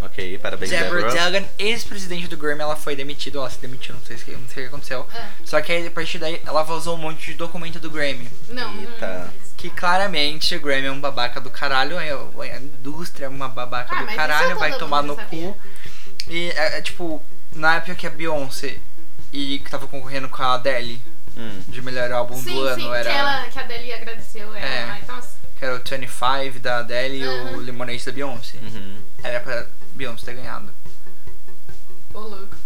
Ok, parabéns,
Deborah
Deborah.
Duggan, ex-presidente do Grammy, ela foi demitida, ela se demitiu, não sei, se- não sei o que aconteceu.
Ah,
Só que aí, a partir daí, ela vazou um monte de documento do Grammy.
não. não-
Eita.
Que claramente o Grammy é um babaca do caralho, é- a indústria é uma babaca
Ah, mas
do
isso
caralho,
todo
vai tomar
mundo
no
sabia.
cu. E é, é tipo, na época que a Beyoncé e que tava concorrendo com a Adele
Hum.
de melhor álbum
sim,
do ano.
sim,
Um era,
que, ela, que a Deli agradeceu ela.
É.
Ai, nossa.
que era o 25 da Adele e o
Uhum.
Lemonade da Beyoncé.
Uhum.
Era pra Beyoncé ter ganhado.
Ô, louco.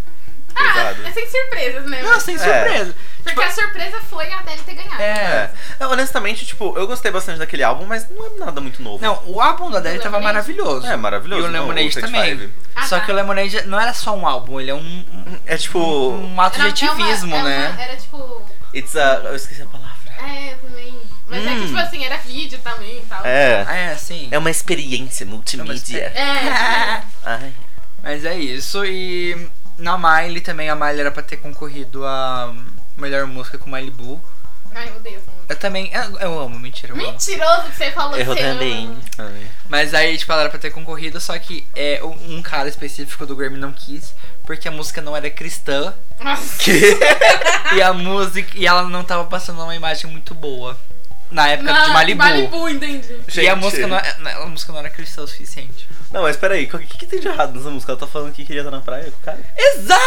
Pesado.
Ah, é sem surpresas, né?
Nossa, sem
É.
surpresa. Tipo,
Porque a surpresa foi a Adele ter ganhado.
É.
É, honestamente, tipo, eu gostei bastante daquele álbum, mas não é nada muito novo.
Não, o álbum da Adele tava
Lemonade.
maravilhoso.
É, maravilhoso,
E o
não,
Lemonade
o 25.
também.
Ah,
Só
tá.
que o Lemonade não era só um álbum, ele é um, um-
É tipo.
um ato de
Era- é uma-
ativismo,
é uma-
né?
era tipo.
It's a. Eu esqueci a palavra.
É, eu também. Mas é que,
Hum.
tipo assim, era vídeo também e tal.
É.
É, sim.
É uma experiência multimídia.
É, tipo,
Ai.
Mas é isso. E na Miley também, a Miley era pra ter concorrido a melhor música com Miley Boo.
tipo, Ai, eu odeio essa música.
Eu também. Eu, eu amo, mentira. Eu
Hum?
amo.
Mentiroso que você falou que
Eu
você
também.
ama.
Mas aí, tipo, ela era pra ter concorrido, só que é, um um cara específico do Grammy não quis, porque a música não era cristã.
Nossa.
e a música. E ela não tava passando uma imagem muito boa. Na época de Malibu.
Malibu, entendi.
E a
Gente.
música, não, é- a música não era cristã o suficiente.
Não, mas peraí, o que, que tem de errado nessa música? Ela tá falando que queria estar na praia com o cara.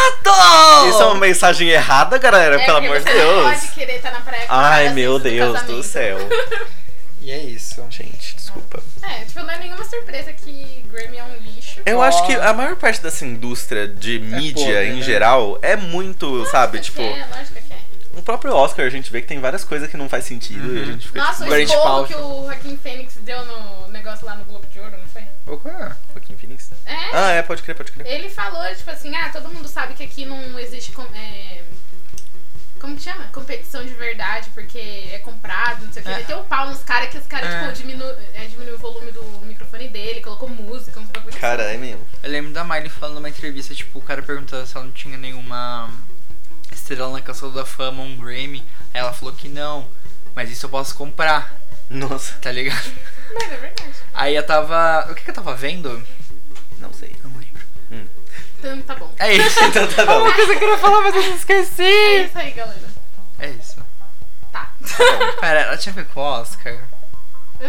Exato!
Isso é uma mensagem errada, galera,
É,
pelo
porque
amor de
você
Deus.
Não pode querer estar na praia com
Ai,
caras
meu
antes
Deus do
casamento.
céu.
E é isso.
Gente, desculpa.
É, tipo, não é nenhuma surpresa que Grammy é um lixo.
Eu
Ó.
acho que a maior parte dessa indústria de
É
mídia
podre,
em
né?
geral é muito, sabe?
Lógico
Tipo,
que é, lógico que é.
o próprio Oscar a gente vê que tem várias coisas que não faz sentido e a gente fica
Uhum.
tipo,
Nossa, o
Brand
esporro
Paltrow.
que o Joaquim Fênix deu no negócio lá no Globo de Ouro, não foi?
tipo, Joaquim Phoenix.
É.
Ah, é, pode crer, pode crer.
Ele falou, tipo assim, ah, todo mundo sabe que aqui não existe. com- é, como que chama? Competição de verdade, porque é comprado, não sei o que.
É.
Ele deu o pau nos caras que os caras,
É.
tipo, diminuiu diminui o volume do microfone dele, colocou música, uns bagulho. assim.
Caralho, meu.
Eu lembro da Miley falando numa entrevista, tipo, o cara perguntando se ela não tinha nenhuma estrela na canção da fama, um Grammy. Aí ela falou que não, mas isso eu posso comprar,
Nossa,
tá ligado?
Mas é verdade.
Aí eu tava. O que, que eu tava vendo?
não sei.
Não lembro.
Então tá bom.
É isso.
Então tá bom.
coisa que eu queria falar, mas eu
É
esqueci.
isso aí, galera.
É isso.
Tá.
Pera, ela tinha a ver com o Oscar?
Eu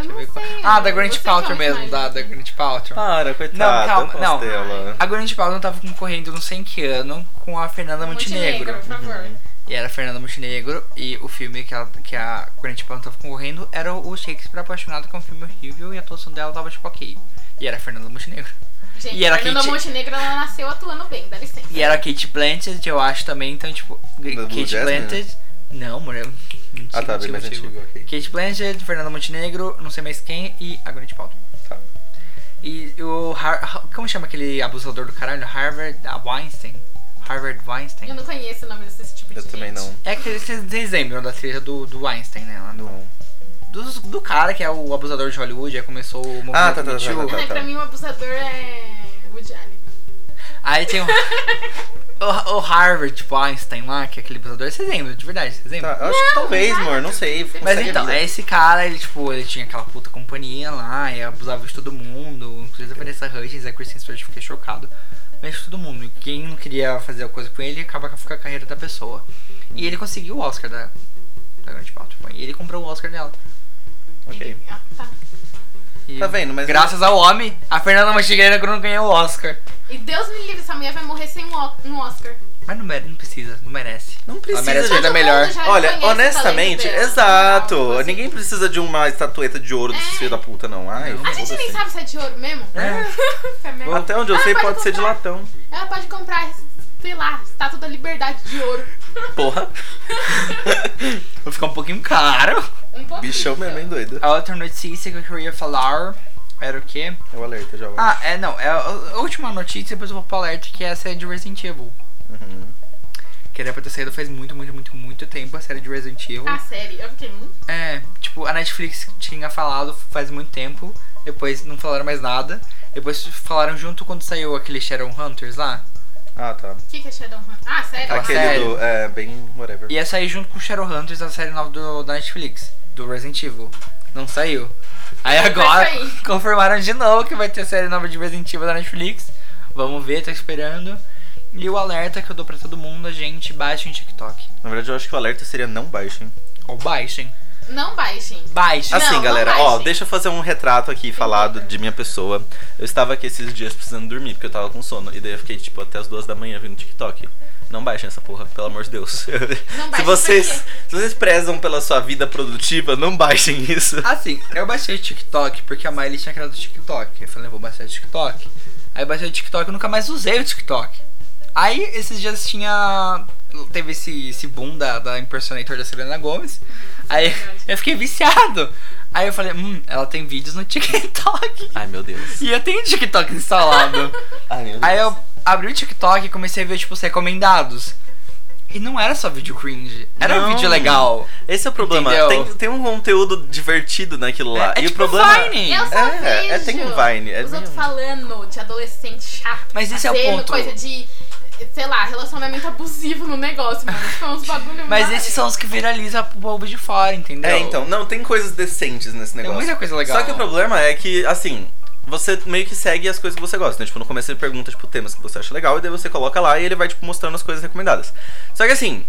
Tinha a
não
ver com-
sei. é
Ah, da Grant
Você
Paltrow
sabe
mesmo,
mais.
da, da Grant Paltrow.
Para, coitada.
Não, calma,
eu gosto
não.
dela.
A Grant Paltrow tava concorrendo não sei em que ano com a Fernanda
Montenegro, por favor.
E era Fernanda Montenegro e o filme que, ela, que a Grande Palma tava concorrendo era o Shakespeare Apaixonado, que é um filme horrível e a atuação dela tava tipo ok. E era Fernanda Montenegro.
Gente,
E era
Fernanda
Kate-
Montenegro, ela nasceu atuando bem, dá licença.
E era Kate Blanchett, eu acho também, então tipo.
Blue
Kate
Jasmine? né?
Blanchett. Não, mulher.
Ah, tá, bem
antigo,
mais
antigo.
antigo, ok.
Kate Blanchett, Fernanda Montenegro, não sei mais quem e a Grande Palma.
Tá.
E o. Har- como chama aquele abusador do caralho? Harvard ah, Weinstein? Harvard Weinstein?
Eu não conheço o nome desse tipo de
Eu
gente.
também não.
É aquele vocês vocês lembram da trilha do, do Einstein, né? Lá do,
Não.
dos- do, cara que é o abusador de Hollywood, aí começou o movimento
Ah, tá, tá,
Me
tá,
Too.
tá, tá.
Ai, pra mim, o abusador é Woody Allen.
Aí tem o, o, o Harvard, tipo, Einstein lá, que é aquele abusador. Vocês lembram, de verdade, vocês lembram?
Tá, eu acho que talvez, amor, não sei.
Mas
segue a
então,
vida.
é esse cara, ele, tipo, ele tinha aquela puta companhia lá, e abusava de todo mundo, inclusive a Vanessa Hudgens, a Kristen Stewart, eu fiquei chocado. Mas de todo mundo, quem não queria fazer a coisa com ele, acaba com a carreira da pessoa. E ele conseguiu o Oscar da, da Grande Pauta, tipo, e ele comprou o Oscar dela.
Ok.
Ah, tá.
E
Tá vendo? Mas
Graças ao homem, a Fernanda Montenegro não ganhou o Oscar.
E Deus me livre, essa mulher vai morrer sem um o- um Oscar.
Mas não, mere- não precisa, não merece.
Não precisa.
merece
gente.
Seja
Todo
melhor.
mundo já
é Olha,
reconhece o talento
honestamente,
dela.
exato.
Não, assim,
Ninguém precisa de uma estatueta de ouro desse
É.
filho da puta, não. Ai,
Não.
A gente nem Ah,
foda-se.
sabe se é de ouro mesmo. Essa merda.
É. Até onde eu
Ela
sei, pode ser de
comprar-
latão.
Ela pode comprar, sei lá, estátua da liberdade de ouro.
Porra.
Vai ficar um pouquinho caro.
Um pouquinho.
Bichão é mesmo, hein, doido.
A outra notícia que eu queria falar era o quê?
É o alerta, já.
Ah, é não, é a a última notícia, depois eu vou pro alerta, que é a série de Resident Evil.
Uhum.
Que era pra ter saído faz muito, muito, muito, muito tempo a série de Resident Evil.
Ah, sério. Eu fiquei. hum?
É, tipo, a Netflix tinha falado faz muito tempo, depois não falaram mais nada. Depois falaram junto quando saiu aquele Shadowhunters lá.
Ah, tá.
O que, que é Shadowrun? Ah, sério?
Aquele
sério?
do. É, bem. whatever.
Ia sair junto com Shadowhunters, a série nova do, da Netflix, do Resident Evil. Não saiu. Aí agora
sair.
confirmaram de novo que vai ter série nova de Resident Evil da Netflix. Vamos ver, tô esperando. E o alerta que eu dou pra todo mundo, a gente baixa em TikTok.
Na verdade, eu acho que o alerta seria não baixo, hein?
Ou baixem.
Não baixem.
Baixo.
Assim,
não
galera,
vai,
ó,
gente.
deixa eu fazer um retrato aqui falado de minha pessoa. Eu estava aqui esses dias precisando dormir, porque eu tava com sono. E daí eu fiquei, tipo, até as duas da manhã vendo TikTok. Não baixem essa porra, pelo amor de Deus.
Não
se,
baixem,
vocês,
por quê?
se vocês prezam pela sua vida produtiva, não baixem isso.
Assim, eu baixei o TikTok porque a Miley tinha criado o TikTok. Eu falei, vou baixar o TikTok. Aí eu baixei o TikTok, eu nunca mais usei o TikTok. Aí esses dias tinha. Teve esse, esse boom da, da impersonator da Selena Gomes. Aí eu fiquei viciado. Aí eu falei, hum, ela tem vídeos no TikTok.
Ai, meu Deus.
E eu tenho TikTok instalado.
Ai, meu Deus.
Aí eu abri o TikTok e comecei a ver, tipo, os recomendados. E não era só vídeo cringe, era
Não.
um vídeo legal.
Esse é o problema.
Entendeu?
Tem, tem um conteúdo divertido naquilo lá.
É- é
e
tipo
o problema.
Vine.
Eu só
É,
vejo
é, tem um Vine, é
os
bem
outros
um-
falando de adolescente chato.
Mas esse é o
fazendo
ponto.
coisa de, sei lá, relacionamento abusivo no negócio, mano. Tipo, é uns bagulho
Mas
nada a
esses
ver.
são os que viralizam pro povo de fora, entendeu?
É, então, não, tem coisas decentes nesse negócio.
muita coisa legal.
Só que o problema é que, assim, você meio que segue as coisas que você gosta, né? Tipo, no começo ele pergunta, tipo, temas que você acha legal, e daí você coloca lá e ele vai, tipo, mostrando as coisas recomendadas. Só que assim.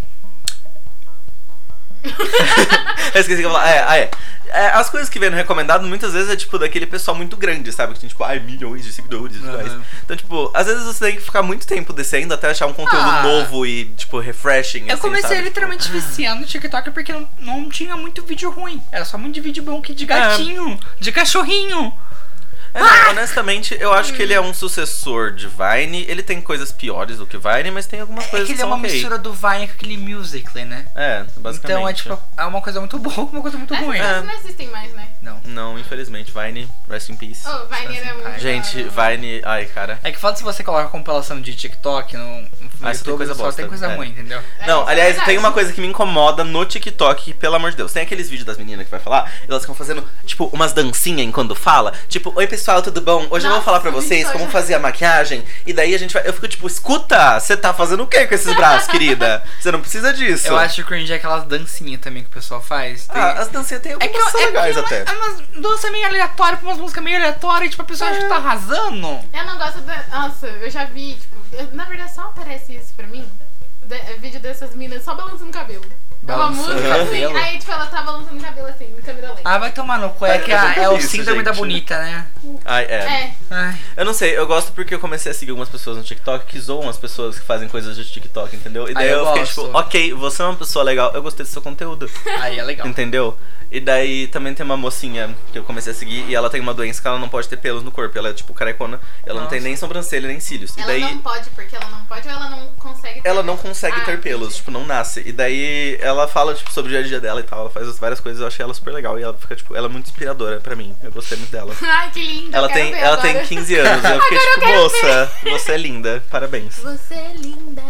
eu esqueci que eu ia falar. É, ah, é. É, As coisas que vêm no recomendado muitas vezes é tipo daquele pessoal muito grande, sabe? Que tem tipo, ai, milhões de seguidores e tudo mais.
Aham.
Então, tipo, às vezes você tem que ficar muito tempo descendo até achar um conteúdo
Ah.
novo e, tipo, refreshing.
Eu
assim,
comecei
sabe? Tipo,
literalmente viciando no TikTok porque não, não tinha muito vídeo ruim. Era só muito vídeo bom que de gatinho, de cachorrinho.
É, não, honestamente, eu acho que ele é um sucessor de Vine. Ele tem coisas piores do que Vine, mas tem algumas
É
coisas
que
que
ele é
são
uma
ok.
mistura do Vine com aquele Musical.ly, né?
É, basicamente. É.
Então é tipo, é uma coisa muito boa com uma coisa muito
Essas
ruim.
coisas não existem mais, né?
Não.
Não, infelizmente, Vine, rest in peace.
Oh, Vine era muito.
Gente,
da hora.
Vine, ai, cara.
É que fala se você coloca compilação de TikTok no, no
Ah, só tem
YouTube,
coisa
só
bosta,
tem coisa
é.
ruim, entendeu?
É,
Não,
isso é
aliás,
verdade.
tem uma coisa que me incomoda no TikTok, que, pelo amor de Deus. Tem aqueles vídeos das meninas que vai falar, e elas ficam fazendo, tipo, umas dancinhas enquanto fala. Tipo, oi pessoal, tudo bom? Hoje eu vou
Nossa,
falar pra
isso
vocês
eu
como
já-
fazer a maquiagem. E daí a gente vai. Eu fico tipo, escuta, você tá fazendo o que com esses braços, querida? Você não precisa disso.
Eu acho cringe é aquelas dancinhas também que o pessoal faz. Tem-
Ah, as dancinhas tem
É que
algumas
eu-
são
é,
legais
é, uma,
até.
é umas danças meio aleatórias, umas músicas meio aleatórias, tipo, a pessoa acha que
É.
tá arrasando.
Eu não gosto da. Nossa, eu já vi, tipo. eu- na verdade, só aparece isso pra mim. de- é vídeo dessas minas só balançando o cabelo. É uma
Balançando o
música assim.
cabelo?
Aí, tipo, ela tá balançando o cabelo assim, em câmera lenta.
Ah, vai tomar no cu, é,
Ah,
que
eu
a-
nunca
é
vi
o
isso,
síndrome da
gente.
bonita, né?
Ai, é.
É.
Ai.
Eu não sei, eu gosto porque eu comecei a seguir algumas pessoas no TikTok que zoam as pessoas que fazem coisas de TikTok, entendeu? E daí
Ah, eu
eu, fiquei
gosto.
tipo, ok, você é uma pessoa legal, eu gostei do seu conteúdo,
Aí é legal.
entendeu? E daí também tem uma mocinha que eu comecei a seguir e ela tem uma doença que ela não pode ter pelos no corpo, ela é tipo carecona, ela não tem
Nossa.
nem sobrancelha, nem cílios.
Ela
e daí
não pode, porque ela não pode ou ela não consegue ter
ela não consegue
Ah,
ter pelos,
entendi.
tipo, não nasce. E daí ela fala, tipo, sobre o dia a dia dela e tal, ela faz várias coisas, eu achei ela super legal e ela fica, tipo, ela é muito inspiradora pra mim, eu gostei muito dela.
Ai, que linda.
Ela
eu quero
tem,
ver
ela
agora.
tem 15 anos. Eu fiquei tipo, moça, você é linda, parabéns.
Você é linda.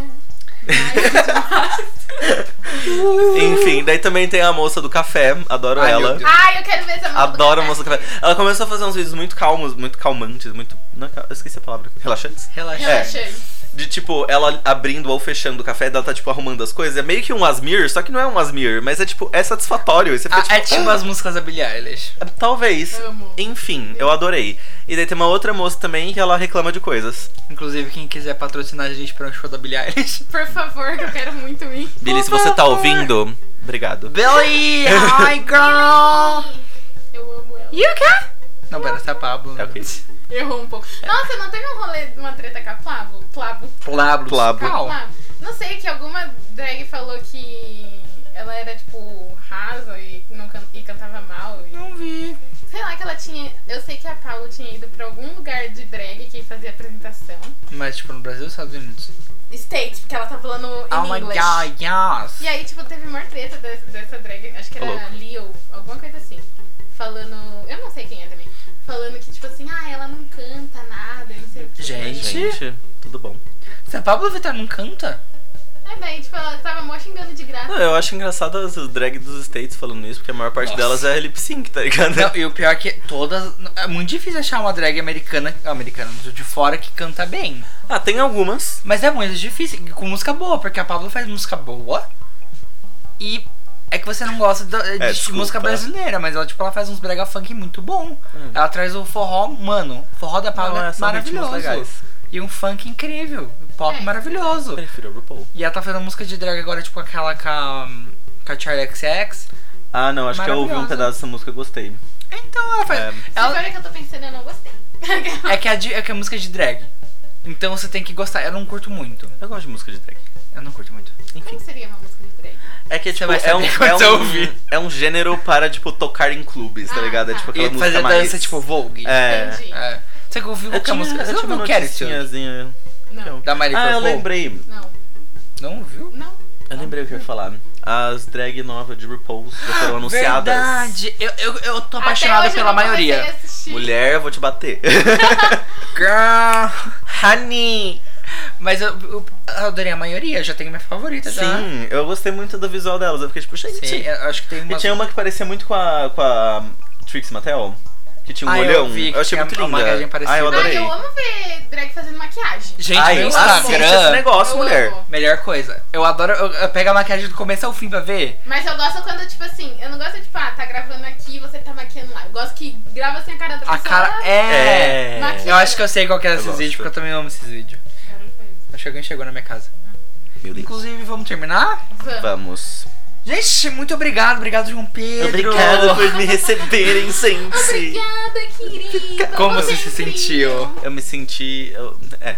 Enfim, daí também tem a moça do café, adoro
Ai, meu
ela.
Deus.
Ai, Ah, eu quero ver essa música.
Adoro a moça do café. Ela começou a fazer uns vídeos muito calmos, muito calmantes, muito. Não, é cal- eu esqueci a palavra. Relaxantes?
Relaxa.
É.
Relaxante.
De tipo, ela abrindo ou fechando o café, ela tá tipo arrumando as coisas. É meio que um Asmir, só que não é um Asmir, mas é tipo, é satisfatório. E Você fica,
Ah, é tipo
"Ah".
as músicas da Billie Eilish.
Talvez.
Amo.
Enfim, eu adorei. E daí tem uma outra moça também que ela reclama de coisas.
Inclusive, quem quiser patrocinar a gente pra um show da Billie Eilish.
Por favor, que eu quero muito ir.
Billy, se você tá ouvindo, obrigado.
Billie, hi girl!
Ah. Eu amo ela.
You can? Não, pera, essa é a Pablo.
É o quê?
Errou um pouco. Nossa, não teve um rolê de uma treta com a Plavo? Plavo.
Plablo.
Plablo.
Calma.
Plavo. Não sei, que alguma drag falou que ela era, tipo, rasa e, não can- e cantava mal. e-
Não vi.
Sei lá que ela tinha. Eu sei que a Paulo tinha ido pra algum lugar de drag que fazia apresentação.
Mas, tipo, no Brasil ou Estados Unidos?
States, porque ela tá falando em
Oh my
inglês.
god, yes!
E aí, tipo, teve maior treta dessa, dessa drag, acho que era
Ô, louco.
Leo, alguma coisa assim. Falando. Eu não sei quem é também. Falando que, tipo assim, ah, ela não canta nada, não sei o que.
Gente.
Gente, tudo bom.
Se a é Pablo Vittar não canta?
É, daí, tipo, ela tava mó xingando de graça.
Não, Ah, eu acho engraçado as drag dos States falando isso, porque a maior parte delas é lip sync, tá ligado?
Não, e o pior é que todas. É muito difícil achar uma drag americana. Americana, de fora que canta bem.
Ah, tem algumas.
Mas é muito difícil. e Com música boa, porque a Pablo faz música boa. E é que você não gosta da- de,
desculpa.
música brasileira, mas ela, tipo, ela faz uns brega funk muito bom. Ela traz o forró, mano. O forró da Pablo
Hum. Não, é,
é
são ritmos
maravilhoso.
legais.
E um funk incrível. um Pop
É.
maravilhoso.
Prefiro a RuPaul.
E ela tá fazendo música de drag agora, tipo aquela com a, com a Charlie XX.
Ah, não, acho que eu ouvi um
Maravilhosa.
pedaço dessa música e gostei.
Então ela faz.
É.
Ela,
Agora que eu tô pensando, eu não gostei.
é, que a, de- é que a música é de drag. Então você tem que gostar. Eu não curto muito.
Eu gosto de música de drag.
Eu não curto muito.
Como que seria uma música de drag?
É que tipo,
vai
é um,
saber quando
é,
você
um,
ouvir.
é um gênero para, tipo, tocar em clubes, tá
Ah,
ligado? É
tá.
tipo aquela
E
música
fazer
mais...
dança tipo Vogue.
É.
Entendi.
É. Você que ouviu qualquer música? Você
eu
não
tinha
ouviu
uma
Carrot?
noticiazinha.
Não.
Da Miley
Ah, eu
Cyrus?
lembrei.
Não.
Não ouviu?
Não.
Eu lembrei o que eu ia falar. As drag novas de RuPaul's já foram anunciadas.
Verdade. Eu, eu, eu tô
Até
apaixonado
hoje eu
pela
não comecei
maioria.
a assistir.
Mulher, eu vou te bater.
Girl.
Honey!
Mas eu, eu adorei a maioria. Já tenho minha favorita já.
Sim, eu gostei muito do visual delas. Eu fiquei tipo, gente.
Sim, eu acho que tem
E
uma.
tinha uma que parecia muito com a, com a Trix Mattel. Que tinha um
Ah, eu
olhão.
vi que
achei
tinha
muito
uma
linda.
maquiagem parecida.
Ah, eu
Ah,
adorei.
eu amo ver drag fazendo maquiagem.
Gente,
Ai,
meu
assiste esse
Instagram.
negócio,
Eu
mulher.
amo.
Melhor coisa. Eu adoro. Eu, eu pego a maquiagem do começo ao fim pra ver.
Mas eu gosto quando, tipo assim, eu não gosto tipo, ah, tá gravando aqui e você tá maquiando lá. Eu gosto que grava assim a cara da
A
pessoa.
cara. É.
É.
Maquiagem.
Eu acho que eu sei qual que é
Eu
esses
gosto.
vídeos, porque eu também amo esses vídeos. Acho que alguém chegou na minha casa.
Meu Deus.
Inclusive, vamos terminar?
Vamos.
Vamos.
Gente, muito obrigado. Obrigado, João Pedro.
Obrigado por me receberem, gente.
Obrigada, querida.
Como você se
é incrível.
sentiu?
Eu me senti. eu- é.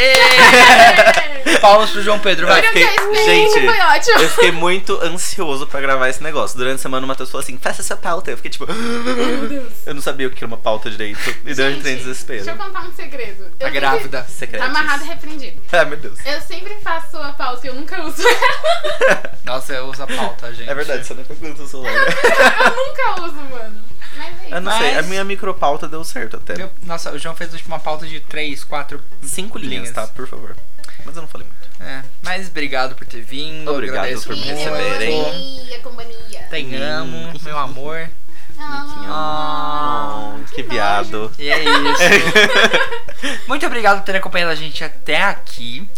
É. Palmas pro João Pedro, vai.
Obrigada,
fiquei-
experiência
gente,
foi ótimo.
Eu fiquei muito ansioso pra gravar esse negócio. Durante a semana o Matheus falou assim: faça essa pauta. Eu fiquei tipo. Meu
Deus.
Eu não sabia o que era uma pauta direito. E deu
Gente,
entrei em desespero.
Deixa eu contar um segredo. Eu
Tá
sempre-
grávida.
Tá
Secretos.
amarrado e repreendido.
Ah, meu Deus.
Eu sempre faço a pausa e eu nunca uso ela.
Nossa, eu uso a pauta, gente.
É verdade, você não foi com o celular. né?
Eu nunca uso, mano. Mas é isso.
Eu não sei, a
Mas-
minha micropauta deu certo até.
Meu- nossa, o João fez tipo, uma pauta de 3, 4.
Cinco linhas,
linhas.
tá? Por favor. Mas eu não falei muito.
É. Mas obrigado por ter vindo.
Obrigado
agradeço
por me
E
muito.
eu
receberem.
amei a companhia.
Te amo, meu amor.
Ah,
Oh, que viado.
E é isso. Muito obrigado por ter acompanhado a gente até aqui.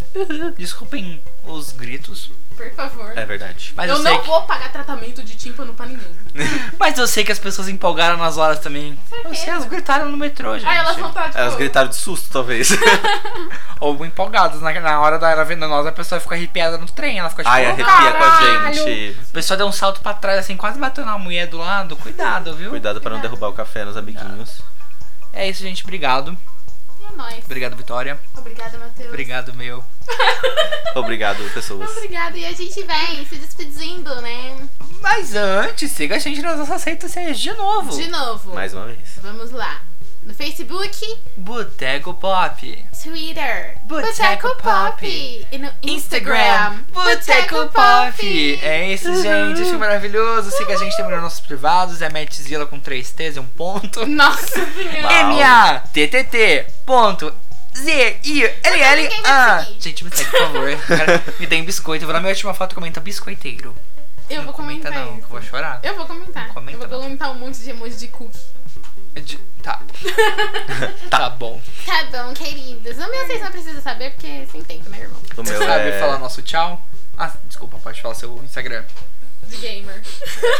Desculpem os gritos,
Por favor.
É verdade.
mas eu,
eu
sei
não
que,
vou pagar tratamento de tímpano pra ninguém.
mas eu sei que as pessoas empolgaram nas horas também. Eu sei, elas gritaram no metrô, gente.
Aí elas vão estar, tipo...
Elas gritaram de susto, talvez.
Ou empolgadas na, na hora da era venenosa, a pessoa ficou arrepiada no trem, ela ficou tipo,
Ai,
"Oh,
arrepia com a
caralho!"
gente.
A pessoa deu um salto pra trás, assim, quase bateu na mulher do lado. Cuidado, viu?
Cuidado pra não derrubar o café nos amiguinhos.
É isso, gente. Obrigado.
E é nóis.
Obrigado, Vitória.
Obrigada, Matheus.
Obrigado, meu.
Obrigado, pessoas.
Obrigada. E a gente vem se despedindo, né?
Mas antes, siga a gente nas nossas redes sociais de novo.
De novo.
Mais uma vez.
Vamos lá. No Facebook,
Boteco Pop.
Twitter,
Boteco Pop.
E no Instagram, Uhum.
Boteco Pop. É isso, gente. Acho maravilhoso. Siga a gente também nos nossos privados. É Metzilla com 3 T's e um ponto.
Nossa senhora.
Uau.
M-A-T-T-T ponto Z-I-L-L
Ninguém vai
A.
seguir.
Gente, me segue, por favor. Cara, me dê um biscoito. Eu vou na minha última foto e comenta biscoiteiro.
Eu vou comentar
não, que
isso.
eu vou chorar.
Eu vou comentar.
Comenta,
eu vou
não.
comentar um monte de emoji de cookie.
De- Tá. tá bom.
Tá bom, queridos. O meu vocês não precisam saber, porque sem tempo, né, irmão?
O
Você
meu
sabe
é,
falar nosso tchau? Ah, desculpa, pode falar seu Instagram.
De gamer.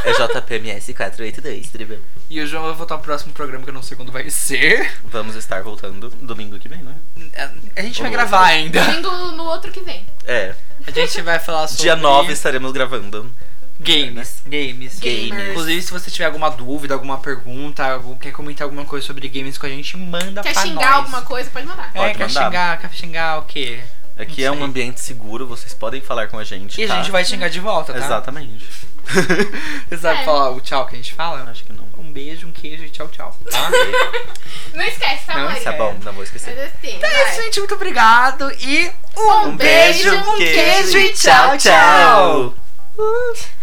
é JPMS482, tudo bem?
E o João vai voltar pro próximo programa que eu não sei quando vai ser.
Vamos estar voltando domingo que vem, não é?
A gente vai
Ô,
gravar ainda.
Vindo no outro que vem.
É.
A gente vai falar sobre
Dia 9 estaremos gravando.
games, games,
Gamers.
Inclusive, se você tiver alguma dúvida, alguma pergunta, algum- quer comentar alguma coisa sobre games com a gente, manda
Quer
Tá pra
xingar
nós.
alguma coisa? Pode mandar.
É,
Pode
quer
mandar.
xingar, quer xingar o quê?
Aqui
Não
é um
sei.
ambiente seguro, vocês podem falar com a gente.
E
tá?
a gente vai xingar de volta, tá?
Exatamente.
Você sabe
É.
falar o tchau que a gente fala?
Acho que não.
Um beijo, um queijo e tchau, tchau. Tá?
Não esquece, tá,
Não,
Mari?
isso
Tá bom, não vou esquecer.
Mas assim,
É isso,
vai.
gente. Muito obrigado e um
Um
Um beijo, um queijo e
tchau, tchau.
Uh.